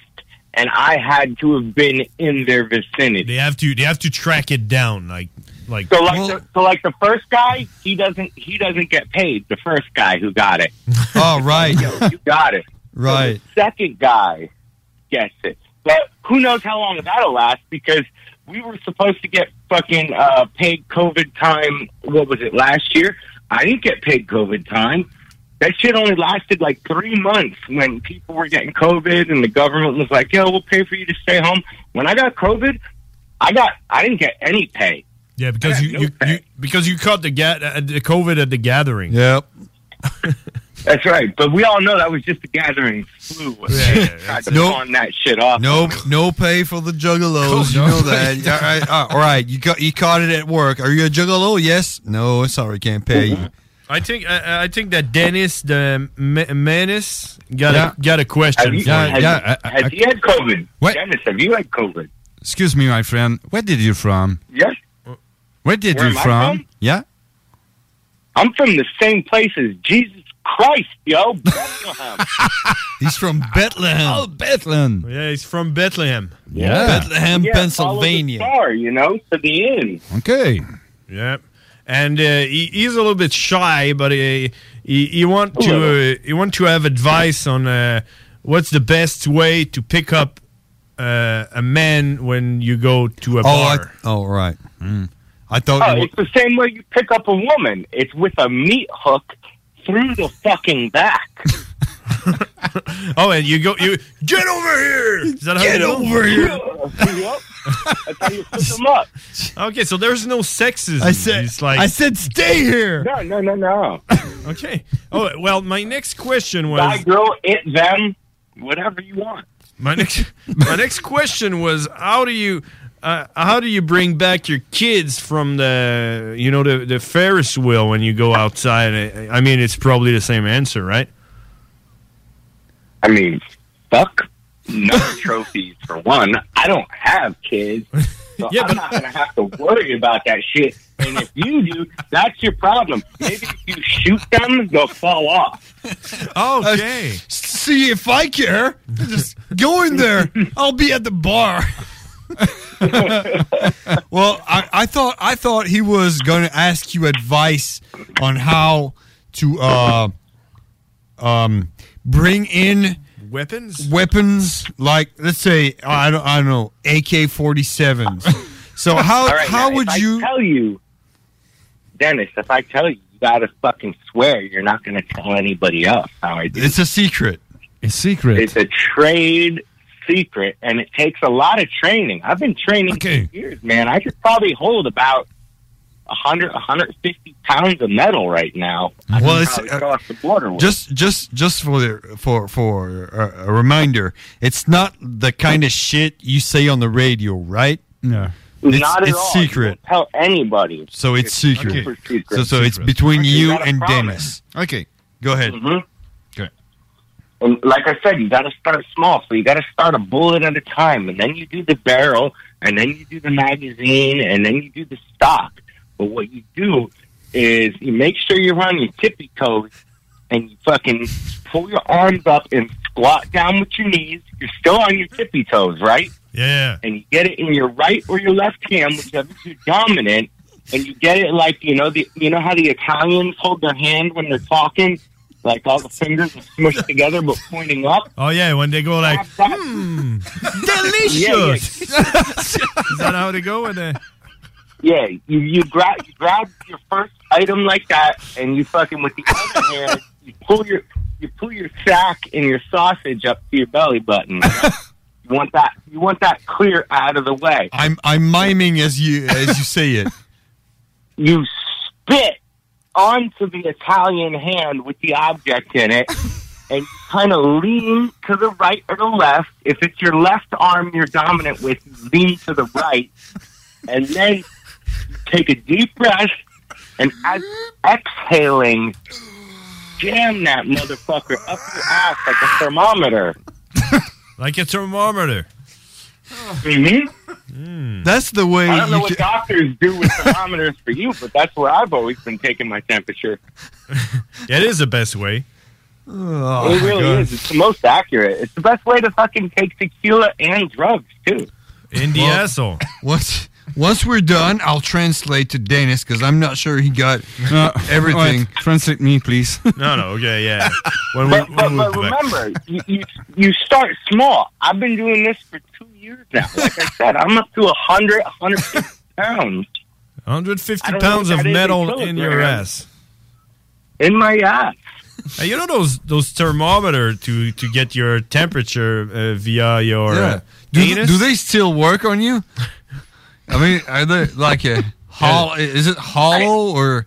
and I had to have been in their vicinity. They have to. They have to track it down. Like, like. So like the, so like the first guy, he doesn't he doesn't get paid. The first guy who got it, oh right, you got it. right. Second guy gets it, but who knows how long that'll last because we were supposed to get fucking uh, paid COVID time. What was it last year? I didn't get paid COVID time. That shit only lasted like three months when people were getting COVID and the government was like, "Yo, we'll pay for you to stay home." When I got COVID, I got I didn't get any pay. yeah, because you, you, you because you caught the ga- uh, the COVID at the gathering. Yep. That's right. But we all know that was just a gathering flu. They tried to Nope. pawn that shit off. No, no pay for the juggalos. You know that. all right, all right, all right. You got you caught it at work. Are you a juggalo? Yes. No. Sorry, can't pay you. I think I, I think that Dennis the Ma- Menace got Yeah. a, got a question. Have you- for Yeah, you. has- yeah, I- I- has he had COVID? Dennis, have you had COVID? Excuse me, my friend. Where did you from? Yes. Where did Where you am I from? from? Yeah. I'm from the same place as Jesus Christ, yo. Bethlehem. He's from Bethlehem. Oh, Bethlehem. Yeah, he's from Bethlehem. Yeah. Bethlehem, Yeah, Pennsylvania. follow the star, you know, to the end. Okay. Yeah. And uh, he, he's a little bit shy, but he he, he want to uh, he want to have advice on uh, what's the best way to pick up uh, a man when you go to a Oh, I, bar. oh, right. I thought Oh, you were- it's the same way you pick up a woman. It's with a meat hook through the fucking back. Oh, and you go, you get over here. Is that how Get you go? over here. yep. That's how you pick them up. Okay, so there's no sexism. I said- It's like, I said, "Stay here." No, no, no, no. okay. Oh well, my next question was. Guy, girl, it, them, whatever you want. My next, my next question was how do you uh, how do you bring back your kids from the you know the, the Ferris wheel when you go outside? I- I mean, it's probably the same answer, right? I mean, fuck no trophies for one. I don't have kids, so I'm not gonna have to worry about that shit. And if you do, that's your problem. Maybe if you shoot them, they'll fall off. Okay. Uh, see if I care. Just go in there. I'll be at the bar. well, I, I thought I thought he was going to ask you advice on how to uh, um, bring in weapons weapons like let's say I don't, I don't know AK forty sevens. So how All right, how now, would if I you tell you, Dennis? If I tell you, you gotta fucking swear you're not gonna tell anybody else how I do. It's a secret. A secret. It's a trade secret, and it takes a lot of training. I've been training for years, man. I could probably hold about 100, 150 pounds of metal right now. I Well, could it's- probably uh, cross the border with. just just just for the, for for uh, a, a reminder, it's not the kind of shit you say on the radio, right? No. It's, Not at it's all. secret. Tell anybody. So it's secret. super secret. So, so it's Secret. between Okay, you you gotta and promise. Dennis. Okay. Go ahead. Okay. Mm-hmm. And like I said, you got to start small. So you got to start a bullet at a time, and then you do the barrel, and then you do the magazine, and then you do the stock. But what you do is you make sure you're on your tippy toes, and you fucking pull your arms up and squat down with your knees. You're still on your tippy toes, right? Yeah. and you get it in your right or your left hand, whichever is your dominant, and you get it like you know the you know how the Italians hold their hand when they're talking, like all the fingers are smushed together but pointing up. Oh yeah, when they go like, hmm, delicious. Yeah, Is that how they go with it? yeah. yeah you you grab you grab your first item like that, and you fucking with the other hand, you pull your you pull your sack and your sausage up to your belly button. You want that? You want that clear out of the way. I'm I'm miming as you as you say it. you spit onto the Italian hand with the object in it and kind of lean to the right or the left. If it's your left arm you're dominant with, you lean to the right. And then take a deep breath and as exhaling, jam that motherfucker up your ass like a thermometer. Like a thermometer. Hmm. Mm-hmm. That's the way. I don't know you what ca- doctors do with thermometers for you, but that's where I've always been taking my temperature. It is the best way. Oh, it really God. is. It's the most accurate. It's the best way to fucking take tequila and drugs too. In the asshole. Once once we're done, I'll translate to Dennis because I'm not sure he got Uh, everything. alright, Translate me, please. No, no, okay, yeah. When But, but, but remember, you, you you start small. I've been doing this for two years now. Like I said, I'm up to 100, 150 pounds. 150 I don't know pounds what of that is in metal in your kilograms. ass. In my ass. Hey, you know those those thermometer to to get your temperature uh, via your Yeah. uh, Do, anus? do they still work on you? I mean, are they like a hollow? Is it hollow or?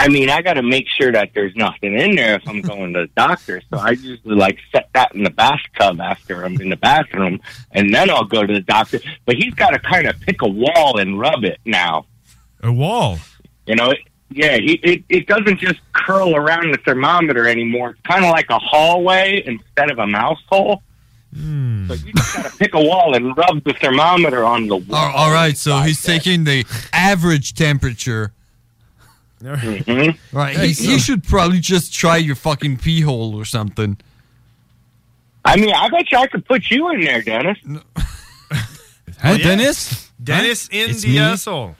I mean, I got to make sure that there's nothing in there if I'm going to the doctor. So I usually like set that in the bathtub after I'm in the bathroom, and then I'll go to the doctor. But he's got to kind of pick a wall and rub it now. A Oh. wall. You know, it, yeah, he, it, it doesn't just curl around the thermometer anymore. It's kind of like a hallway instead of a mouse hole. Hmm. So you just got to pick a wall and rub the thermometer on the wall. All- all right, so he's taking the average temperature. Mm. Mm-hmm. Right, he, he should probably just try your fucking pee hole or something. I mean, I bet you I could put you in there, Dennis. Hey, Dennis? Dennis in It's the uh, me. asshole.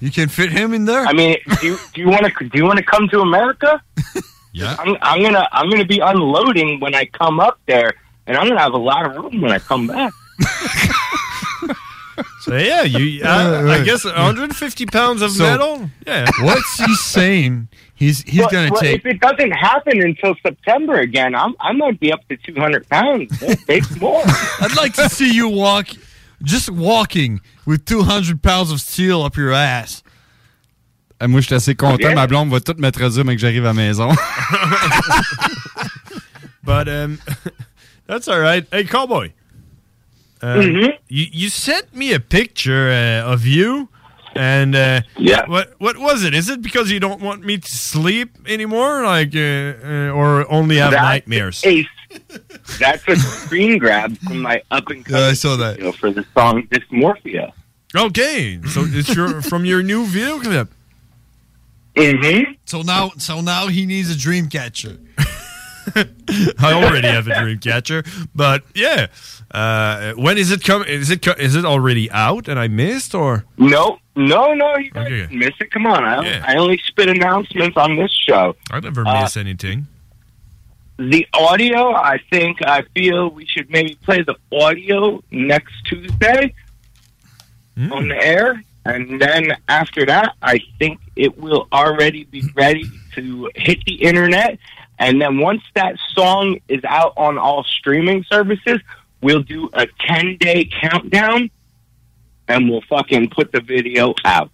You can fit him in there. I mean, do you do you want to do you want to come to America? Yeah. I'm, I'm gonna I'm gonna be unloading when I come up there, and I'm gonna have a lot of room when I come back. yeah, you, I, I guess 150 pounds of So- metal. Yeah. What's he saying? He's he's Well, gonna well, take. If it doesn't happen until September again, I'm I might be up to 200 pounds. It takes more. I'd like to see you walk, just walking with 200 pounds of steel up your ass. Ah, Moi, je suis assez content. Yeah. Ma blonde va tout me traduire, mais que j'arrive à la maison. But um, that's all right. Hey, cowboy. Um, Mhm. You you sent me a picture uh, of you, and uh, Yeah. What what was it? Is it because you don't want me to sleep anymore, like, uh, uh, or only have That's nightmares? a- that's a screen grab from my up and Uh, coming. I saw that for the song Dysmorphia. Okay, so it's your from your new video clip. Mm-hmm. So now, so now he needs a dream catcher. I already have a dream catcher, but yeah. Uh, when is it coming? Is it co- is it already out and I missed or no no no you guys miss it? Come on, I, Yeah. I only spit announcements on this show. I never Uh, miss anything. The audio, I think, I feel we should maybe play the audio next Tuesday Hmm. on the air. And then after that, I think it will already be Hmm. ready to hit the internet. And then once that song is out on all streaming services, we'll do a 10 day countdown and we'll fucking put the video out.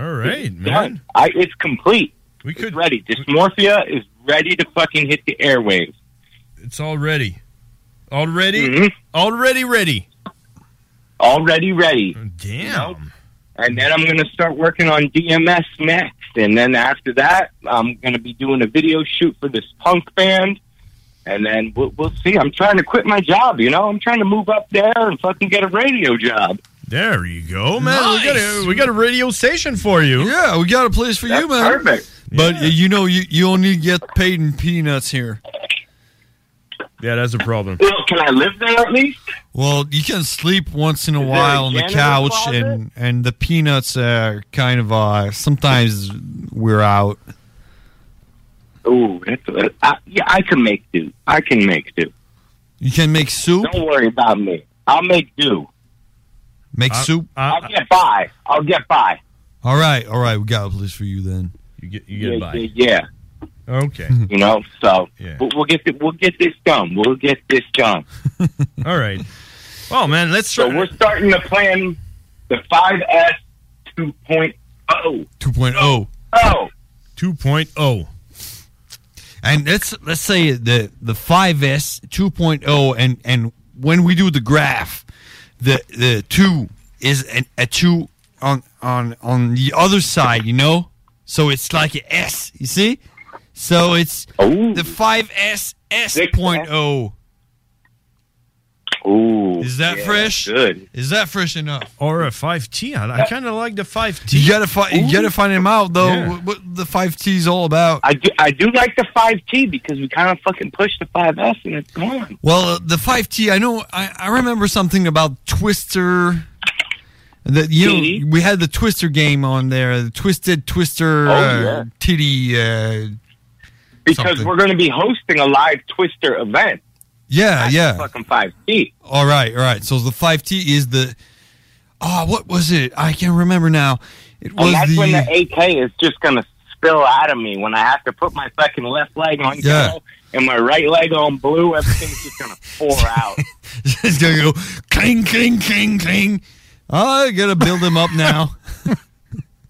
All right, It's done. I, it's complete. We could it's ready. Dysmorphia is ready to fucking hit the airwaves. It's all ready. Already? mm-hmm. Already ready. Oh, Already ready. Damn. And then I'm going to start working on DMS next. And then after that, I'm going to be doing a video shoot for this punk band. And then we'll, we'll see. I'm trying to quit my job, you know? I'm trying to move up there and fucking get a radio job. There you go, man. We got a we got a radio station for you. Yeah, we got a place for you, man. Perfect. But y you know, you you only get paid in peanuts here. Yeah, that's a problem. Well, can I live there at least? Well, you can sleep once in a Is there a while on the janitor couch, closet? and and the peanuts are kind of uh sometimes we're out. Ooh, that's, uh, I, yeah, I can make do. I can make do. You can make soup. Don't worry about me. I'll make do. Make soup. I'll get by. I'll get by. All right, all right, we got a place for you then. You get you yeah, yeah, yeah. Okay. You know, so Yeah. we'll, we'll get th- we'll get this done. We'll get this done. All right. Oh man, let's So we're starting to plan the 5S 2.0. 2.0. Oh. 2.0. oh. And let's let's say the the 5S 2.0 and and when we do the graph, the the 2 is an, a 2 on on on the other side, you know? So it's like an S, you see? So it's Oh. the 5S S.0. Ooh. oh. Is that fresh? Good. Is that fresh enough? Or a 5T. I, I kind of like the 5T. You got to find you got to find him out though. Yeah. What, what the 5T is all about. I do, I do like the 5T because we kind of fucking pushed the 5S and it's gone. Well, uh, the five T. I know. I, I remember something about Twister. That you know, we had the Twister game on there. The Twisted Twister Oh, yeah. uh, titty. Uh, Because something. we're going to be hosting a live Twister event. yeah, yeah. Fucking 5T. All right, all right. So the five T is the. Oh, what was it? I can't remember now. It was And that's the. when the AK is just going to spill out of me when I have to put my fucking left leg on Yeah. yellow and my right leg on blue. Everything's just going to pour out. it's gonna go cling, cling, cling, cling. I gotta build him up now.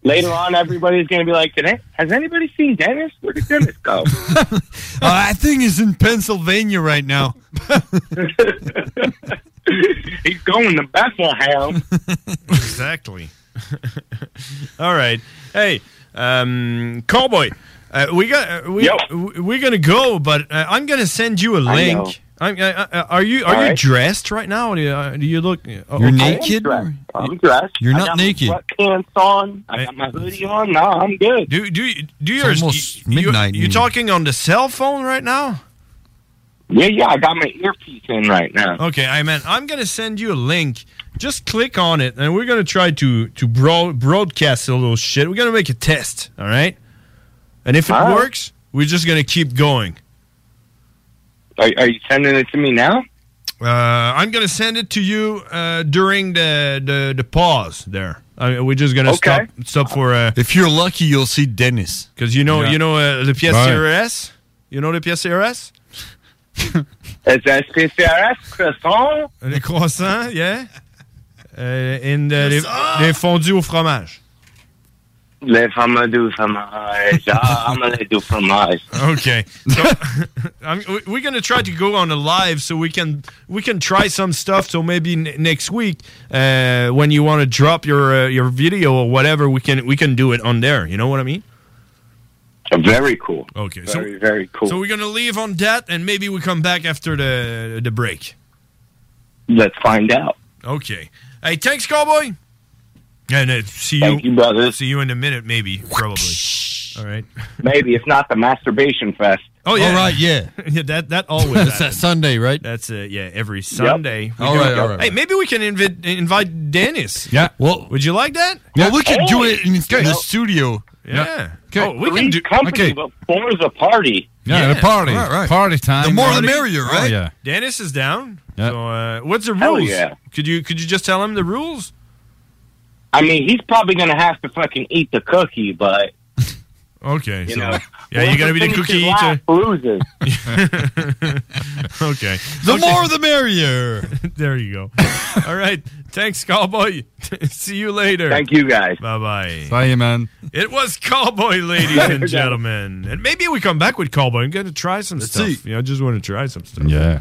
Later on, everybody's going to be like, Today, has anybody seen Dennis? Where did Dennis go? uh, I think he's in Pennsylvania right now. He's going to Bethlehem. exactly. All right. Hey, um, cowboy. Uh, we got uh, we w- we're gonna go, but uh, I'm gonna send you a I know. link. I'm, I, I, are you are All you right. dressed right now? Do you, uh, do you look? Uh, You're naked? I'm dressed. You're I not got my naked. Sweatpants on. I got my hoodie on. No, I'm good. Do do you- do your almost you, midnight You, and- talking on the cell phone right now? Yeah, yeah. I got my earpiece in right now. Okay, I mean, I'm gonna send you a link. Just click on it, and we're gonna try to to broad, broadcast a little shit. We're gonna make a test, all right? And if it All right. works, we're just gonna keep going. Are, are you sending it to me now? Uh, I'm gonna send it to you uh, during the, the the pause there. I we're just gonna Okay. stop stop for uh, If you're lucky, you'll see Dennis. because you know Yeah. you know uh, the pièce Ouais. CRS. You know the pièce CRS. It's a CCRS croissant. Les croissants, yeah. Uh, and uh, les, les fondus au fromage. Les femmes du fromage. Ah, I'm gonna do fromage. Okay. So, I'm, we- we're gonna try to go on a live so we can we can try some stuff. So maybe n- next week, uh, when you want to drop your uh, your video or whatever, we can we can do it on there. You know what I mean? Very cool. Okay. Very, very cool. So we're gonna leave on that, and maybe we come back after the the break. Let's find out. Okay. Hey, thanks, cowboy. And uh, see you, Thank you, brother. See you in a minute, maybe, probably. All right. Maybe it's not the masturbation fest. Oh yeah. All right. yeah. yeah. That that always. That's happens. that Sunday, right? That's uh, yeah. Every Sunday. We All go- right, all right, Hey, all maybe we can invite invite Dennis. Yeah. Well, would you like that? Well, we can do Oh, it in okay. the studio. Yeah. Okay. Oh, we can do. company, Okay. but Four's a party. Yeah, the party. Right, right. Party time. Party. Oh, yeah. Dennis is down. Yeah. So, uh, what's the Hell rules? yeah. Could you could you just tell him the rules? I mean, he's probably gonna have to fucking eat the cookie, but Okay. You so- know. yeah, you're gonna be the Once cookie he laugh, eater. Loses. okay. The Okay. more, the merrier. there you go. All right. Thanks, Cowboy. See you later. Thank you, guys. Bye bye. Bye, man. It was Cowboy, ladies and gentlemen. And maybe we come back with Cowboy. I'm going to try some stuff. see. Yeah, I just want to try some stuff. Yeah.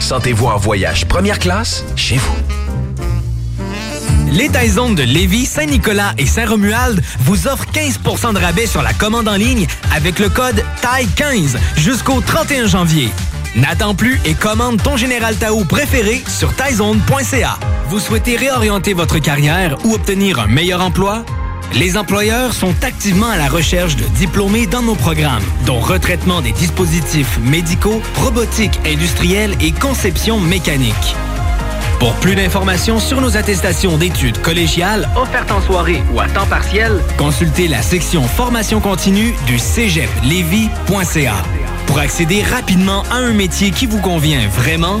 Sentez-vous en voyage première classe chez vous. Les Taizones de Lévis, Saint-Nicolas et Saint-Romuald vous offrent 15 de rabais sur la commande en ligne avec le code TAI15 jusqu'au 31 janvier. N'attends plus et commande ton Général Tao préféré sur taizone.ca. Vous souhaitez réorienter votre carrière ou obtenir un meilleur emploi? Les employeurs sont activement à la recherche de diplômés dans nos programmes, dont retraitement des dispositifs médicaux, robotique industrielle et conception mécanique. Pour plus d'informations sur nos attestations d'études collégiales offertes en soirée ou à temps partiel, consultez la section formation continue du cégeplevy.ca. Pour accéder rapidement à un métier qui vous convient vraiment,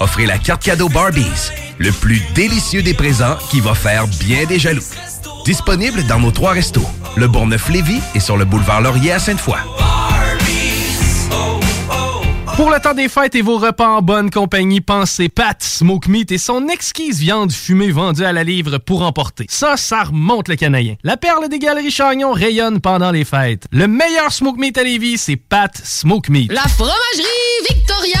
offrez la carte cadeau Barbies, le plus délicieux des présents qui va faire bien des jaloux. Disponible dans nos trois restos, le Bourgneuf-Lévis et sur le boulevard Laurier à Sainte-Foy. Barbies. Oh, oh. Pour le temps des fêtes et vos repas en bonne compagnie, pensez Pat Smoke Meat et son exquise viande fumée vendue à la livre pour emporter. Ça, ça remonte le canadien. La perle des galeries Chagnon rayonne pendant les fêtes. Le meilleur Smoke Meat à Lévis, c'est Pat Smoke Meat. La fromagerie Victoria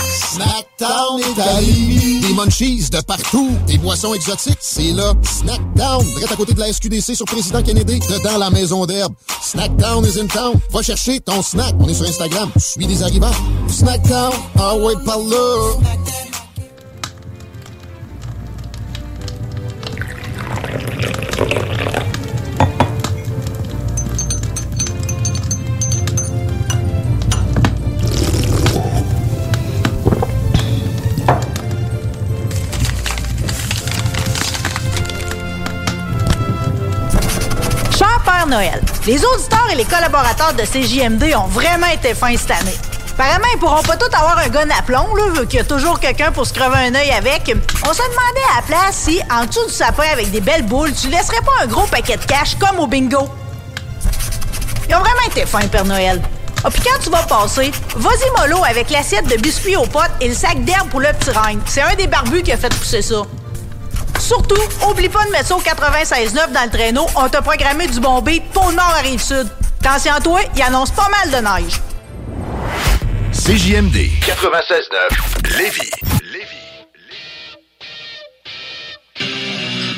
Snackdown Italie. Des munchies de partout, des boissons exotiques, c'est là. Snackdown, direct à côté de la SQDC sur Président Kennedy, dedans la maison d'herbe. Snackdown is in town. Va chercher ton snack. On est sur Instagram. Je suis des arrivants. Snackdown, ah ouais, par là. Cher Père Noël, les auditeurs et les collaborateurs de CJMD ont vraiment été fins cette année. Apparemment, ils pourront pas tous avoir un gun à plomb, là, vu qu'il y a toujours quelqu'un pour se crever un œil avec. On se demandait à la place si, en dessous du sapin avec des belles boules, tu laisserais pas un gros paquet de cash comme au bingo. Ils ont vraiment été fins, Père Noël. Ah, puis quand tu vas passer, vas-y mollo avec l'assiette de biscuits aux potes et le sac d'herbe pour le petit règne. C'est un des barbus qui a fait pousser ça. Surtout, oublie pas de mettre ça au 96.9 dans le traîneau. On t'a programmé du bon beat pour le nord à Rive-Sud. Attention à toi, il annonce pas mal de neige. CJMD 96.9 Lévis.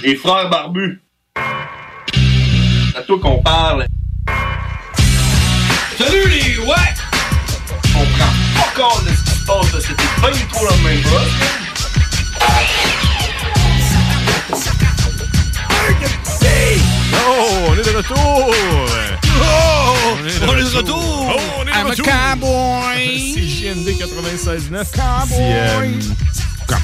Les frères barbus. C'est à toi qu'on parle. Salut les ouais! On prend pas compte de ce qui se passe, là. c'était pas du tout la même chose. Oh, on est de retour! Oh, on est de retour! Oh, on est de I'm a retour! cowboy. C'est JMD 96.9. Cowboy. euh, Ah,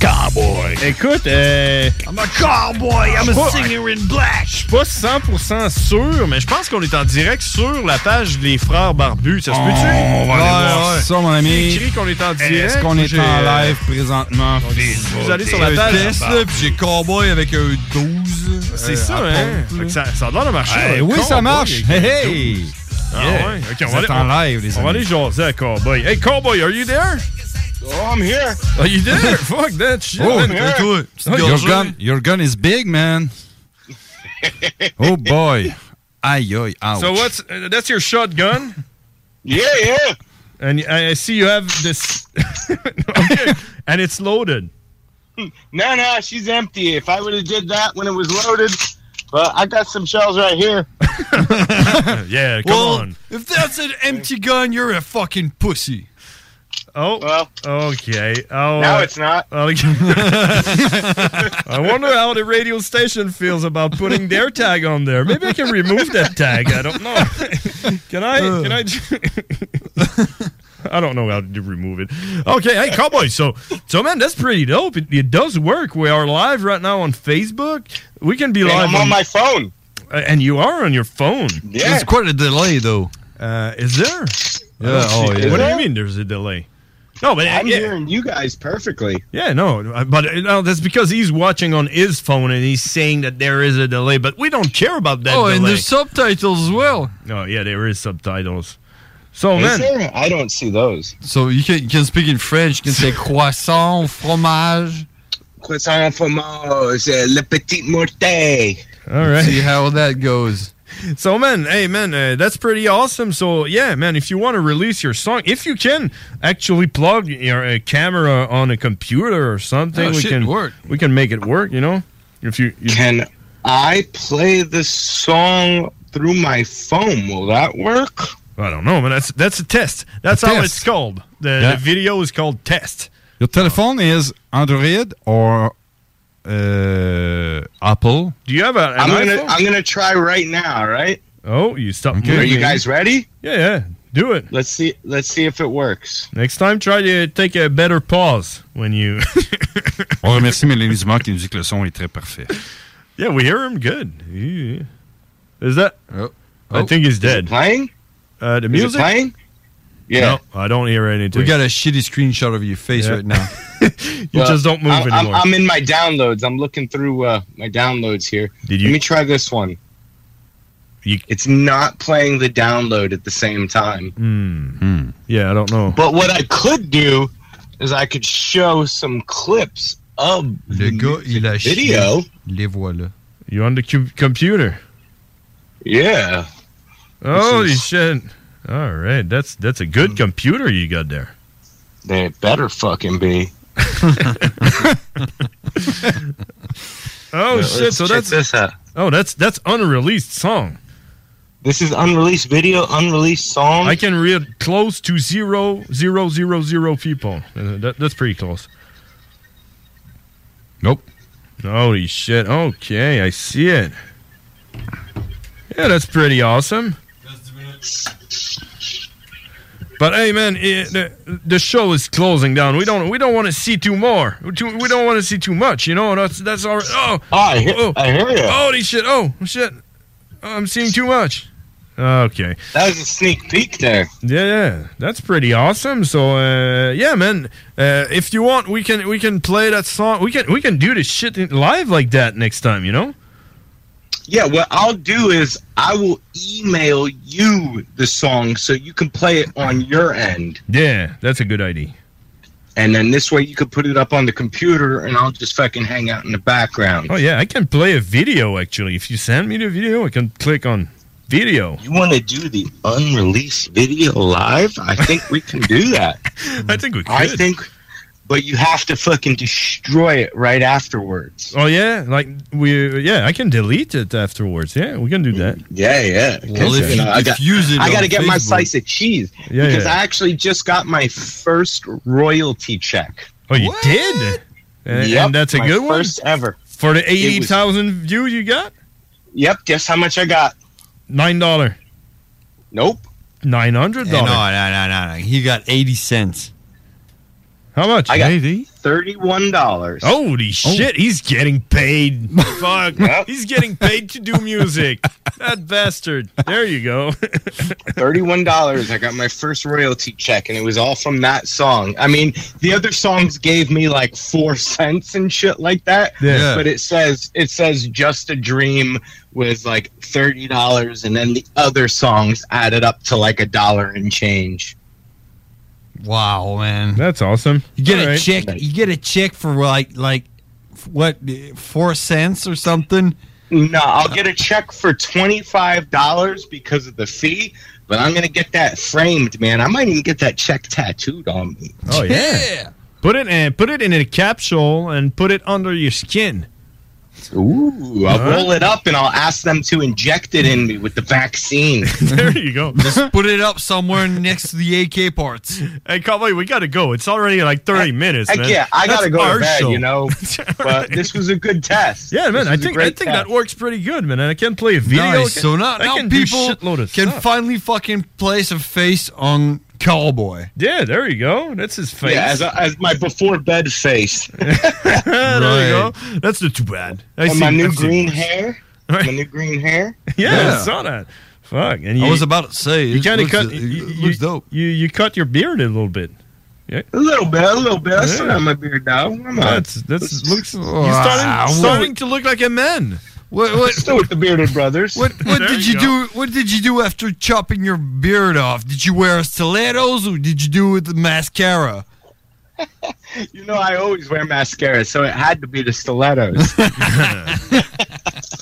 Cowboy! Écoute, euh... I'm a cowboy, I'm a singer in black! Je suis pas 100% sûr, mais je pense qu'on est en direct sur la page des Frères Barbus. Ça se peut-tu? Oh, On va aller voir ça, mon ami. C'est écrit qu'on est en direct. Est-ce qu'on ou est j'ai- euh, en live présentement? Oh, Facebook. Vous allez sur la page. test, là, puis j'ai Cowboy avec un 12. C'est euh, ça, à hein? pompe, Fait que là. ça, ça a l'air de marcher. Eh là, oui, ça Cowboy marche. avec un Hey, hey. 12. Ah Yeah. ouais, ok, on Vous va êtes aller en live, les On va amis. aller jaser à Cowboy. Hey, Cowboy, are you there? Oh, I'm here. Are you there? Fuck that shit. Oh, man. toi, Oh, your, you're gun, your gun is big, man. oh, boy. Aïe, aïe, ouch. So what's uh, that's your shotgun? Yeah, yeah. And I I see you have this. okay, and it's loaded. No, no, she's empty. If I would have did that when it was loaded, but I got some shells right here. yeah, come Well, on. If that's an empty gun, you're a fucking pussy. Oh, well, okay. Oh, No, uh, it's not. okay. I wonder how the radio station feels about putting their tag on there. Maybe I can remove that tag. I don't know. can I? Uh. Can I? j- I don't know how to remove it. Okay, hey cowboy. So, so man, that's pretty dope. It, it does work. We are live right now on Facebook. We can be And live. I'm on my phone. Uh, and you are on your phone. Yeah. There's quite a delay though. Uh, is there? Yeah, oh, yeah. What do you mean? There's a delay. No, but I'm yeah. hearing you guys perfectly. Yeah, no, but uh, no, that's because he's watching on his phone and he's saying that there is a delay, but we don't care about that. Oh, delay. and there's subtitles as well. Oh, yeah, there is subtitles. So, Is Oh, man. there? I don't see those. So you can, you can speak in French. You can say croissant, fromage. Croissant, fromage, uh, le petit mortier. All right. See how that goes. So, man, hey, man, uh, that's pretty awesome. So, yeah, man, if you want to release your song, if you can actually plug your uh, camera on a computer or something, Oh, we shit, can work. We can make it work. You know, if you, you can I play the song through my phone. Will that work? I don't know, man. That's that's a test. That's A how test. it's called. The, Yeah. the video is called test. Your telephone is Android or uh, Apple. Do you have a, an I'm gonna iPhone? I'm gonna try right now. All right. Oh, you stopped. Are you guys ready? Yeah, yeah. Do it. Let's see. Let's see if it works. Next time, try to take a better pause when you. On remercie Mélanie Dumas qui nous dit que le son est très parfait. yeah, we hear him good. Yeah. Is that? I Oh. think he's Is it dead. playing? Uh, Is the it music playing? Yeah. No, I don't hear anything. We got a shitty screenshot of your face Yeah. right now. you Well, just don't move I'm, I'm- anymore. I'm, in my downloads. I'm looking through uh, my downloads here. Did you- Let me try this one. It's not playing the download at the same time. Hmm. Hmm. Yeah, I don't know. But what I could do is I could show some clips of Le gars, il a chié. Video? Les voilà. You're on the cu- computer. Yeah. Holy is- shit! All right, that's that's a good computer you got there. They better fucking be. Oh Let's shit! So check that's this out. oh that's that's unreleased song. This is unreleased video, unreleased song. I can read close to zero zero zero zero people. Uh, that, that's pretty close. Nope. Holy shit! Okay, I see it. Yeah, that's pretty awesome. But hey, man, it, the, the show is closing down. We don't we don't want to see too more. We too- we don't want to see too much. You know, that's that's our oh. Ah, I hear- I hear ya. Holy shit! Oh shit! I'm seeing too much. Okay. That was a sneak peek there. Yeah, yeah, that's pretty awesome. So, uh, yeah, man, uh, if you want, we can we can play that song. We can we can do this shit in- live like that next time. You know? Yeah, what I'll do is I will email you the song so you can play it on your end. Yeah, that's a good idea. And then this way you could put it up on the computer and I'll just fucking hang out in the background. Oh yeah, I can play a video actually. If you send me the video, I can click on video. You want to do the unreleased video live? I think we can do that. I think we could. I think, but you have to fucking destroy it right afterwards. Oh yeah, like we yeah, I can delete it afterwards. Yeah, we can do that. Yeah, yeah. 'Cause, Well, if you know, you I got, diffuse it I on got to get my Facebook. slice of cheese Yeah, because yeah. I actually just got my first royalty check. Oh, you did? And, Yep, and that's a my good one first ever for the It was- eighty thousand views you got. Yep. Guess how much I got? Nine dollar. Nope. Nine hundred Eh, no, dollar. no, no, no, no. He got 80 cents. How much? I got Eighty? thirty-one dollars. Oh. Holy shit, he's getting paid. Fuck. Yeah. He's getting paid to do music. that bastard. There you go. Thirty-one dollars. I got my first royalty check, and it was all from that song. I mean, the other songs gave me like four cents and shit like that. Yeah. But it says it says "Just a Dream" was like thirty dollars, and then the other songs added up to like a dollar and change. Wow, man. That's awesome. You get All a right. check. You get a check for like like f- what four cents or something. No, I'll get a check for twenty-five dollars because of the fee. But I'm gonna get that framed, man. I might even get that check tattooed on me. Oh yeah. Put it in put it in a capsule and put it under your skin. Ooh, I'll roll it up and I'll ask them to inject it in me with the vaccine. There you go. Just put it up somewhere next to the AK parts. Hey Cowboy, we gotta go. It's already like thirty minutes. Heck man. yeah, I That's gotta go our to bed, show. you know. But this was a good test. Yeah, man, This I was a think I great think test. that works pretty good, man. And I can play a video. nice. I can- so now, I now can do people shitload of can stuff. finally fucking place a face on Cowboy. Yeah, there you go. That's his face. Yeah, as, as my before bed face. there you go. That's the too bad. I and see- my new I've seen green worse. hair. My new green hair. Yeah, Yeah. I saw that. Fuck. And I you, was about to say you it kind of looks- cut. it you, looks dope. You, you cut your beard a little bit. A little bit, a little bit. I still got Oh, my beard now. Come on. That's- that's looks. He's You're starting, starting to look like a man. What, what, still with the bearded brothers? What, what There did you you, go. do? What did you do after chopping your beard off? Did you wear stilettos or did you do it with the mascara? You know, I always wear mascara, so it had to be the stilettos.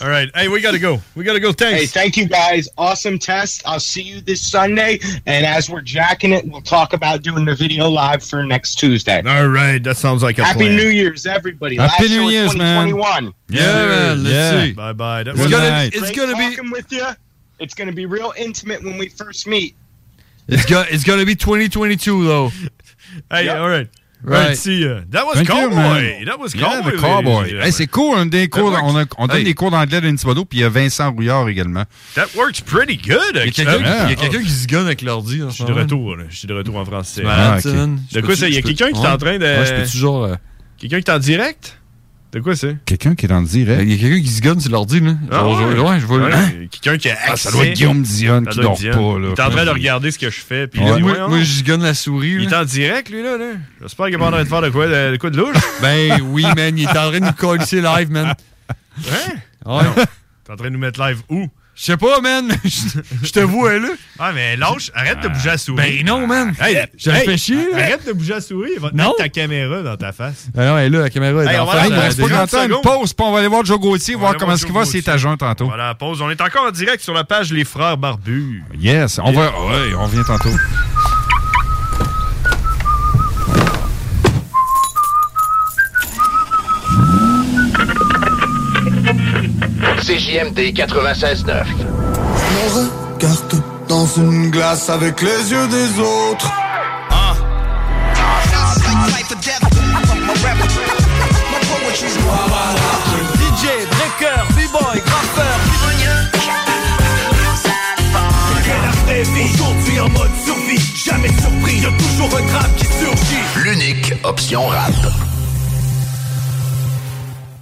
All right. Hey, we got to go. We got to go. Thanks. Hey, thank you guys. Awesome test. I'll see you this Sunday. And as we're jacking it, we'll talk about doing the video live for next Tuesday. All right. That sounds like a Happy plan. New Year's, everybody. Happy Last New show of Year's, man. 2021. Yeah, man, let's Yeah. see. Bye-bye. That was good night. It's gonna be talking with you. It's gonna be real intimate when we first meet. It's gonna it's gonna be 2022 though. Hey, all right. Right. All right, see ya. That was Thank you, Cowboy. man. that was Yeah, Cowboy. the ladies and Cowboy. gentlemen. Hey, c'est cool. On, a des cours, That on, a- works. on donne Hey. des cours d'anglais à Nisbado, puis il y a Vincent Rouillard également. That works pretty good, Il y a actually. quelqu'un qui- il y a quelqu'un qui se gonne avec l'ordi. Je suis de retour, là. Je suis de retour en français. malade, Ah, ok. Steven. De Je quoi peux- ça? Il y a je peux- quelqu'un qui est ouais. en train de. Ouais, je peux toujours, Quelqu'un qui est en direct? De quoi c'est? Quelqu'un qui est en direct. Il y a quelqu'un qui se gonne sur l'ordi, là. Ah, Oh, ouais. je- ouais, je vois le- Ouais, hein? Quelqu'un qui a Ah, accès. ça doit être Guillaume Dionne Ça qui doit être dort Dionne. pas, là. Il est en train de regarder ce que je fais. Puis il Ouais. dit, Moi- voyons. moi, je gonne la souris. Il est en direct, lui, là. là. J'espère qu'il va en train de faire de quoi de, de quoi de louche. Ben oui, man, il est en train de nous colisser live, man. Hein? Ouais. Non. T'es en train de nous mettre live où? Je sais pas, man. Je je te vois, là. Ah, mais lâche, arrête de bouger la souris. Ben non, man. Hey, je le hey, fais chier, là. Arrête de bouger la souris. Il va te Non. mettre ta caméra dans ta face. Ah non, elle est là, la caméra est Hey, en on va face. aller Hey, dans il reste les pas 30 longtemps, une secondes. pause, puis on va aller voir Joe Gauthier, On va voir aller comment voir est-ce qu'il Joe va, c'est ta joint tantôt. Voilà, pause. On est encore en direct sur la page Les Frères Barbus. Yes, on va. Ouais, on revient tantôt. CJMD 96.9. me regarde dans une glace avec les yeux des autres. DJ, breaker, b-boy, graffeur, vraie vie. Aujourd'hui en mode survie, jamais surpris, y'a toujours un drame qui surgit. L'unique option rap.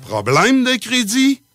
Problème de crédit?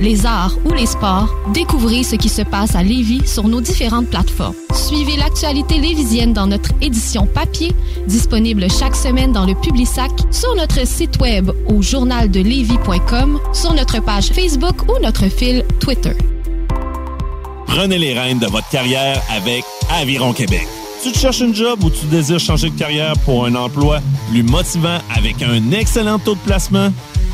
les arts ou les sports, découvrez ce qui se passe à Lévis sur nos différentes plateformes. Suivez l'actualité lévisienne dans notre édition papier, disponible chaque semaine dans le Publisac, sur notre site web au journaldelevis.com, sur notre page Facebook ou notre fil Twitter. Prenez les rênes de votre carrière avec Aviron Québec. Tu te cherches une job ou tu désires changer de carrière pour un emploi plus motivant avec un excellent taux de placement?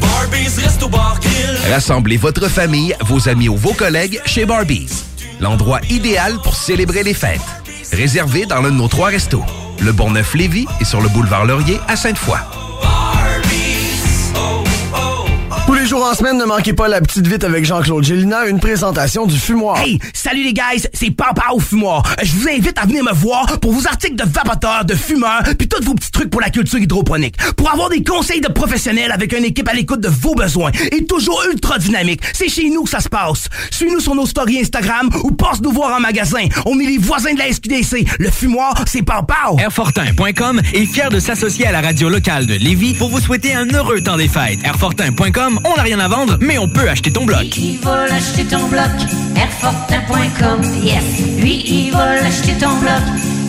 Barbies Resto Bar Grill. Rassemblez votre famille, vos amis ou vos collègues chez Barbies. L'endroit idéal pour célébrer les fêtes. Réservé dans l'un de nos trois restos. Le Bonneuf-Lévis et sur le boulevard Laurier à Sainte-Foy. Tous les jours en semaine, ne manquez pas la petite vite avec Jean-Claude Gélina, une présentation du fumoir. Hey, salut les guys, c'est Papa au fumoir. Je vous invite à venir me voir pour vos articles de vapoteurs, de fumeurs, puis tous vos petits trucs pour la culture hydroponique. Pour avoir des conseils de professionnels avec une équipe à l'écoute de vos besoins et toujours ultra dynamique. C'est chez nous que ça se passe. Suis-nous sur nos stories Instagram ou passe nous voir en magasin. On est les voisins de la SQDC. Le fumoir, c'est Papa. Airfortin.com est fier de s'associer à la radio locale de Lévis pour vous souhaiter un heureux temps des fêtes. Airfortin.com, on n'a rien à vendre, mais on peut acheter ton bloc. Lui, il va l'acheter ton bloc, Airfortin.com, yes. Lui, il va l'acheter ton bloc,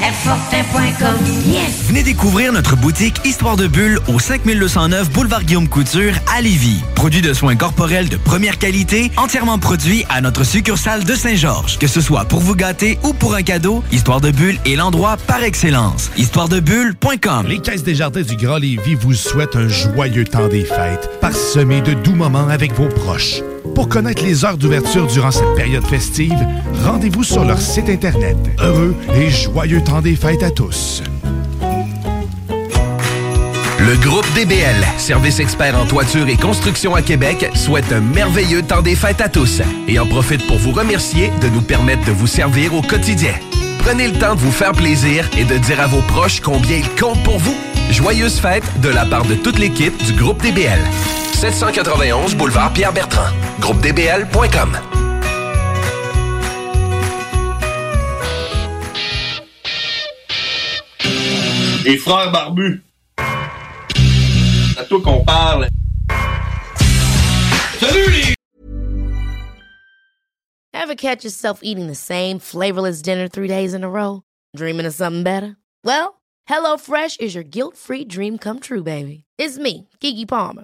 Airfortin.com, yes. Venez découvrir notre boutique Histoire de Bulle au 5209 Boulevard Guillaume Couture à Lévis. Produit de soins corporels de première qualité, entièrement produit à notre succursale de Saint-Georges. Que ce soit pour vous gâter ou pour un cadeau, Histoire de Bulle est l'endroit par excellence. Histoiredebulle.com Les Caisses des Jardins du Grand Lévis vous souhaitent un joyeux temps des fêtes, parsemé de doux moments avec vos proches. Pour connaître les heures d'ouverture durant cette période festive, rendez-vous sur leur site Internet. Heureux et joyeux temps des fêtes à tous. Le groupe DBL, service expert en toiture et construction à Québec, souhaite un merveilleux temps des fêtes à tous et en profite pour vous remercier de nous permettre de vous servir au quotidien. Prenez le temps de vous faire plaisir et de dire à vos proches combien ils comptent pour vous. Joyeuses fêtes de la part de toute l'équipe du groupe DBL. 791 boulevard Pierre Bertrand. Groupe DBL.com. Les frères barbus. C'est à toi qu'on parle. Salut les Ever catch yourself eating the same flavorless dinner three days in a row? Dreaming of something better? Well, HelloFresh is your guilt free dream come true, baby. It's me, Kiki Palmer.